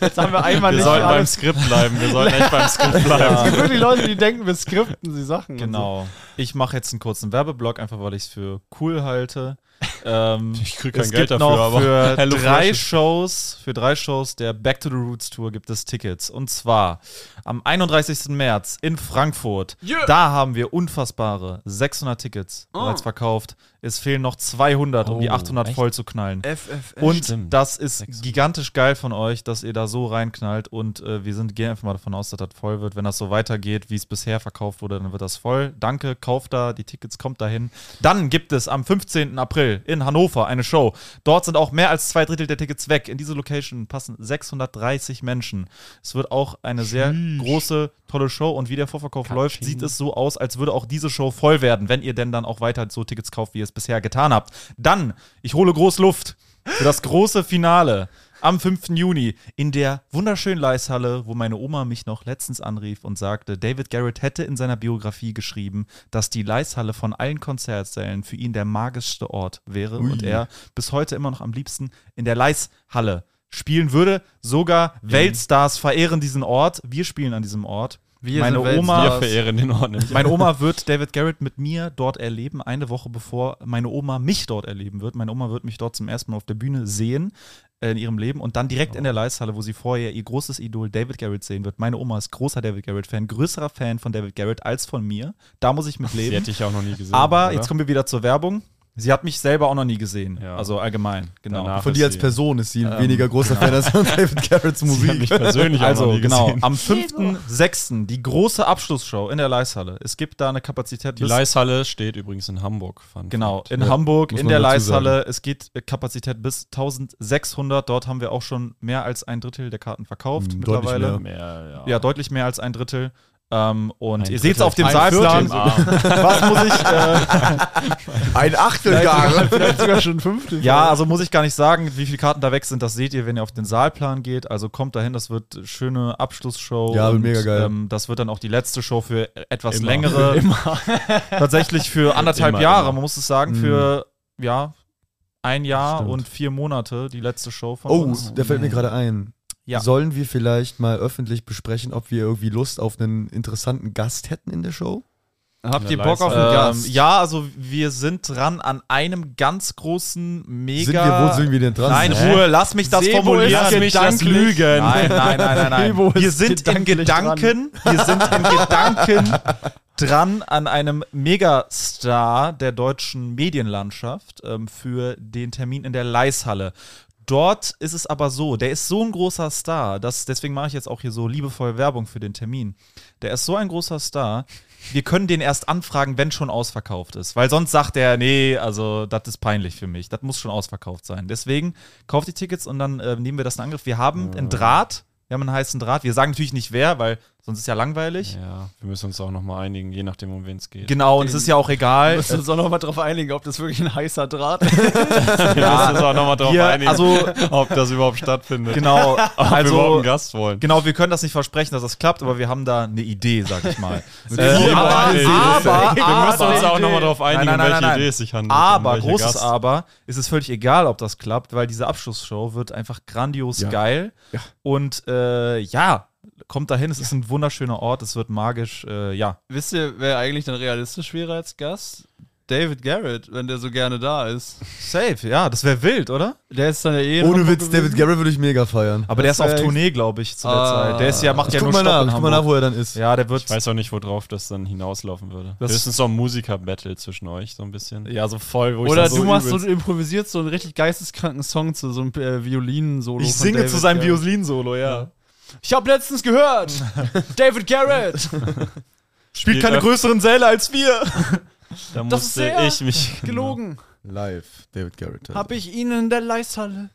B: Jetzt haben wir einmal
D: Wir
B: nicht
D: sollten beim
B: <laughs> alles.
D: Skript bleiben. Wir sollten echt
C: <laughs>
D: beim Skript bleiben.
B: Es gibt wirklich Leute, die denken, wir skripten sie Sachen. und
C: genau. Ich mache jetzt einen kurzen Werbeblock, einfach weil ich es für cool halte. Ähm,
D: <laughs> Ich krieg kein
C: es
D: Geld
C: gibt
D: dafür,
C: noch
D: aber
C: für
D: <laughs> Hello
C: drei
D: Fresh.
C: Shows, für drei Shows der Back to the Roots Tour gibt es Tickets. Und zwar am 31. März in Frankfurt.
J: Yeah.
C: Da haben wir unfassbare 600 Tickets
D: Oh.
C: bereits verkauft. Es fehlen noch 200, um die 800 voll zu knallen.
D: FFF.
C: Äh, Und
D: Stimmt.
C: das ist gigantisch geil von euch, dass ihr da so reinknallt. Und äh, wir sind, gehen einfach mal davon aus, dass das voll wird. Wenn das so weitergeht, wie es bisher verkauft wurde, dann wird das voll. Danke, kauft da, die Tickets kommt dahin. Dann gibt es am 15. April in Hannover eine Show. Dort sind auch mehr als zwei Drittel der Tickets weg. In diese Location passen 630 Menschen. Es wird auch eine sehr große, tolle Show. Und wie der Vorverkauf läuft, sieht es so aus, als würde auch diese Show voll werden, wenn ihr denn dann auch weiter so Tickets kauft, wie ihr es bisher getan habt. Dann, ich hole groß Luft für das große Finale am 5. Juni in der wunderschönen Leishalle, wo meine Oma mich noch letztens anrief und sagte, David Garrett hätte in seiner Biografie geschrieben, dass die Leishalle von allen Konzertsälen für ihn der magischste Ort wäre und er bis heute immer noch am liebsten in der Leishalle spielen würde. Sogar
B: Mhm.
C: Weltstars verehren diesen Ort. Wir spielen an diesem Ort.
B: Wir
C: meine
B: sind
C: Oma
B: Weltstars.
D: Wir verehren den Ort nicht.
C: meine Oma wird David Garrett mit mir dort erleben, eine Woche bevor meine Oma mich dort erleben wird. Meine Oma wird mich dort zum ersten Mal auf der Bühne sehen äh, in ihrem Leben und dann direkt in der Leishalle, wo sie vorher ihr großes Idol David Garrett sehen wird. Meine Oma ist großer David Garrett-Fan, größerer Fan von David Garrett als von mir. Da muss ich mit
D: Die
C: leben.
D: hätte ich auch noch nie gesehen.
C: Aber
D: oder?
C: jetzt kommen wir wieder zur Werbung. Sie hat mich selber auch noch nie gesehen.
D: Ja.
C: Also allgemein, genau.
D: Danach
E: Von
D: ist
E: dir als
D: sie-
E: Person ist sie ein weniger großer Fan <laughs> als von David Garrett's
D: Sie hat mich
E: Musik.
D: persönlich auch noch
C: Also
D: nie
C: genau,
D: gesehen.
C: am 5.6. die große Abschlussshow in der Leishalle. Es gibt da eine Kapazität
D: Die Leishalle steht übrigens in Hamburg. Fun
C: Genau,
D: fact.
C: in Hamburg,
E: muss
C: in
E: man
C: der
E: dazu sagen.
C: Leishalle. Es geht äh, Kapazität bis 1600. Dort haben wir auch schon mehr als ein Drittel der Karten verkauft
E: Hm, deutlich
C: mittlerweile.
E: mehr.
D: Mehr, ja.
C: Ja, deutlich mehr als ein Drittel. Ähm, und
D: Ein
C: ihr seht es
D: Drittel.
C: auf dem
D: Ein
C: Saalplan.
D: Viertel
C: <laughs>
D: sogar.
C: Was muss ich. Äh,
E: <laughs> Ein Achtelgar.
B: Vielleicht sogar schon fünfte.
C: ja, also muss ich gar nicht sagen, wie viele Karten da weg sind. Das seht ihr, wenn ihr auf den Saalplan geht. Also kommt dahin, das wird schöne Abschlussshow.
E: Ja, wird mega geil.
C: Ähm, das wird dann auch die letzte Show für etwas
D: Immer.
E: <laughs>
C: längere.
D: Immer.
C: tatsächlich für anderthalb
D: Immer,
C: Jahre,
D: immer.
C: man muss es sagen, für ja ein Jahr
E: Stimmt.
C: und vier Monate die letzte Show von
E: Oh,
C: uns.
E: da fällt mir gerade ein.
C: Ja.
E: Sollen wir vielleicht mal öffentlich besprechen, ob wir irgendwie Lust auf einen interessanten Gast hätten in der Show?
B: Habt ihr
D: Eine
B: Bock auf einen
C: Ähm,
B: Gast?
C: ja, also wir sind dran an einem ganz großen Mega.
E: Sind wir, wo sind wir denn dran?
C: Nein,
E: Hä?
C: Ruhe, lass mich das
B: Sebo ist
C: formulieren.
D: Lass mich das
B: Gedanklich.
D: lügen.
C: Nein, nein, nein, nein, nein.
B: Sebo
C: Wir
B: ist
C: sind in
B: gedanklich
C: Gedanken, wir sind in Gedanken dran an einem Megastar der deutschen Medienlandschaft ähm, für den Termin in der Leishalle. Dort ist es aber so, der ist so ein großer Star, dass, deswegen mache ich jetzt auch hier so liebevoll Werbung für den Termin. Der ist so ein großer Star, wir können den erst anfragen, wenn schon ausverkauft ist. Weil sonst sagt er, nee, also das ist peinlich für mich, das muss schon ausverkauft sein. Deswegen kauft die Tickets und dann äh, nehmen wir das in Angriff. Wir haben einen Draht, wir haben einen heißen Draht. Wir sagen natürlich nicht wer, weil sonst ist ja langweilig.
D: <laughs> Ja, wir müssen uns auch nochmal einigen, je nachdem, um wen es geht.
C: Genau, und es ist ja auch
B: Wir
C: egal.
D: <laughs>
B: müssen uns auch nochmal drauf einigen, ob das wirklich ein heißer Draht ist.
D: Wir müssen uns auch nochmal drauf
C: Hier,
D: einigen,
C: Genau. also,
D: ob das überhaupt stattfindet.
C: genau,
D: Ob wir überhaupt einen
C: also,
D: Gast wollen.
C: genau, wir können das nicht versprechen, dass das klappt, aber wir haben da eine Idee, sag ich mal.
D: Idee,
C: Äh, aber,
D: eine Idee.
C: aber,
D: wir müssen uns
C: aber,
D: auch nochmal drauf einigen,
C: Nein, nein,
D: um welche
C: nein, nein.
D: Idee es sich handelt. um
C: Aber,
D: welche
C: großes
D: Gast.
C: Aber, ist es völlig egal, ob das klappt, weil diese Abschlussshow wird einfach grandios geil. Und äh, ja, kommt dahin, es ist ein wunderschöner Ort, es wird magisch, äh, ja.
B: Wisst ihr, wer eigentlich dann realistisch wäre als Gast? David Garrett, wenn der so gerne da ist.
C: Safe, ja, das wäre wild, oder?
B: Der ist dann ja eh. in
E: Ohne
B: Hamburg
E: Witz, David
B: gewesen.
E: Garrett würde ich mega feiern.
C: Aber der ist auf
B: wär-
C: Tournee, glaube ich, zu der
B: Ah.
C: Zeit. Der ist ja, macht
E: Ich
C: ja
E: guck
C: nur
E: mal
C: Stopp
E: nach,
C: in
E: ich guck mal nach,
C: Hamburg.
E: wo er dann ist.
C: Ja, der wird.
D: Ich weiß auch nicht, worauf das dann hinauslaufen würde.
C: Das-
D: Höchstens so ein Musiker-Battle zwischen euch, so ein bisschen.
C: ja, so voll, wo ich
B: Oder
C: dann
B: du
C: so
B: machst so,
C: übelst-
B: du improvisierst so einen richtig geisteskranken Song zu so einem äh, Violinen-Solo.
C: Ich
B: von
C: singe
B: David
C: zu seinem
B: Garrett.
C: Violin-Solo, ja.
B: Ich habe letztens gehört,
C: <laughs>
B: David Garrett.
C: Spielt keine
D: Spielt-
C: größeren Säle als wir.
D: <laughs>
B: das
D: Da
B: ist
D: musste
B: sehr
D: ich mich.
B: Gelogen.
E: Live, David Garrett.
B: Hab ich ihn in der Leishalle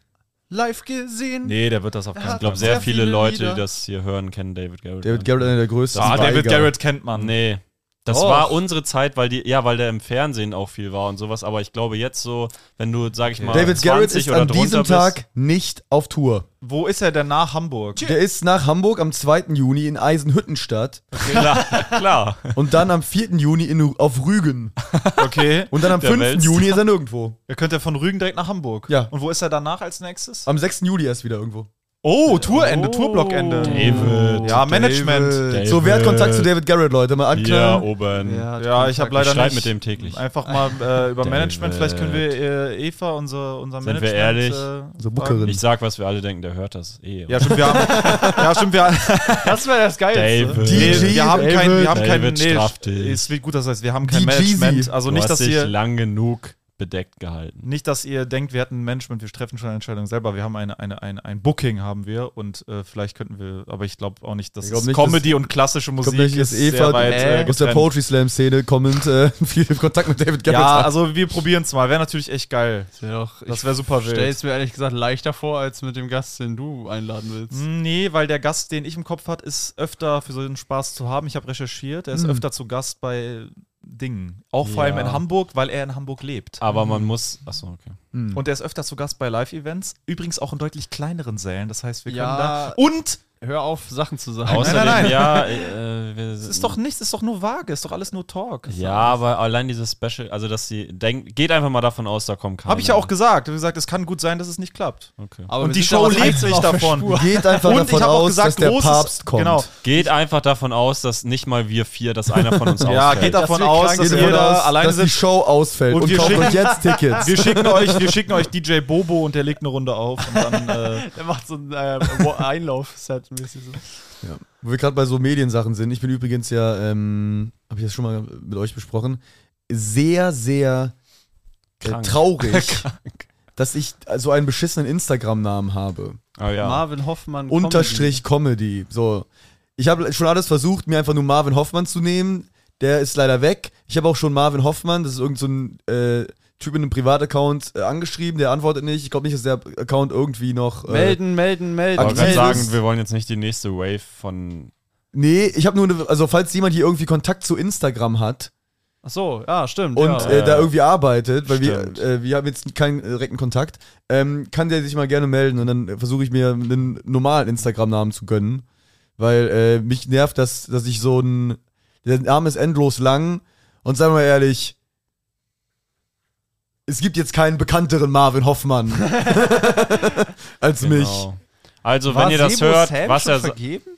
B: live gesehen.
C: Nee, der wird das auf
B: Er
C: keinen
B: hat
D: Ich glaube,
C: Fall.
D: sehr,
B: Sehr
D: viele,
B: viele
D: Leute,
B: Lieder.
D: die das hier hören, kennen David Garrett. ne?
E: David Garrett einer der größten.
C: Ah, David
E: Weiger.
C: Garrett Oh. kennt man.
D: Nee. Das
E: Doch.
D: war unsere Zeit, weil die, ja, weil der im Fernsehen auch viel war und sowas, aber ich glaube jetzt so, wenn du, sag ich mal,
E: David Garrett ist
D: oder
E: an diesem
D: drunter bist-
E: Tag nicht auf Tour.
C: Wo ist er denn nach Hamburg?
E: Der ist nach Hamburg am 2. Juni in Eisenhüttenstadt
D: <laughs> Klar, klar.
E: und dann am 4. Juni in, auf Rügen.
C: Okay.
E: Und dann am
D: Der
E: 5.
D: Weltstar.
E: Juni ist er nirgendwo.
C: Er könnte ja von Rügen direkt nach Hamburg.
E: Ja.
C: Und wo ist er danach als nächstes?
E: Am 6. Juli erst wieder irgendwo.
C: Oh, Tourende, Tourblockende.
D: David.
C: Ja, Management.
A: So, wer hat Kontakt zu David Garrett, Leute? Mal
D: Ja,
A: anknallen.
D: oben.
C: Ja, ich habe leider
D: ich schreib
C: nicht.
D: mit dem täglich.
C: Einfach mal äh,
D: <laughs>
C: über Management. Vielleicht können wir
D: David.
C: äh, Eva, unser, unser
D: Sind wir
C: Management.
D: ehrlich?
C: Äh,
A: so Bookerin.
D: Ich sag, was wir alle denken, der hört das eh.
C: ja, stimmt, wir
D: <laughs>
C: haben. ja, stimmt, wir,
B: Das wäre das Geilste.
D: David.
A: DJ.
C: nee, wir haben kein. Wir haben kein
D: David straff dich.
C: nee, ist wie gut, das heißt, wir haben kein
A: DJZ.
C: Management. Also
D: Du
C: nicht,
D: hast
C: dass
D: dich
C: ihr.
D: lang genug bedeckt gehalten.
C: Nicht, dass ihr denkt, wir hätten ein Management, wir treffen schon eine Entscheidung selber. Wir haben eine, eine, eine, ein Booking haben wir und äh, vielleicht könnten wir, aber ich glaube auch nicht, dass
A: glaub
C: es
A: nicht,
C: Comedy und klassische Musik
A: nicht, dass
C: ist sehr
A: Eva-
C: weit äh,
A: Aus der
C: getrennt.
A: Poetry Slam Szene kommend äh, <laughs> viel Kontakt mit David Garrett.
C: Ja,
A: hat.
C: also wir probieren es mal. Wäre natürlich echt geil. Das wäre super
B: Stell
C: wild.
B: es mir ehrlich gesagt leichter vor, als mit dem Gast, den du einladen willst.
C: Hm, Nee, weil der Gast, den ich im Kopf hat, ist öfter für so einen Spaß zu haben. Ich habe recherchiert, er ist öfter zu Gast bei Dingen. Auch vor
D: Ja.
C: allem in Hamburg, weil er in Hamburg lebt.
D: Aber man muss. Achso, okay.
C: Und er ist öfter zu Gast bei Live-Events. Übrigens auch in deutlich kleineren Sälen. Das heißt, wir können da.
B: Ja.
C: Und
B: Hör auf, Sachen zu sagen. <laughs>
D: Außerdem,
C: nein, nein. <laughs>
D: ja, äh, wir
C: Es ist doch nichts, es ist doch nur vage, es ist doch alles nur Talk.
D: Ja, aber allein dieses Special, also dass sie denkt, geht einfach mal davon aus, da kommen keiner.
C: Habe ich ja auch gesagt. Ich habe gesagt, es kann gut sein, dass es nicht klappt.
D: Okay.
B: Aber
C: Und
B: wir
C: die
B: sind
C: Show
B: aber
C: lebt
B: trotzdem
C: nicht
B: auf der
C: davon.
B: Spur.
A: Geht einfach
C: Und ich
A: davon
C: hab auch
A: aus,
C: gesagt,
A: dass der
C: großes-
A: Papst kommt.
C: Genau.
D: Geht einfach davon aus, dass nicht mal wir vier, dass einer von uns
C: Ja,
D: ausfällt.
C: geht davon
B: wir
C: aus,
B: krank
C: dass
A: Geht
C: ihr
A: davon
C: da
A: aus,
C: alleine
A: dass die
C: sitzt.
A: Show ausfällt
C: Und
A: und,
C: wir
A: kauft
C: schicken- <laughs>
A: euch jetzt Tickets.
C: Wir
B: <laughs>
C: schicken, euch, wir schicken euch DJ Bobo und der legt eine Runde auf. Und dann, äh,
B: Der macht so ein ähm, Einlauf-Set mäßig so.
A: Wo wir gerade bei so Mediensachen sind, ich bin übrigens ja, ähm, habe ich das schon mal mit euch besprochen, sehr, sehr äh,
D: Krank.
A: traurig, dass ich äh, so einen beschissenen Instagram-Namen habe.
D: Ah, ja.
B: Marvin Hoffmann.
A: Unterstrich Comedy. So. Ich habe schon alles versucht, mir einfach nur Marvin Hoffmann zu nehmen. Der ist leider weg. Ich habe auch schon Marvin Hoffmann, das ist irgend so ein äh, Typ in einem Privataccount, äh, angeschrieben. Der antwortet nicht. Ich glaube nicht, dass der Account irgendwie noch.
B: Comedy.
A: Äh,
B: Melden, melden,
D: Ich
B: melden.
D: wollte gerade
A: Aktuell
D: sagen,
A: ist-
D: wir wollen jetzt nicht die nächste Wave von.
A: Nee, ich habe nur eine. Also, falls jemand hier irgendwie Kontakt zu Instagram hat,
B: Ach so, ja, stimmt.
A: und
B: ja.
A: äh, da irgendwie arbeitet, weil wir,
D: Stimmt.
A: äh, wir haben jetzt keinen direkten Kontakt, ähm, kann der sich mal gerne melden und dann versuche ich mir einen normalen Instagram-Namen zu gönnen, weil äh, mich nervt, dass, dass ich so ein, der Name ist endlos lang und sagen wir mal ehrlich, es gibt jetzt keinen bekannteren Marvin Hoffmann als mich.
D: Genau. Also, wenn ihr das
B: Sebo
D: hört,
B: Sam
D: was
B: schon
D: er. sa-
B: vergeben?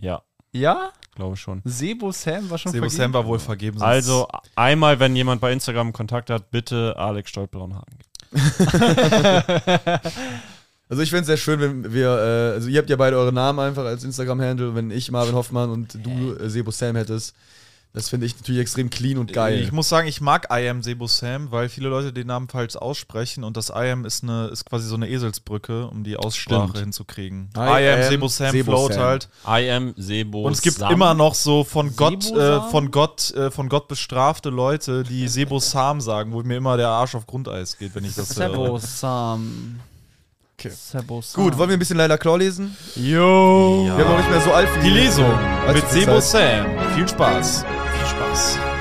D: Ja,
B: Ja?
D: glaube schon.
B: Sebo Sam war schon
C: Sebo
B: vergeben.
C: Sam war wohl vergeben. sonst-
D: Also, einmal, wenn jemand bei Instagram Kontakt hat, bitte Alex Stolp-Braunhagen.
A: Also ich fände es sehr schön, wenn wir, äh, also ihr habt ja beide eure Namen einfach als Instagram-Handle, wenn ich Marvin Hoffmann und du äh, Sebo Sam hättest. Das finde ich natürlich extrem clean und geil.
C: Äh, Ich muss sagen, ich mag I am Sebo Sam, weil viele Leute den Namen falsch aussprechen und das I am ist, eine, ist quasi so eine Eselsbrücke, um die Aussprache
D: Stimmt.
C: hinzukriegen. I,
A: I
C: am
A: am
C: Sebo Sam
A: Sebo
C: float
A: Sam.
C: halt.
D: I am Sebo.
C: Und es gibt
D: Sam.
C: immer noch so von Gott, äh,
B: Sam?
C: von Gott, äh, von Gott bestrafte Leute,
B: <laughs>
C: die Sebo Sam sagen, wo mir immer der Arsch auf Grundeis geht, wenn ich das äh,
B: Sebo
C: höre.
B: Sam.
A: Okay.
B: Sebo Sam.
A: Gut, wollen wir ein bisschen Leila Claw lesen?
C: Yo!
A: Wir haben auch nicht mehr so alt wie
C: Ah. Die Lesung
A: Als
C: mit
A: die
C: Sebo
A: Zeit.
C: Sam. Viel Spaß.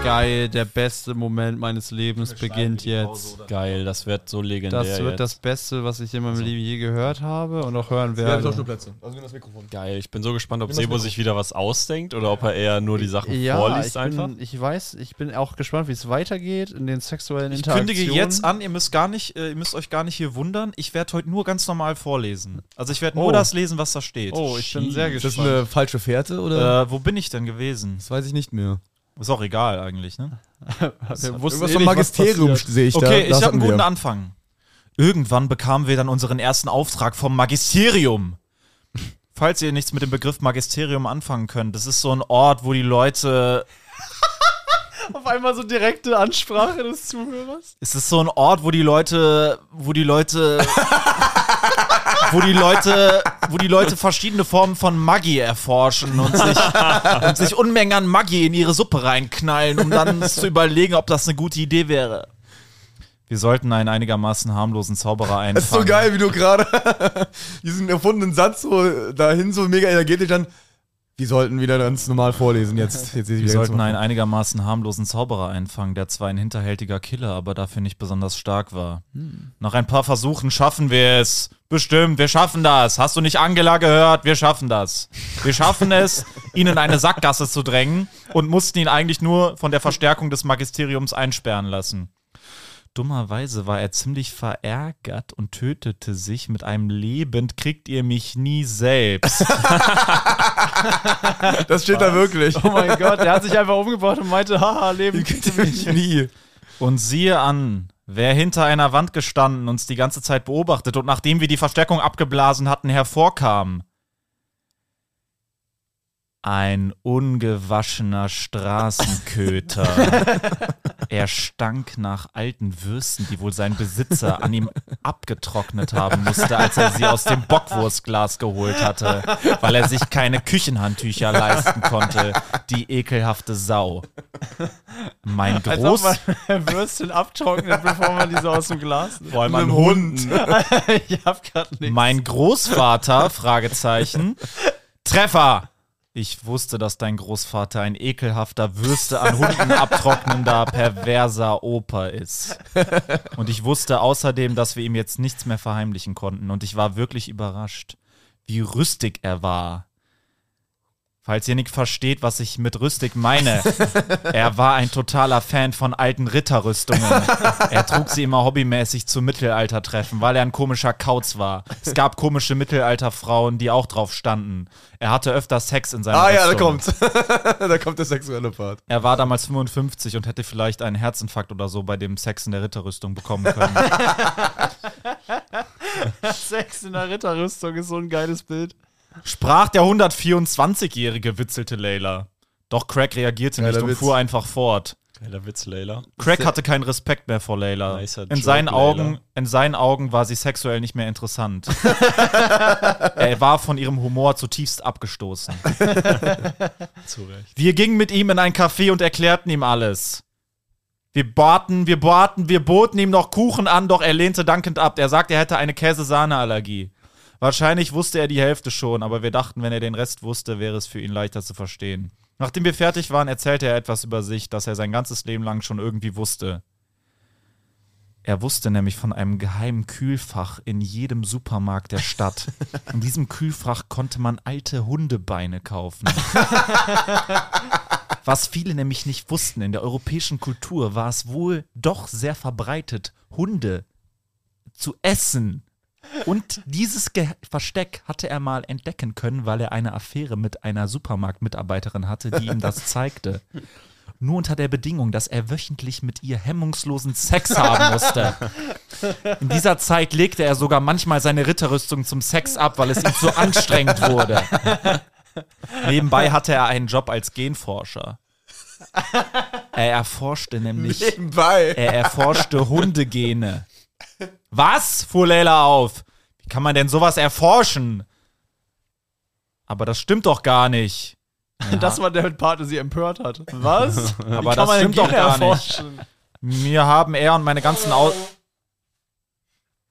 B: Geil, der beste Moment meines Lebens beginnt jetzt.
D: Geil, das wird so legendär.
B: Das wird
D: jetzt.
B: das Beste, was ich in meinem Leben je gehört habe und auch hören
A: Ja, wir haben
B: werde.
A: auch schon Plätze. Also nimm das Mikrofon.
D: Geil, ich bin so gespannt, ob Sebo sich wieder was ausdenkt oder ob er eher nur die Sachen
B: Ja, ich,
D: vorliest einfach.
B: bin, ich weiß, ich bin auch gespannt, wie es weitergeht in den sexuellen
C: Ich
B: Interaktionen.
C: kündige jetzt an, ihr müsst gar nicht, äh, ihr müsst euch gar nicht hier wundern. Ich werde heute nur ganz normal vorlesen. Also ich werde
B: Oh.
C: nur das lesen, was da steht.
B: Oh, ich bin sehr
A: Ist das
B: gespannt.
A: eine falsche Fährte oder?
C: Äh, wo bin ich denn gewesen?
A: Das weiß ich nicht mehr.
C: Ist auch egal eigentlich,
B: <laughs>
C: ne?
B: Wir
A: Irgendwas
B: wussten eh
A: vom
B: nicht, was
A: Magisterium
B: passiert.
A: sehe ich da.
C: Okay, ich
A: Das
C: habe
A: hatten
C: einen guten
A: wir.
C: Anfang. Irgendwann bekamen wir dann unseren ersten Auftrag vom Magisterium. Falls ihr nichts mit dem Begriff Magisterium anfangen könnt, das ist so ein Ort, wo die Leute.
B: Auf einmal so direkte Ansprache des Zuhörers.
C: Es ist so ein Ort, wo die Leute. Wo die Leute. <laughs> wo die Leute. Wo die Leute verschiedene Formen von Magie erforschen und sich, und sich Unmengen an Magie in ihre Suppe reinknallen, um dann <laughs> zu überlegen, ob das eine gute Idee wäre. Wir sollten einen einigermaßen harmlosen Zauberer einfangen.
A: Das ist so geil, wie du gerade <laughs> diesen erfundenen Satz so äh, dahin so mega energetisch an. Wir sollten wieder ganz normal vorlesen <laughs> jetzt. jetzt
C: Wir sollten einen einigermaßen harmlosen Zauberer einfangen, der zwar ein hinterhältiger Killer, aber dafür nicht besonders stark war. Nach ein paar Versuchen schaffen wir es. Bestimmt, wir schaffen das. Hast du nicht Angela gehört? Wir schaffen das. Wir schaffen es, ihn in eine Sackgasse zu drängen und mussten ihn eigentlich nur von der Verstärkung des Magisteriums einsperren lassen. Dummerweise war er ziemlich verärgert und tötete sich mit einem Lebend, kriegt ihr mich nie selbst.
A: Das steht da wirklich.
B: Oh mein Gott, der hat sich einfach umgebracht und meinte, haha, Leben kriegt ihr mich.
A: Nie.
C: Und siehe an, wer hinter einer Wand gestanden, uns die ganze Zeit beobachtet und nachdem wir die Verstärkung abgeblasen hatten, hervorkam. Ein ungewaschener
B: <laughs>
C: Straßenköter. er stank nach alten Würsten, die wohl sein Besitzer an ihm abgetrocknet haben musste, als er sie aus dem Bockwurstglas geholt hatte, weil er sich keine Küchenhandtücher leisten konnte. Die ekelhafte Sau. Mein
B: Als ob
C: Groß...
B: man <laughs> Würstchen abtrocknet, bevor man diese aus dem Glas nimmt.
C: Vor allem an
A: Hund.
B: <laughs> Ich hab grad nichts.
C: Mein Großvater, Fragezeichen. Treffer! Ich wusste, dass dein Großvater ein ekelhafter, Würste an Hunden abtrocknender, perverser Opa ist. Und ich wusste außerdem, dass wir ihm jetzt nichts mehr verheimlichen konnten. Und ich war wirklich überrascht, wie rüstig er war. Falls ihr nicht versteht, was ich mit rüstig meine,
A: <laughs>
C: er war ein totaler Fan von alten Ritterrüstungen. Er trug sie immer hobbymäßig zu Mittelaltertreffen, weil er ein komischer Kauz war. Es gab komische Mittelalterfrauen, die auch drauf standen. Er hatte öfter Sex in seiner
A: Ah ja, da
C: Rüstung.
A: kommt's. <laughs> da kommt der sexuelle Part.
C: Er war damals 55 und hätte vielleicht einen Herzinfarkt oder so bei dem Sex in der Ritterrüstung bekommen können.
B: Sex in der Ritterrüstung ist so ein geiles Bild.
C: Sprach der 124-Jährige, witzelte Layla. Doch Craig reagierte
A: Geiler
C: nicht und
A: Witz.
C: fuhr einfach fort.
D: Geiler Witz, Layla.
C: Craig hatte keinen Respekt mehr vor Layla.
D: Nicer
C: In
D: Joke,
C: seinen,
D: Layla.
C: Augen, in seinen Augen war sie sexuell nicht mehr
A: <laughs>
C: interessant. er war von ihrem Humor zutiefst abgestoßen.
D: Zurecht.
C: Wir gingen mit ihm in ein Café und erklärten ihm alles. Wir baten, wir baten, wir boten ihm noch Kuchen an, doch er lehnte dankend ab. Er sagte, er hätte eine Käse-Sahne-Allergie. Wahrscheinlich wusste er die Hälfte schon, aber wir dachten, wenn er den Rest wusste, wäre es für ihn leichter zu verstehen. Nachdem wir fertig waren, erzählte er etwas über sich, das er sein ganzes Leben lang schon irgendwie wusste. Er wusste nämlich von einem geheimen Kühlfach in jedem Supermarkt der Stadt. In diesem Kühlfach konnte man alte Hundebeine kaufen. Was viele nämlich nicht wussten, in der europäischen Kultur war es wohl doch sehr verbreitet, Hunde zu essen. Und dieses Ge Versteck hatte er mal entdecken können, weil er eine Affäre mit einer Supermarktmitarbeiterin hatte, die ihm das zeigte. Nur unter der Bedingung, dass er wöchentlich mit ihr hemmungslosen Sex haben musste. In dieser Zeit legte er sogar manchmal seine Ritterrüstung zum Sex ab, weil es ihm zu anstrengend wurde. Nebenbei hatte er einen Job als Genforscher. Er erforschte nämlich,
A: Nebenbei.
C: er erforschte Hundegene. Was? fuhr Leila auf. Wie kann man denn sowas erforschen? Aber das stimmt doch gar nicht.
B: Das war der Part, der sie empört hat. Was?
C: <laughs>
B: Wie
C: Aber
B: kann
C: das
B: man denn
C: stimmt doch
B: Gene
C: gar nicht.
B: erforschen?
C: Mir haben er und meine ganzen Au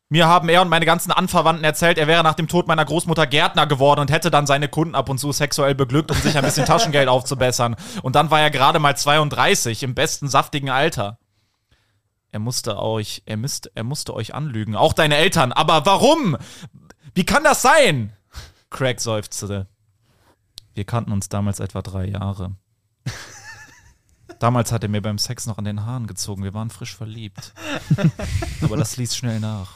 C: Mir haben er und meine ganzen Anverwandten erzählt, er wäre nach dem Tod meiner Großmutter Gärtner geworden und hätte dann seine Kunden ab und zu sexuell beglückt, um sich ein bisschen Taschengeld aufzubessern. Und dann war er gerade mal 32, im besten saftigen Alter. Er musste euch, er müsste, er musste euch anlügen, auch deine Eltern. Aber warum? Wie kann das sein? Craig seufzte. Wir kannten uns damals etwa drei Jahre. Damals hat er mir beim Sex noch an den Haaren gezogen. Wir waren frisch verliebt. Aber das ließ schnell nach.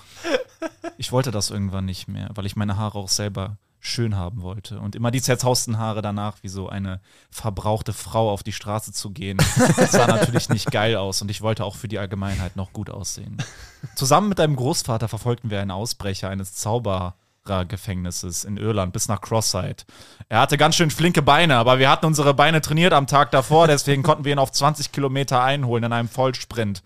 C: Ich wollte das irgendwann nicht mehr, weil ich meine Haare auch selber schön haben wollte. Und immer die zerzausten Haare danach, wie so eine verbrauchte Frau auf die Straße zu gehen, das sah natürlich nicht geil aus. Und ich wollte auch für die Allgemeinheit noch gut aussehen. Zusammen mit deinem Großvater verfolgten wir einen Ausbrecher eines Zauberergefängnisses in Irland bis nach Crossside. Er hatte ganz schön flinke Beine, aber wir hatten unsere Beine trainiert am Tag davor, deswegen konnten wir ihn auf 20 Kilometer einholen in einem Vollsprint.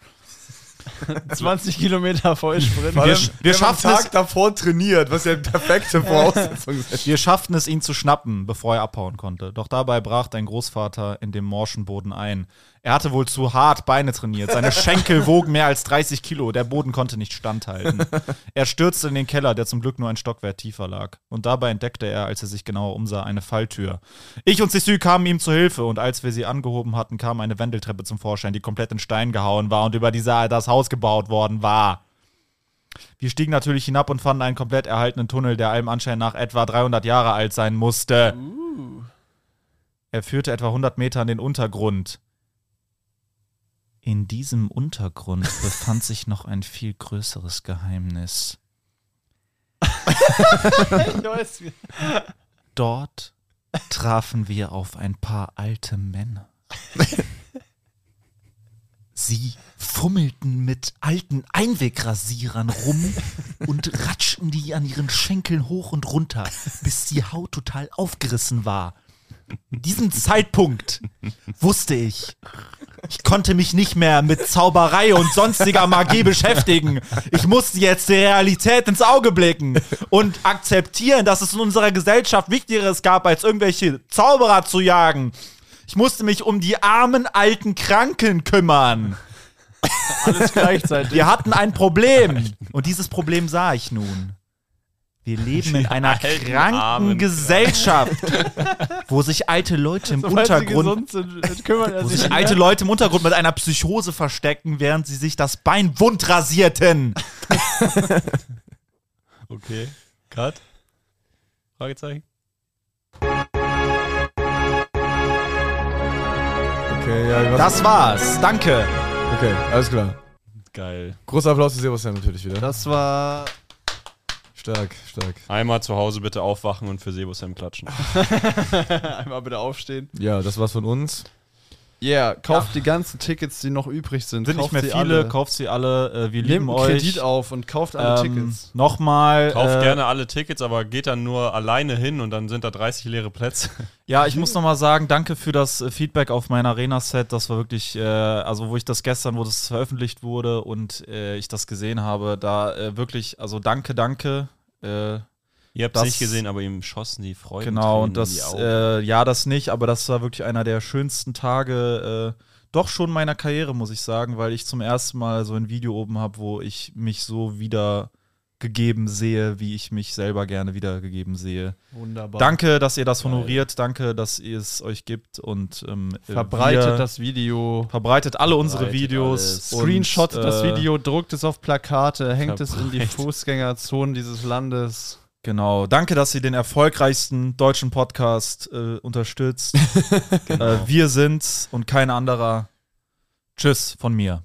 B: 20 Kilometer Vollsprint.
C: Wir,
A: Wir,
C: wir,
A: haben am
C: schafften
A: Tag
C: es,
A: davor trainiert, was ja die <laughs> perfekte Voraussetzung ist.
C: wir schafften es, ihn zu schnappen, bevor er abhauen konnte. Doch dabei brach dein Großvater in dem morschen Boden ein. Er hatte wohl zu hart Beine trainiert. Seine Schenkel wogen mehr als 30 Kilo. Der Boden konnte nicht standhalten. Er stürzte in den Keller, der zum Glück nur ein Stockwerk tiefer lag. Und dabei entdeckte er, als er sich genauer umsah, eine Falltür. Ich und Sissy kamen ihm zu Hilfe und als wir sie angehoben hatten, kam eine Wendeltreppe zum Vorschein, die komplett in Stein gehauen war und über die das Haus gebaut worden war. Wir stiegen natürlich hinab und fanden einen komplett erhaltenen Tunnel, der allem Anschein nach etwa 300 Jahre alt sein musste. Er führte etwa 100 Meter in den Untergrund. In diesem Untergrund befand sich noch ein viel größeres Geheimnis. Dort trafen wir auf ein paar alte Männer. Sie fummelten mit alten Einwegrasierern rum und ratschten die an ihren Schenkeln hoch und runter, bis die Haut total aufgerissen war. Diesen Zeitpunkt wusste ich. Ich konnte mich nicht mehr mit Zauberei und sonstiger Magie beschäftigen. Ich musste jetzt der Realität ins Auge blicken und akzeptieren, dass es in unserer Gesellschaft Wichtigeres gab, als irgendwelche Zauberer zu jagen. Ich musste mich um die armen alten Kranken kümmern. Alles gleichzeitig. Wir hatten ein Problem. Und dieses Problem sah ich nun. Wir leben in einer
D: alten,
C: kranken
D: armen
C: Gesellschaft, wo sich alte Leute <laughs> im Untergrund
K: sind, kümmern er
C: wo sich alte Leute im Untergrund mit einer Psychose verstecken, während sie sich das Bein wund rasierten.
D: Okay. Cut. Fragezeichen.
E: Okay, ja, was-
C: Das war's. Danke.
E: okay, alles klar.
D: Geil.
E: Großer Applaus für Sebastian natürlich wieder.
K: Das war.
E: Stark, stark.
D: Einmal zu Hause bitte aufwachen und für Sebosam klatschen.
K: Einmal bitte aufstehen.
E: Ja, das war's von uns.
K: Yeah, kauft die ganzen Tickets, die noch übrig sind.
C: Sind
K: kauft
C: nicht mehr
K: sie
C: viele,
K: alle.
C: kauft sie alle. Äh, wir lieben
K: Nehmt einen Kredit
C: euch.
K: auf und kauft alle
C: Ähm,
K: Tickets.
C: Nochmal.
D: Kauft
C: äh,
D: gerne alle Tickets, aber geht dann nur alleine hin und dann sind da 30 leere Plätze.
C: Ja, ich muss nochmal sagen, danke für das äh, Feedback auf mein Arena-Set. Das war wirklich, äh, also wo ich das gestern, wo das veröffentlicht wurde und äh, ich das gesehen habe, da äh, wirklich, also danke, danke. Äh,
D: Ihr habt
C: Das-
D: es nicht gesehen, aber ihm schossen die Freude.
C: Genau, und
D: die
C: das,
D: Augen.
C: äh, ja, das nicht, aber das war wirklich einer der schönsten Tage, äh, doch schon meiner Karriere, muss ich sagen, weil ich zum ersten Mal so ein Video oben habe, wo ich mich so wieder gegeben sehe, wie ich mich selber gerne wiedergegeben sehe.
K: Wunderbar.
C: Danke, dass ihr das honoriert, danke, dass ihr es euch gibt und ähm, äh, wir-
K: Verbreitet das Video.
C: verbreitet alle unsere
D: Verbreitet
C: Videos.
D: alles.
C: und,
K: Screenshot das
C: äh,
K: Video, druckt es auf Plakate, hängt es in die
D: verbreitet.
K: Fußgängerzonen dieses Landes.
C: Genau. Danke, dass ihr den erfolgreichsten deutschen Podcast äh,
L: <laughs>
C: unterstützt.
L: Genau.
C: äh, wir sind's und kein anderer. Tschüss von mir.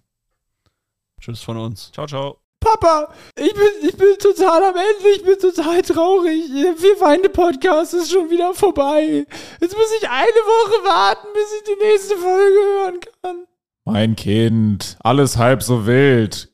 K: Tschüss von uns.
D: ciao, ciao.
B: Papa, ich bin, ich bin total am Ende, ich bin total traurig. Wir weine Podcast ist schon wieder vorbei. Jetzt muss ich eine Woche warten, bis ich die nächste Folge hören kann.
L: Mein Kind, alles halb so wild.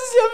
B: ist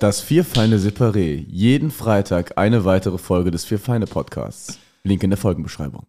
A: Das Vier Feinde Separé. Jeden Freitag eine weitere Folge des Vier Feinde Podcasts. Link in der Folgenbeschreibung.